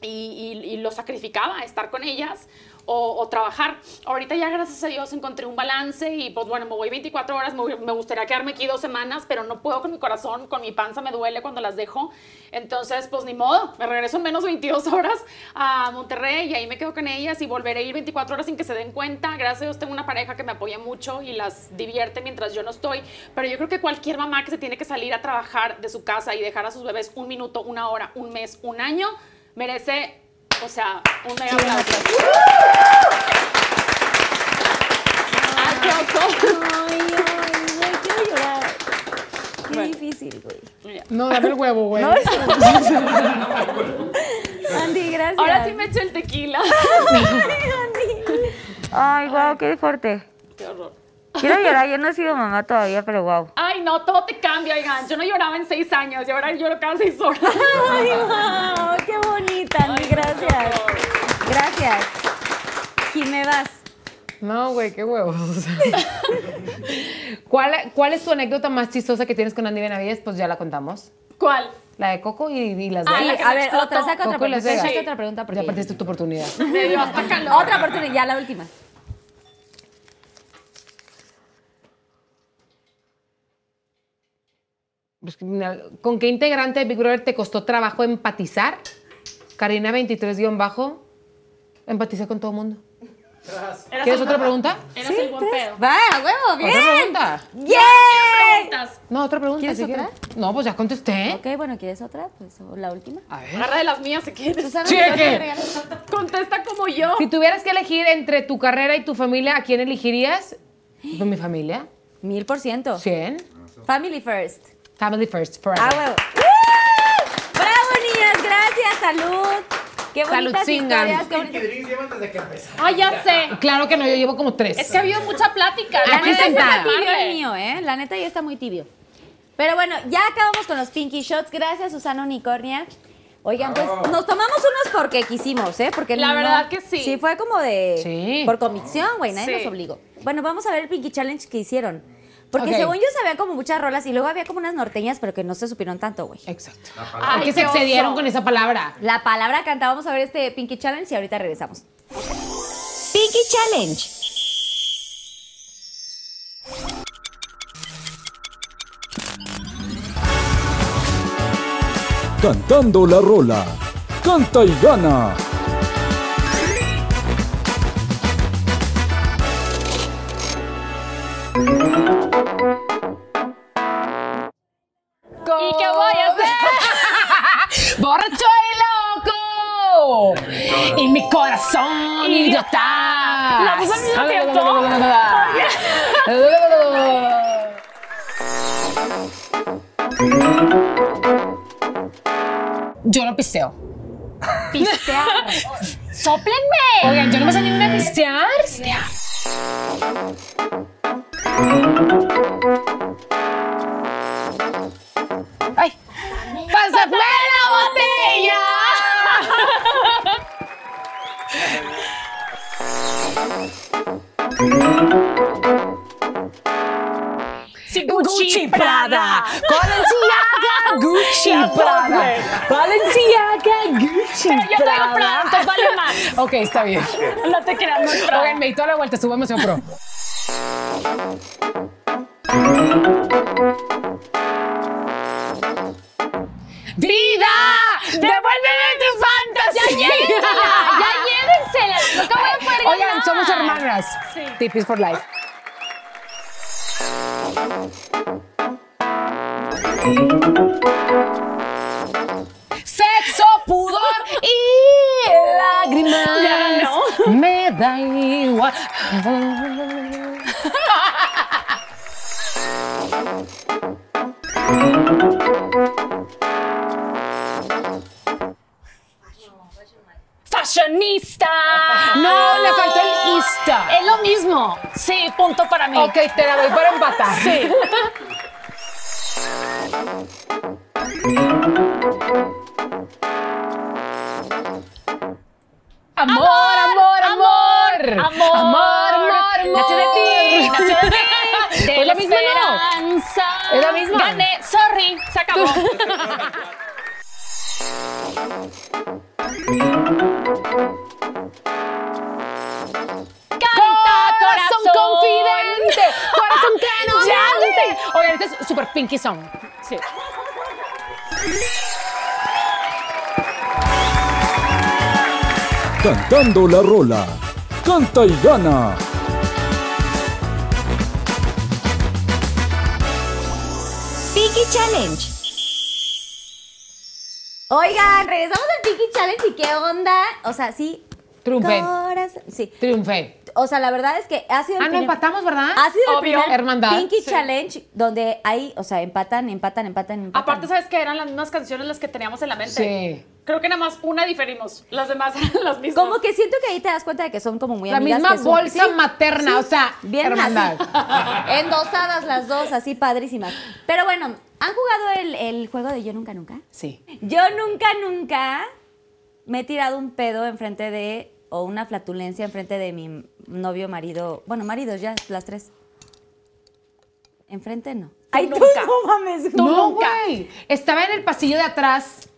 y, y- y lo sacrificaba, estar con ellas o, o trabajar. Ahorita ya, gracias a Dios, encontré un balance y pues bueno, me voy 24 horas, me, voy- me gustaría quedarme aquí dos semanas, pero no puedo con mi corazón, con mi panza me duele cuando las dejo. Entonces, pues ni modo, me regreso en menos 22 horas a Monterrey y ahí me quedo con ellas y volveré a ir 24 horas sin que se den cuenta. Gracias a Dios tengo una pareja que me apoya mucho y las divierte mientras yo no estoy. Pero yo creo que cualquier mamá que se tiene que salir a trabajar de su casa y dejar a sus bebés un minuto, una hora, un mes, un año, merece, o sea, un mega aplauso. Ay, qué oso. Ay, ay, güey, quiero llorar. Qué difícil, güey. No, dame el huevo, güey. Andy, gracias. Ahora sí me echo el tequila. Ay, wow, qué fuerte. Qué horror. Quiero llorar, yo no he sido mamá todavía, pero wow. Ay, no, todo te cambia, oigan. Yo no lloraba en seis años y ahora lloro cada seis horas. Ay, wow, qué bonita, Andy, Ay, no, gracias. qué horror. Gracias. Jimé vas. No, güey, qué huevos. o sea. ¿Cuál, ¿Cuál es tu anécdota más chistosa que tienes con Andy Benavides? Pues ya la contamos. ¿Cuál? La de Coco y, y las de Ah, Sí, la que a me ver, explotó. otra, saca otra Coco y pregunta. las Vegas. Saca otra pregunta porque Ya perdiste tu oportunidad. Me dio hasta calor. Otra oportunidad, ya la última. Pues, ¿Con qué integrante de Big Brother te costó trabajo empatizar? Karina 23 guión bajo. Empaticé con todo el mundo. Eras ¿Quieres el- otra pregunta? Eras el buen pedo. Va, a huevo, bien. ¿Otra pregunta? ¡Yay! Preguntas. No, otra pregunta. ¿Quieres si otra? No, pues ya contesté. Ok, bueno, ¿quieres otra? Pues o la última. Ah. A ver. Agarra de las mías si quieres. Susana, Cheque. ¿te vas a regalar? Contesta como yo. Si tuvieras que elegir entre tu carrera y tu familia, ¿a quién elegirías? Pues, mi familia. Mil por ciento. 100. Family first. Family first, forever. Ah, A huevo. ¡Uh! ¡Bravo, niñas! Gracias, salud. Qué bonitas Saludzingan. historias, qué Que bonitas. drinks llevan desde que empezó. Ay, Ah, ya sé. Claro que no, yo llevo como tres. Es que ha habido mucha plática. La La Aquí puedes neta está sentada. tibio el escaparle. mío, ¿eh? La neta ya está muy tibio. Pero bueno, ya acabamos con los Pinky Shots. Gracias, Susana Unicornia. Oigan, pues nos tomamos unos porque quisimos, ¿eh? Porque La no- verdad que sí. Sí, fue como de. Sí. Por convicción, güey, nadie Sí. nos obligó. Bueno, vamos a ver el Pinky Challenge que hicieron. Porque Ok. según yo sabía como muchas rolas y luego había como unas norteñas, pero que no se supieron tanto, güey. Exacto. Ay, que se qué oso. excedieron con esa palabra. La palabra canta. Vamos a ver este Pinky Challenge y ahorita regresamos. Pinky Challenge. Cantando la rola. Canta y gana. ¿Y qué voy a hacer? ¡Borracho y loco! Y mi corazón, idiota. La puse al mismo tiempo. Yo no pisteo. Pistear. ¡Sóplenme! Oigan, yo no me sé ni una pistear. ¡Ay! ¡Pasa fue la botella! Gucci Prada. Balenciaga Gucci Prada. Balenciaga Gucci Yo traigo Prada, entonces vale más. Ok, está bien. No te creas, no es Prada. Oigan, me di toda la vuelta, estuvo emoción pro. ¡Vida! ¡Devuélveme tu fantasía! Ya llévensela. Nunca voy a poder ganar. Oigan, somos hermanas. Sí. Tipis for life. Sexo, pudor y lágrimas. Ya no. Me da igual. Fashionista. No, le faltó el ista. Es lo mismo. Sí, punto para mí. Ok, te la doy para empatar. Sí. Amor, amor, amor. Amor, amor, amor. amor. Nació de ti, nació de ti. De Es la misma, ¿no? esperanza. Es la misma. Gané, sorry, se acabó. Canta, Corazón confidente, corazón que no Ya, miente. Oigan, este es super pinky song. Sí. Cantando la rola. Canta y gana. Piki Challenge. Oigan, regresamos al Piki Challenge y qué onda. O sea, sí. Triunfé. corazón- Sí. Triunfé. O sea, la verdad es que ha sido el Ah, no primer- empatamos, ¿verdad? Ha sido el Obvio. primer Hermandad. Pinky Sí. Challenge donde hay, o sea, empatan, empatan, empatan, empatan. Aparte, ¿sabes que Eran las mismas canciones las que teníamos en la mente. Sí. Creo que nada más una diferimos. Las demás eran las mismas. Como que siento que ahí te das cuenta de que son como muy La amigas. misma que son- bolsa materna, o sea, bien hermandad. así. Endosadas las dos, así padrísimas. Pero bueno, ¿han jugado el, el juego de Yo Nunca Nunca? Sí. Yo nunca, nunca me he tirado un pedo enfrente de, o una flatulencia enfrente de mi novio, marido, bueno, maridos ya, las tres. Enfrente no. Ay, tú nunca. no mames. Tú no, nunca. güey. Estaba en el pasillo de atrás.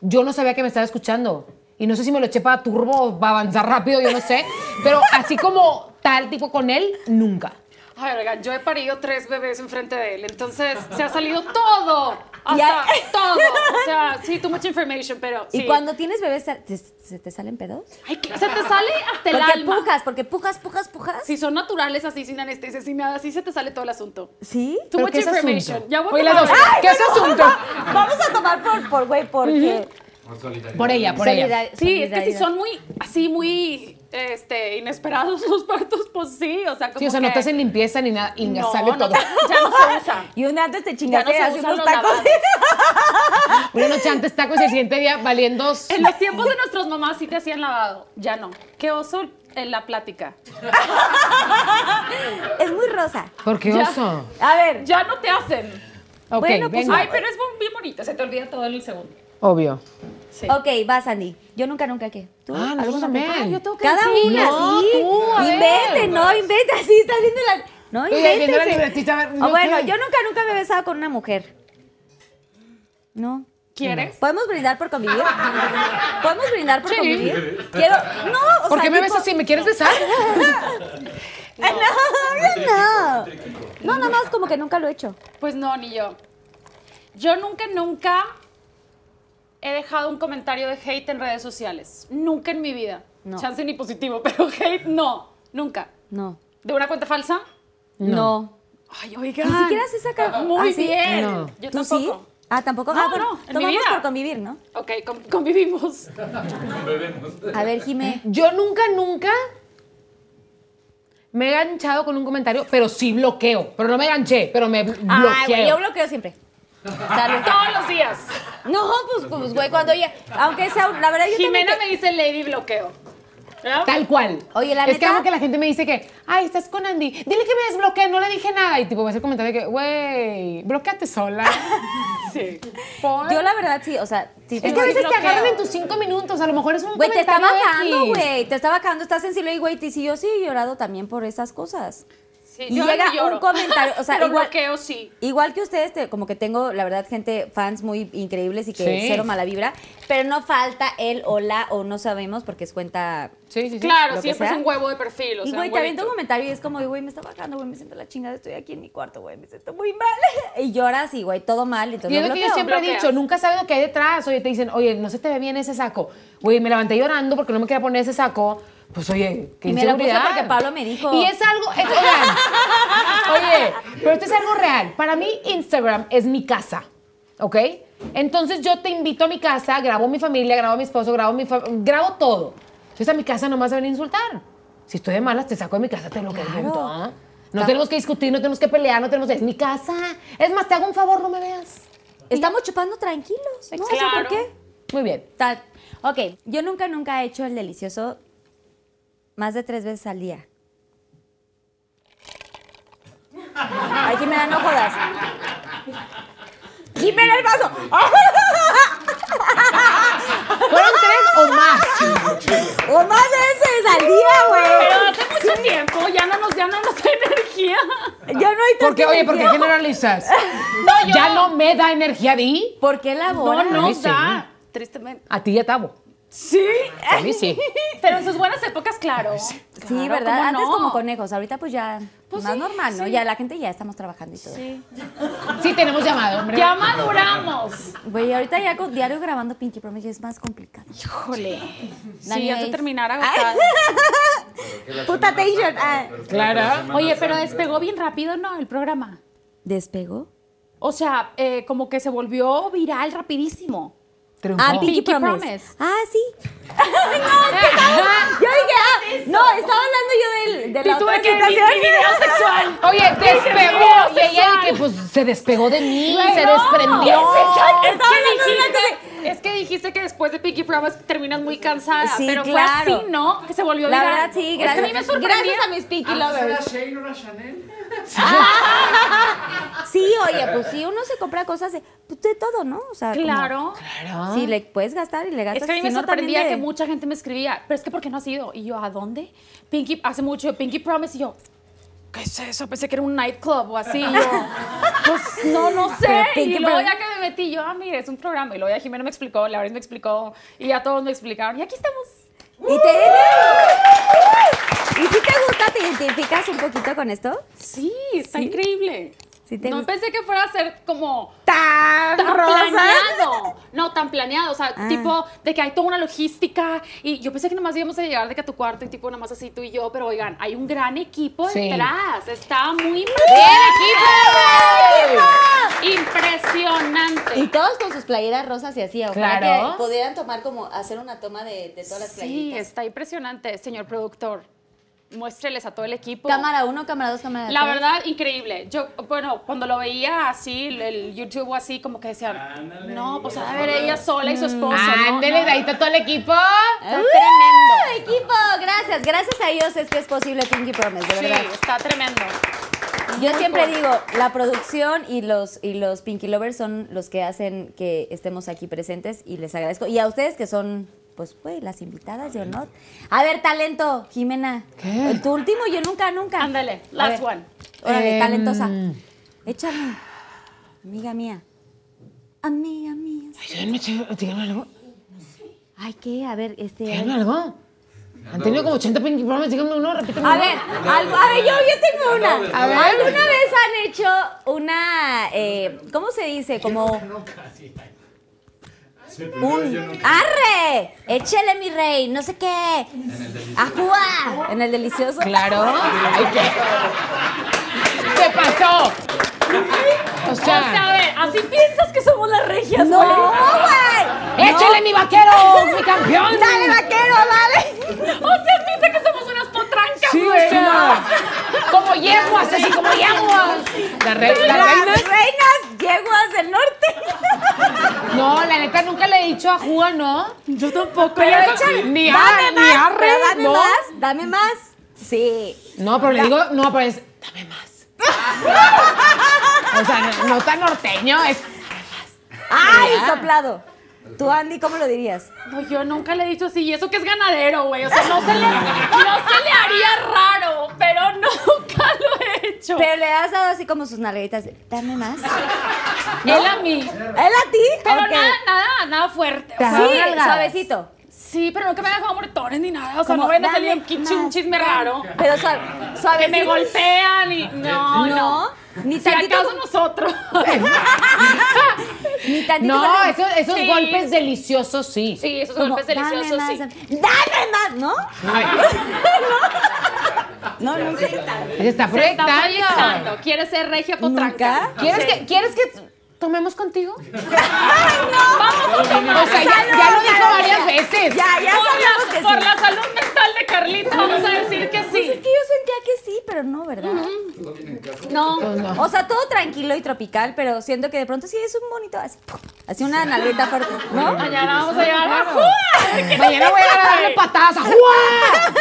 Yo no sabía que me estaba escuchando. Y no sé si me lo eché para turbo o para avanzar rápido, yo no sé. Pero así como tal tipo con él, nunca. Ay, oigan, yo he parido tres bebés enfrente de él, entonces se ha salido todo. Hasta Ya. todo. O sea, sí, too much information, pero sí. Y cuando tienes bebés, ¿se te, se te salen pedos? Ay, ¿qué? se te sale hasta el porque alma. pujas, porque pujas, pujas, pujas. Si son naturales, así, sin anestesia, sin nada, así se te sale todo el asunto. ¿Sí? Too ¿Pero much qué es information. asunto? Ya voy Oye, con las la dos. otra. ¿Qué es asunto? Vamos a tomar por, por güey, porque... Más solidaridad. Por ella, por ella. Solidar- Sí, es que si solidaridad. son muy, así, muy este, inesperados los partos, pues sí, o sea, como Sí, o sea, no que- te hacen limpieza ni nada. Inga, No, sale no, todo. ya no se usa. Y un antes te Ya no chingaste se así usan unos los tacos. lavados. Una noche antes tacos y el siguiente día valiendo. En los tiempos de nuestros mamás sí te hacían lavado. Ya no. Qué oso en la plática. Es muy rosa. ¿Por qué Ya. oso? A ver, Ya no te hacen. Ok, Bueno, pues, venga. Ay, pero es bu- bien bonito. Se te olvida todo en el segundo. Obvio. Sí. ok, vas, Andy. Yo nunca, nunca, ¿qué? ¿Tú? Ah, nosotros ¿Alguna? también. Ah, yo tengo que Cada una, No, sí. tú, a ver. invente, no, invente, así estás viendo la... No, Estoy inventes. viendo la libretita, a ver, O ¿yo bueno, qué? yo nunca, nunca me he besado con una mujer. No. ¿Quieres? ¿Podemos brindar por convivir? ¿Podemos brindar por Sí. convivir? Quiero... No, o ¿Por sea, qué me tipo- ves así? ¿Me quieres besar? Ay, No, obvio no. No, nada más como que nunca lo he hecho. Pues no, ni yo. Yo nunca, nunca he dejado un comentario de hate en redes sociales. Nunca en mi vida. No. Chance ni positivo, pero hate no. Nunca. No. ¿De una cuenta falsa? No. Ay, oigan. Ni siquiera se saca... Muy ¿Ah, sí? bien. No. Yo ¿Tú tampoco. sí? Ah, tampoco. No, ah, bueno, no, en mi tomamos vida. por convivir, ¿no? Ok, con- convivimos. A ver, Jimé. Yo nunca, nunca me he ganchado con un comentario, pero sí bloqueo. Pero no me ganché, pero me bloqueo. Ay, güey, yo bloqueo siempre. Salud. Todos los días. No, pues, pues, güey, cuando ya. Aunque sea. un- La verdad, yo Jimena también. me dice Lady Bloqueo. ¿Verdad? Tal cual. Oye, la es que neta- amo que la gente me dice que, ay, estás con Andy. Dile que me desbloquee, no le dije nada. Y tipo, me hace el comentario de que, güey, bloqueate sola. Sí. te- Yo, la verdad, sí, o sea. sí es que tengo- a veces te bloqueo. agarran en tus cinco minutos. A lo mejor es un Güey, te está comentario bajando, X. güey. Te está bajando, estás sensible y, güey, te- sí, yo sí he llorado también por esas cosas. Sí, Y yo llega no lloro. un comentario, o sea, Pero igual- bloqueo sí. Igual que ustedes, te- como que tengo, la verdad, gente, fans muy increíbles y que Sí. cero mala vibra, pero no falta el o la o no sabemos porque es cuenta. Sí, sí, sí. Lo Claro, que siempre es sea. un huevo de perfil. O y sea, güey, un te aviento un huevito. comentario y es como, güey, me está bajando, güey, me siento la chingada, estoy aquí en mi cuarto, güey, me siento muy mal. Y lloras y, güey, todo mal. Entonces Y es lo que yo bloqueo. siempre he bloqueas. dicho, nunca sabes lo que hay detrás. Oye, te dicen, oye, no se te ve bien ese saco. Oye, me levanté llorando porque no me quería poner ese saco. Pues oye, qué Y me lo puse inseguridad. porque Pablo me dijo. Y es algo, es- oigan, oye, pero esto es algo real. Para mí Instagram es mi casa, ¿ok? Entonces yo te invito a mi casa, grabo mi familia, grabo a mi esposo, grabo mi fa- grabo todo. Entonces a mi casa nomás se van a insultar. Si estoy de malas, te saco de mi casa, te lo que Claro. No tenemos que discutir, no tenemos que pelear, no tenemos... Es mi casa. Es más, te hago un favor, no me veas. Estamos chupando tranquilos, ¿no? O sea, ¿por Claro. qué? Muy bien. Ta- Ok, yo nunca, nunca he hecho el delicioso más de tres veces al día. Ay, Jimena, no jodas. Jimena, el vaso. ¿Fueron tres o más? O más veces al día, Pero hace mucho tiempo ya no nos, ya no nos da energía. güey. Yo no he Porque, oye, porque generalizas. No, yo- Ya no me da energía de ir. ¿Por qué la No bola? mí nos sí. da. Tristemente. A ti ya tabo. Sí. A mí sí. Pero en sus buenas épocas, claro. Sí, Claro, ¿verdad? ¿cómo Antes no? como conejos, ahorita pues ya Pues más sí, normal, ¿no? sí. Ya la gente ya estamos trabajando y todo. Sí, tenemos llamado, hombre. Ya maduramos. Güey, ahorita ya con diario grabando Pinky Promise es más complicado. Híjole. Sí, Dani ya te Ace. terminar Ay. agotada. Puta tension. ah. Clara. Oye, pero despegó bien rápido, ¿no? El programa. ¿Despegó? O sea, eh, como que se volvió viral rapidísimo. Triunfó. Ah, Pinky, Pinky Promise. Promise. Ah, sí. Yo dije, ah, no, estaba hablando yo del, de la Y tuve otra que mi, mi situación. video sexual. Oye, despegó. video Y ella de sexual. que pues se despegó de mí, se No. desprendió. Es que dijiste- es es que dijiste que después de Pinky Promise terminas muy cansada, Sí, pero fue claro. así, ¿no? Que se volvió La viral. verdad, sí, Es que gracias. a mí me sorprendió. gracias a mis Pinky ¿Antes era Lovers. Shane o una Chanel? Sí, oye, pues sí, uno se compra cosas de, pues, de todo, ¿no? O sea, como- Claro. Si le puedes gastar y le gastas. Es que a mí si me no, también sorprendía de- que mucha gente me escribía, pero es que ¿por qué no has ido? Y yo, ¿a dónde? Pinky, hace mucho, Pinky Promise, y yo, ¿qué es eso? Pensé que era un nightclub o así. y yo, pues no, no sé. Pero Pinky y luego Promise- ya que me metí, yo, ah, mire, es un programa. Y luego ya Jimena me explicó, Laurence me explicó, y ya todos me explicaron. Y aquí estamos. Y te... ¿Y si te gusta, te identificas un poquito con esto? Sí, está ¿Sí? increíble. Sí te no gusta. pensé que fuera a ser como ¡Tan tan rosa! planeado. No, tan planeado. O sea, Ah. tipo de que hay toda una logística. Y yo pensé que nomás íbamos a llegar de que a tu cuarto y tipo nomás así tú y yo. Pero oigan, hay un gran equipo Sí. detrás. Está muy impresionante. Y todos con sus playeras rosas y así, ojalá Claro. que pudieran tomar como, hacer una toma de, de todas las Sí, playeritas. está impresionante, señor productor. Muéstreles a todo el equipo. Cámara 1, cámara 2, cámara 3. La verdad, increíble. Yo, bueno, cuando lo veía así, el- el YouTube o así, como que decían, no, pues a ver, ella sola y su esposo. ¿no? Ándele, No, de ahí está todo el equipo. ¡Está tremendo. Ah, ¡uh! ¡Equipo! Gracias, gracias a ellos es que es posible Pinky Promise, de Sí, verdad. está tremendo. Yo Muy siempre cool. digo, la producción y los, y los Pinky Lovers son los que hacen que estemos aquí presentes y les agradezco. Y a ustedes que son, pues, güey, las invitadas, yo no. A ver, talento, Jimena. Tu último, yo nunca, nunca. Ándale, A last ver, one. Órale, Em. talentosa. Échame, amiga mía. Amiga mía. Díganme, che- díganme algo. Ay, ¿qué? A ver, este... A Díganme ver, algo. Han tenido como 80 Pinky Promise. Díganme uno, a repítame uno. ver, algo- a ver, yo, yo tengo una. A ver. ¿Alguna vez han hecho una, eh, cómo se dice? Como... Nunca, sí. Un arre, échele mi rey, no sé qué. Ajúa, en el delicioso. Claro. Ay, ¿qué? ¿Qué pasó? O O sea, a sea, ver, así piensas que somos las regias, No, güey? güey. échale mi vaquero, mi campeón. Dale vaquero, dale. O sea, piensa que somos unas potrancas, Sí, güey. o sea, como yeguas, así como yeguas. La, re- la Las reina. reinas yeguas del norte. No, la neta nunca le he dicho a Juga, ¿no? Yo tampoco. Pero Pero échale. Ni Dame ar- ni más, arre, pero dame no. más, dame más. Sí. No, pero le digo, no, pero es, dame más. O sea, no, no tan norteño, es. Ay, soplado. Tú, Andy, ¿cómo lo dirías? No, yo nunca le he dicho así. Y eso que es ganadero, güey. O sea, no se le, no se le haría raro, pero nunca lo he hecho. Pero le has dado así como sus nalgaditas. de, Dame más. ¿Él Él a mí. a ti? Pero Ok. nada, nada, nada fuerte. O Te sea, daba Sí, nalgadas. suavecito. sí, pero nunca me han dejado moretones ni nada. O sea, Como, no vayan a salir dame un chinche- un más, chisme raro. Pero suave, suavecito. Que me golpean y. No, no. No, ni Si tantito. acaso nosotros. Ni tantito. No, golpe. eso- esos Sí. golpes deliciosos, sí. Sí, esos Como, golpes deliciosos, dame sí. más, Dame más, ¿no? Ay, No, nunca. se está Se está proyectando. proyectando. Quiere ser regia potranca. ¿Nunca? ¿Quieres que, ¿Quieres que tomemos contigo? Vamos a tomar. O sea, ya, ya lo dijo varias veces. Ya, ya por sabemos la, que sí. por la salud mental de Carlita, vamos a decir que Pues es sí. que yo sentía que sí, pero no, ¿verdad? No. No. O sea, todo tranquilo y tropical, pero siento que de pronto sí es un bonito así. Así una nalguita fuerte, ¿no? Mañana vamos a llegar a Mañana voy a ir a darle patadas a ¡Juá!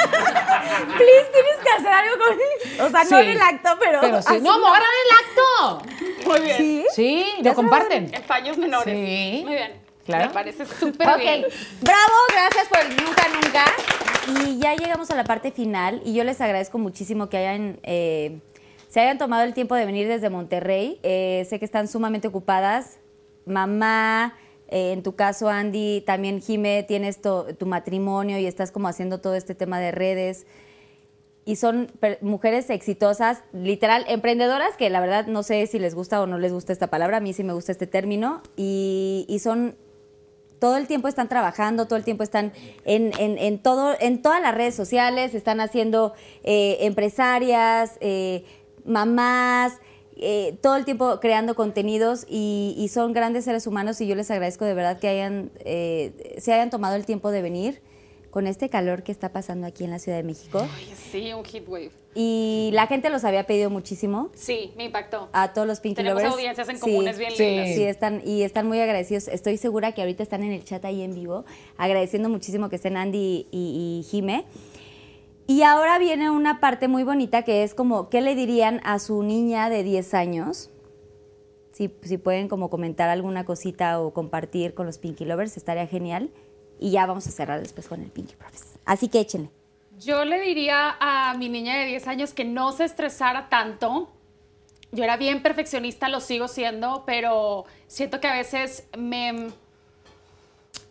Please, tienes que hacer algo con. O sea, no Sí. el acto, pero. Pero sí. así. No, me voy a grabar el acto. Muy bien. ¿Sí? Sí, Ya lo se comparten. En paños menores. Sí. Muy bien. Claro. Me parece súper bien. Ok, bravo, gracias por el nunca, nunca. Y ya llegamos a la parte final y yo les agradezco muchísimo que hayan, eh, se hayan tomado el tiempo de venir desde Monterrey. Eh, sé que están sumamente ocupadas. Mamá, eh, en tu caso Andy, también Jime, tienes to- tu matrimonio y estás como haciendo todo este tema de redes y son per- mujeres exitosas, literal, emprendedoras, que la verdad no sé si les gusta o no les gusta esta palabra, a mí sí me gusta este término, y, y son, todo el tiempo están trabajando, todo el tiempo están en, en- en todo, en todas las redes sociales, están haciendo eh, empresarias, eh, mamás. eh, todo el tiempo creando contenidos y, y son grandes seres humanos y yo les agradezco de verdad que hayan eh, se hayan tomado el tiempo de venir con este calor que está pasando aquí en la Ciudad de México. Ay, sí, un heat wave. Y la gente los había pedido muchísimo. Sí, me impactó. A todos los Pinky Tenemos Lovers. audiencias en Sí. comunes bien Sí. lindas. Sí, están, y están muy agradecidos. Estoy segura que ahorita están en el chat ahí en vivo, agradeciendo muchísimo que estén Andy y, y Jime. Y ahora viene una parte muy bonita que es como, ¿qué le dirían a su niña de 10 años? Si, si pueden como comentar alguna cosita o compartir con los Pinky Lovers, estaría genial. Y ya vamos a cerrar después con el Pinky Promise. Así que échenle. Yo le diría a mi niña de 10 años que no se estresara tanto. Yo era bien perfeccionista, lo sigo siendo, pero siento que a veces me,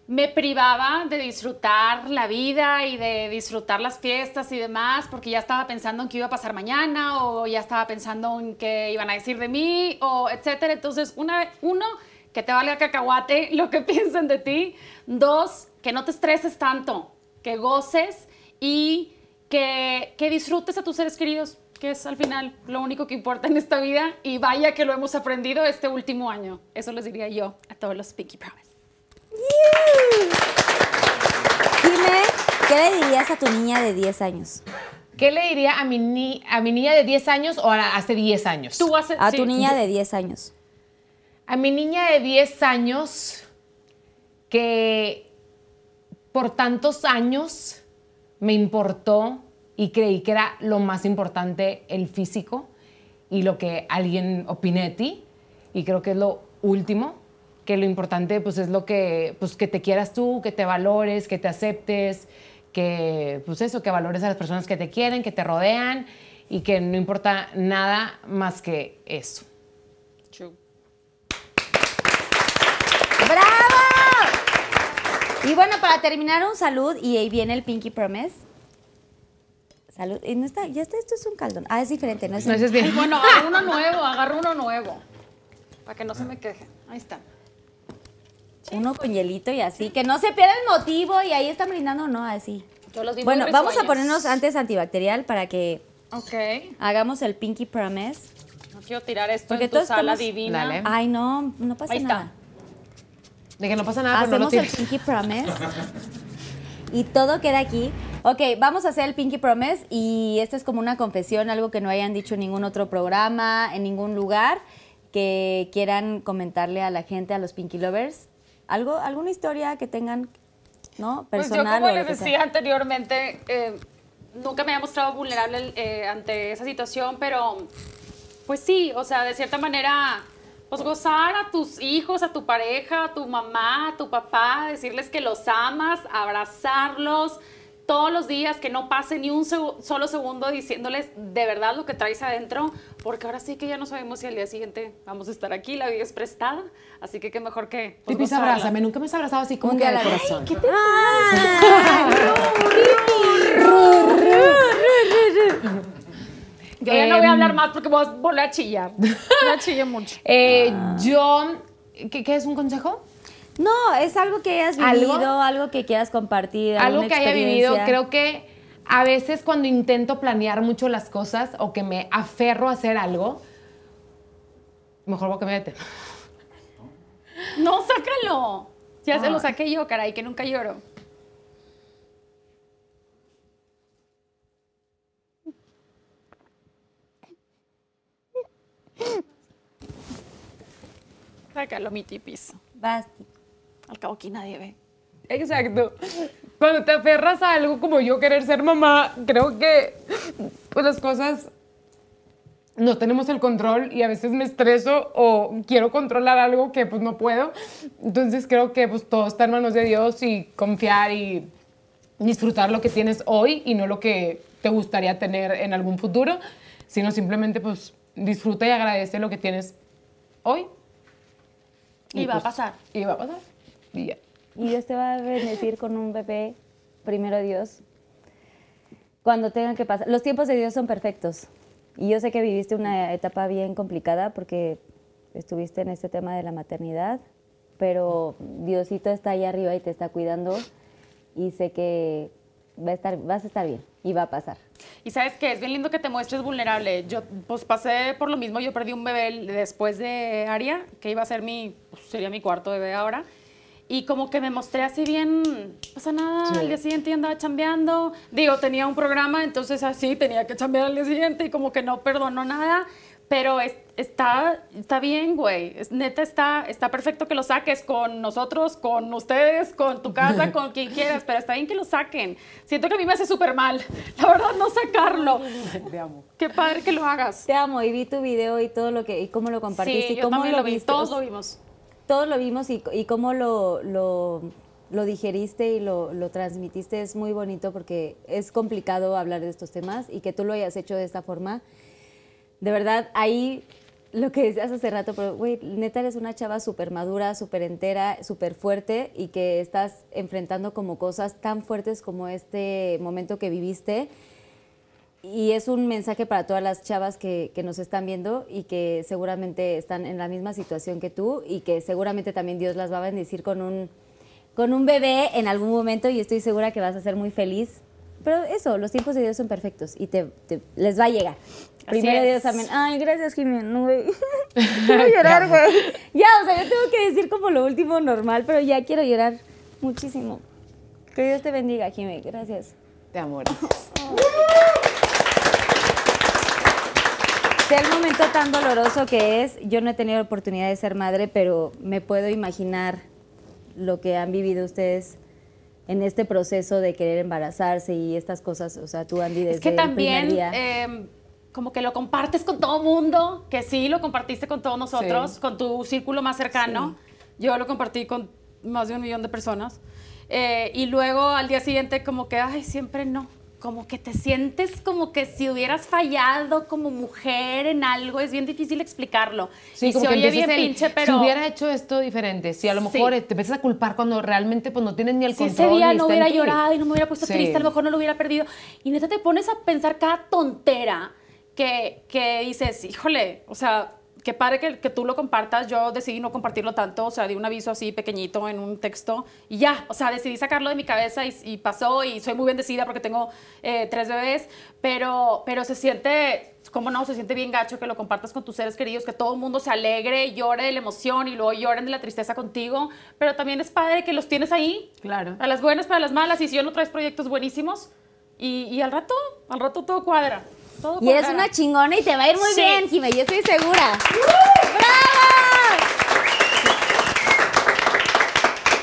me privaba de disfrutar la vida y de disfrutar las fiestas y demás, porque ya estaba pensando en qué iba a pasar mañana o ya estaba pensando en qué iban a decir de mí o etcétera. Entonces, una, uno, que te valga cacahuate lo que piensen de ti. Dos, que no te estreses tanto, que goces y que, que disfrutes a tus seres queridos, que es al final lo único que importa en esta vida. Y vaya que lo hemos aprendido este último año. Eso les diría yo a todos los Pinky Promise. Jime, ¿qué le dirías a tu niña de 10 años? ¿Qué le diría a mi, ni- a mi niña de 10 años o a- hace 10 años? Tú haces- A sí. tu niña de 10 años. A mi niña de 10 años, que por tantos años me importó y creí que era lo más importante el físico y lo que alguien opine de ti. Y creo que es lo último, que lo importante pues es lo que, pues, que te quieras tú, que te valores, que te aceptes, que pues eso, que valores a las personas que te quieren, que te rodean y que no importa nada más que eso. True. ¡Bravo! Y bueno, para terminar, un salud y ahí viene el Pinky Promise. Salud. Y no está, ya está, esto es un caldón. Ah, es diferente, no es. No, eso es bien. Ay, bueno, agarro uno nuevo, agarro uno nuevo. Para que no se me quejen. Ahí está. Uno con hielito y así, que no se pierda el motivo y ahí están brindando, no, así. Yo los vi muy Bueno, vamos a risueños. ponernos antes antibacterial para que Ok. hagamos el Pinky Promise. No quiero tirar esto Porque en tu todos sala estamos- divina. Dale. Ay, no, no pasa Ahí está. nada. De que no pasa nada, Ah, pero no lo Hacemos el tires. Pinky Promise. Y todo queda aquí. Ok, vamos a hacer el Pinky Promise y esto es como una confesión, algo que no hayan dicho en ningún otro programa, en ningún lugar, que quieran comentarle a la gente, a los Pinky Lovers, algo, alguna historia que tengan, ¿no? Pues yo, Personal. como o lo les que sea. decía anteriormente, eh, nunca me había mostrado vulnerable eh, ante esa situación, pero pues sí, o sea, de cierta manera, pues gozar a tus hijos, a tu pareja, a tu mamá, a tu papá, decirles que los amas, abrazarlos todos los días, que no pase ni un segu- solo segundo diciéndoles de verdad lo que traes adentro, porque ahora sí que ya no sabemos si al día siguiente vamos a estar aquí, la vida es prestada, así que qué mejor que... pues, Pipis, gozarla. abrázame. Nunca me has abrazado así como Un que día a de la Ah. vez. corazón. Yo ya no voy a Em, hablar más porque voy a volver a chillar. Voy a chillar mucho. Eh, Ah. Yo, ¿qué, qué es un consejo? No, es algo que hayas ¿Algo? vivido, algo, que quieras compartir. Algo alguna que haya vivido, experiencia. creo que a veces cuando intento planear mucho las cosas o que me aferro a hacer algo, mejor voy a cambiar de tema. No, sácalo. Ya se lo saqué yo, caray, que nunca lloro. Sácalo, mi tipis. Basti. Al cabo aquí nadie ve. Exacto. Cuando te aferras a algo como yo querer ser mamá, creo que pues las cosas no tenemos el control y a veces me estreso o quiero controlar algo que pues no puedo. Entonces creo que pues todo está en manos de Dios y confiar y disfrutar lo que tienes hoy y no lo que te gustaría tener en algún futuro, sino simplemente pues disfruta y agradece lo que tienes hoy. Y va a pasar. Y va a pasar. Y ya. Y Dios te va a bendecir con un bebé, primero Dios, cuando tenga que pasar. Los tiempos de Dios son perfectos. Y yo sé que viviste una etapa bien complicada porque estuviste en este tema de la maternidad, pero Diosito está ahí arriba y te está cuidando y sé que va a estar, vas a estar bien y va a pasar. Y sabes que es bien lindo que te muestres vulnerable. Yo pues pasé por lo mismo, yo perdí un bebé el- después de Aria, que iba a ser mi, pues, sería mi cuarto bebé ahora. Y como que me mostré así bien, pasa nada, al día siguiente ya andaba chambeando. Digo, tenía un programa, entonces así tenía que chambear al día siguiente y como que no perdonó nada. Pero es- está, está bien, güey. Es- neta, está, está perfecto que lo saques con nosotros, con ustedes, con tu casa, con quien quieras. Pero está bien que lo saquen. Siento que a mí me hace súper mal. La verdad, no sacarlo. Te amo. Qué padre que lo hagas. Te amo y vi tu video y todo lo que y cómo lo compartiste Sí, y yo cómo también lo, vi. viste. Todos O sea, lo vimos. todos lo vimos y, y cómo lo, lo, lo digeriste y lo, lo transmitiste es muy bonito porque es complicado hablar de estos temas y que tú lo hayas hecho de esta forma. De verdad, ahí lo que decías hace rato, pero güey, neta eres una chava súper madura, súper entera, súper fuerte y que estás enfrentando como cosas tan fuertes como este momento que viviste. Y es un mensaje para todas las chavas que, que nos están viendo y que seguramente están en la misma situación que tú y que seguramente también Dios las va a bendecir con un, con un bebé en algún momento y estoy segura que vas a ser muy feliz. Pero eso, los tiempos de Dios son perfectos y te, te- les va a llegar. Primero es. Dios, amén. Ay, gracias, Jimena, güey. Quiero llorar, güey. Ya, o sea, yo tengo que decir como lo último normal, pero ya quiero llorar muchísimo. Que Dios te bendiga, Jimé. Gracias. Te amor. Sé el momento tan doloroso que es. Yo no he tenido la oportunidad de ser madre, pero me puedo imaginar lo que han vivido ustedes en este proceso de querer embarazarse y estas cosas. O sea, tú, Andy, desde Es que el primer también, día. eh, como que lo compartes con todo mundo, que sí, lo compartiste con todos nosotros, Sí. con tu círculo más cercano. Yo lo compartí con más de un millón de personas. Eh, y luego al día siguiente, como que, ay, siempre no. Como que te sientes como que si hubieras fallado como mujer en algo, es bien difícil explicarlo. Sí, y como se que oye bien empiezas el, pinche, pero. Si hubiera hecho esto diferente, si a lo Sí. mejor te empiezas a culpar cuando realmente pues no tienes ni el Si control. ese día ni está no en hubiera ti. llorado y no me hubiera puesto Sí. triste, a lo mejor no lo hubiera perdido. Y neta te pones a pensar cada tontera que, que dices, híjole, o sea, qué padre que, que tú lo compartas. Yo decidí no compartirlo tanto, o sea, di un aviso así pequeñito en un texto y ya, o sea, decidí sacarlo de mi cabeza y, y pasó y soy muy bendecida porque tengo eh, tres bebés, pero, pero se siente... ¿Cómo no? Se siente bien gacho que lo compartas con tus seres queridos, que todo el mundo se alegre, llore de la emoción y luego lloren de la tristeza contigo. Pero también es padre que los tienes ahí Claro. para las buenas, para las malas. Y si yo no traes proyectos buenísimos, y, y al rato, al rato todo cuadra. Todo Y eres cuadrará. una chingona y te va a ir muy Sí. ¡Uh! bien, Jimé. Yo estoy segura. ¡Bravo!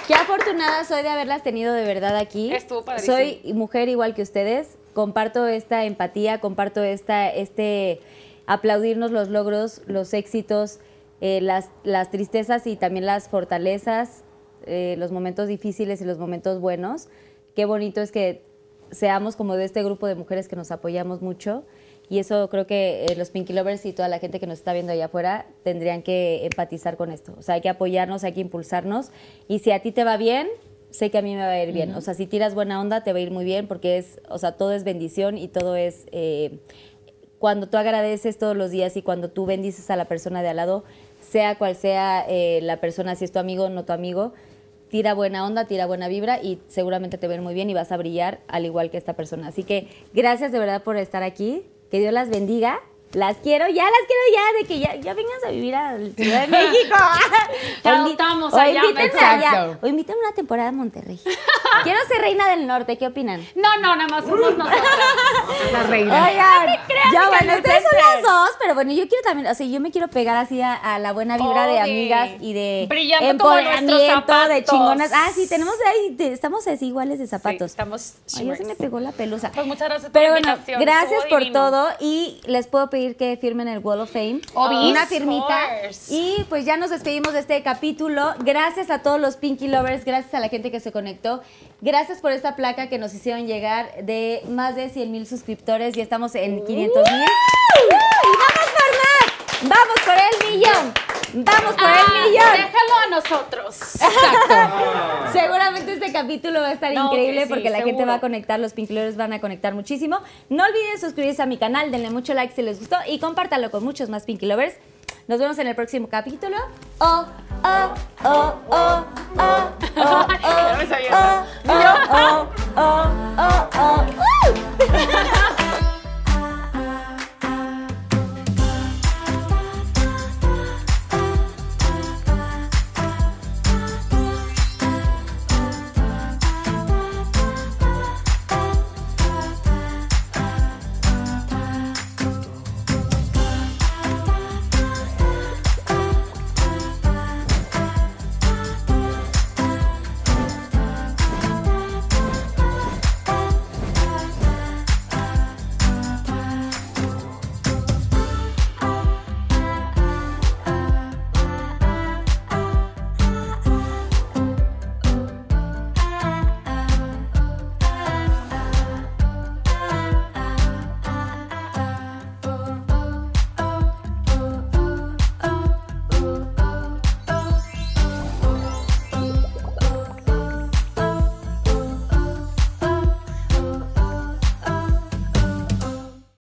Qué afortunada soy de haberlas tenido de verdad aquí. Estuvo padrísimo. Soy mujer igual que ustedes. Comparto esta empatía, comparto esta, este aplaudirnos los logros, los éxitos, eh, las, las tristezas y también las fortalezas, eh, los momentos difíciles y los momentos buenos. Qué bonito es que seamos como de este grupo de mujeres que nos apoyamos mucho. Y eso creo que eh, los Pinky Lovers y toda la gente que nos está viendo allá afuera tendrían que empatizar con esto. O sea, hay que apoyarnos, hay que impulsarnos. Y si a ti te va bien, sé que a mí me va a ir bien. O sea, si tiras buena onda, te va a ir muy bien porque es, o sea, todo es bendición y todo es... eh, cuando tú agradeces todos los días y cuando tú bendices a la persona de al lado, sea cual sea eh, la persona, si es tu amigo o no tu amigo, tira buena onda, tira buena vibra y seguramente te ven muy bien y vas a brillar al igual que esta persona. Así que gracias de verdad por estar aquí. Que Dios las bendiga. Las quiero ya, las quiero ya, de que ya, ya vengas a vivir a Ciudad de México. Te O invi- adoptamos o allá, invítenme Exacto. allá. O invítenme una temporada a Monterrey. Quiero ser reina del norte, ¿qué opinan? No, no, nada más somos nosotros. La reina. Oigan, ya bueno, ustedes son las dos, pero bueno, yo quiero también, o sea, yo me quiero pegar así a, a la buena vibra de Obvio. amigas y de Brillando como empoderamiento, nuestros de zapatos. chingonas. Ah, sí, tenemos ahí, te- estamos así iguales de Sí, zapatos. estamos Ay, ya se shimmers. me pegó la pelusa. Pues muchas gracias por Pero la bueno, invitación, gracias estuvo por divino. todo y les puedo pedir que firmen el Wall of Fame. Obis. Una firmita. Of course. Y pues ya nos despedimos de este capítulo. Gracias a todos los Pinky Lovers, gracias a la gente que se conectó. Gracias por esta placa que nos hicieron llegar de más de 100 mil suscriptores. Ya estamos Uh. en 500 mil. ¡Y vamos por más! ¡Vamos por el millón! ¡Vamos por Ah, el millón! Déjalo a nosotros. Seguramente este capítulo va a estar No, increíble que sí, porque la gente seguro. va a conectar, los pinklores van a conectar muchísimo. No olviden suscribirse a mi canal, denle mucho like si les gustó y compártanlo con muchos más Pinky Lovers. Nos vemos en el próximo capítulo. Oh, oh, oh, oh, oh, oh, oh, Ya me sabía esa. oh, oh, oh, oh, oh, oh.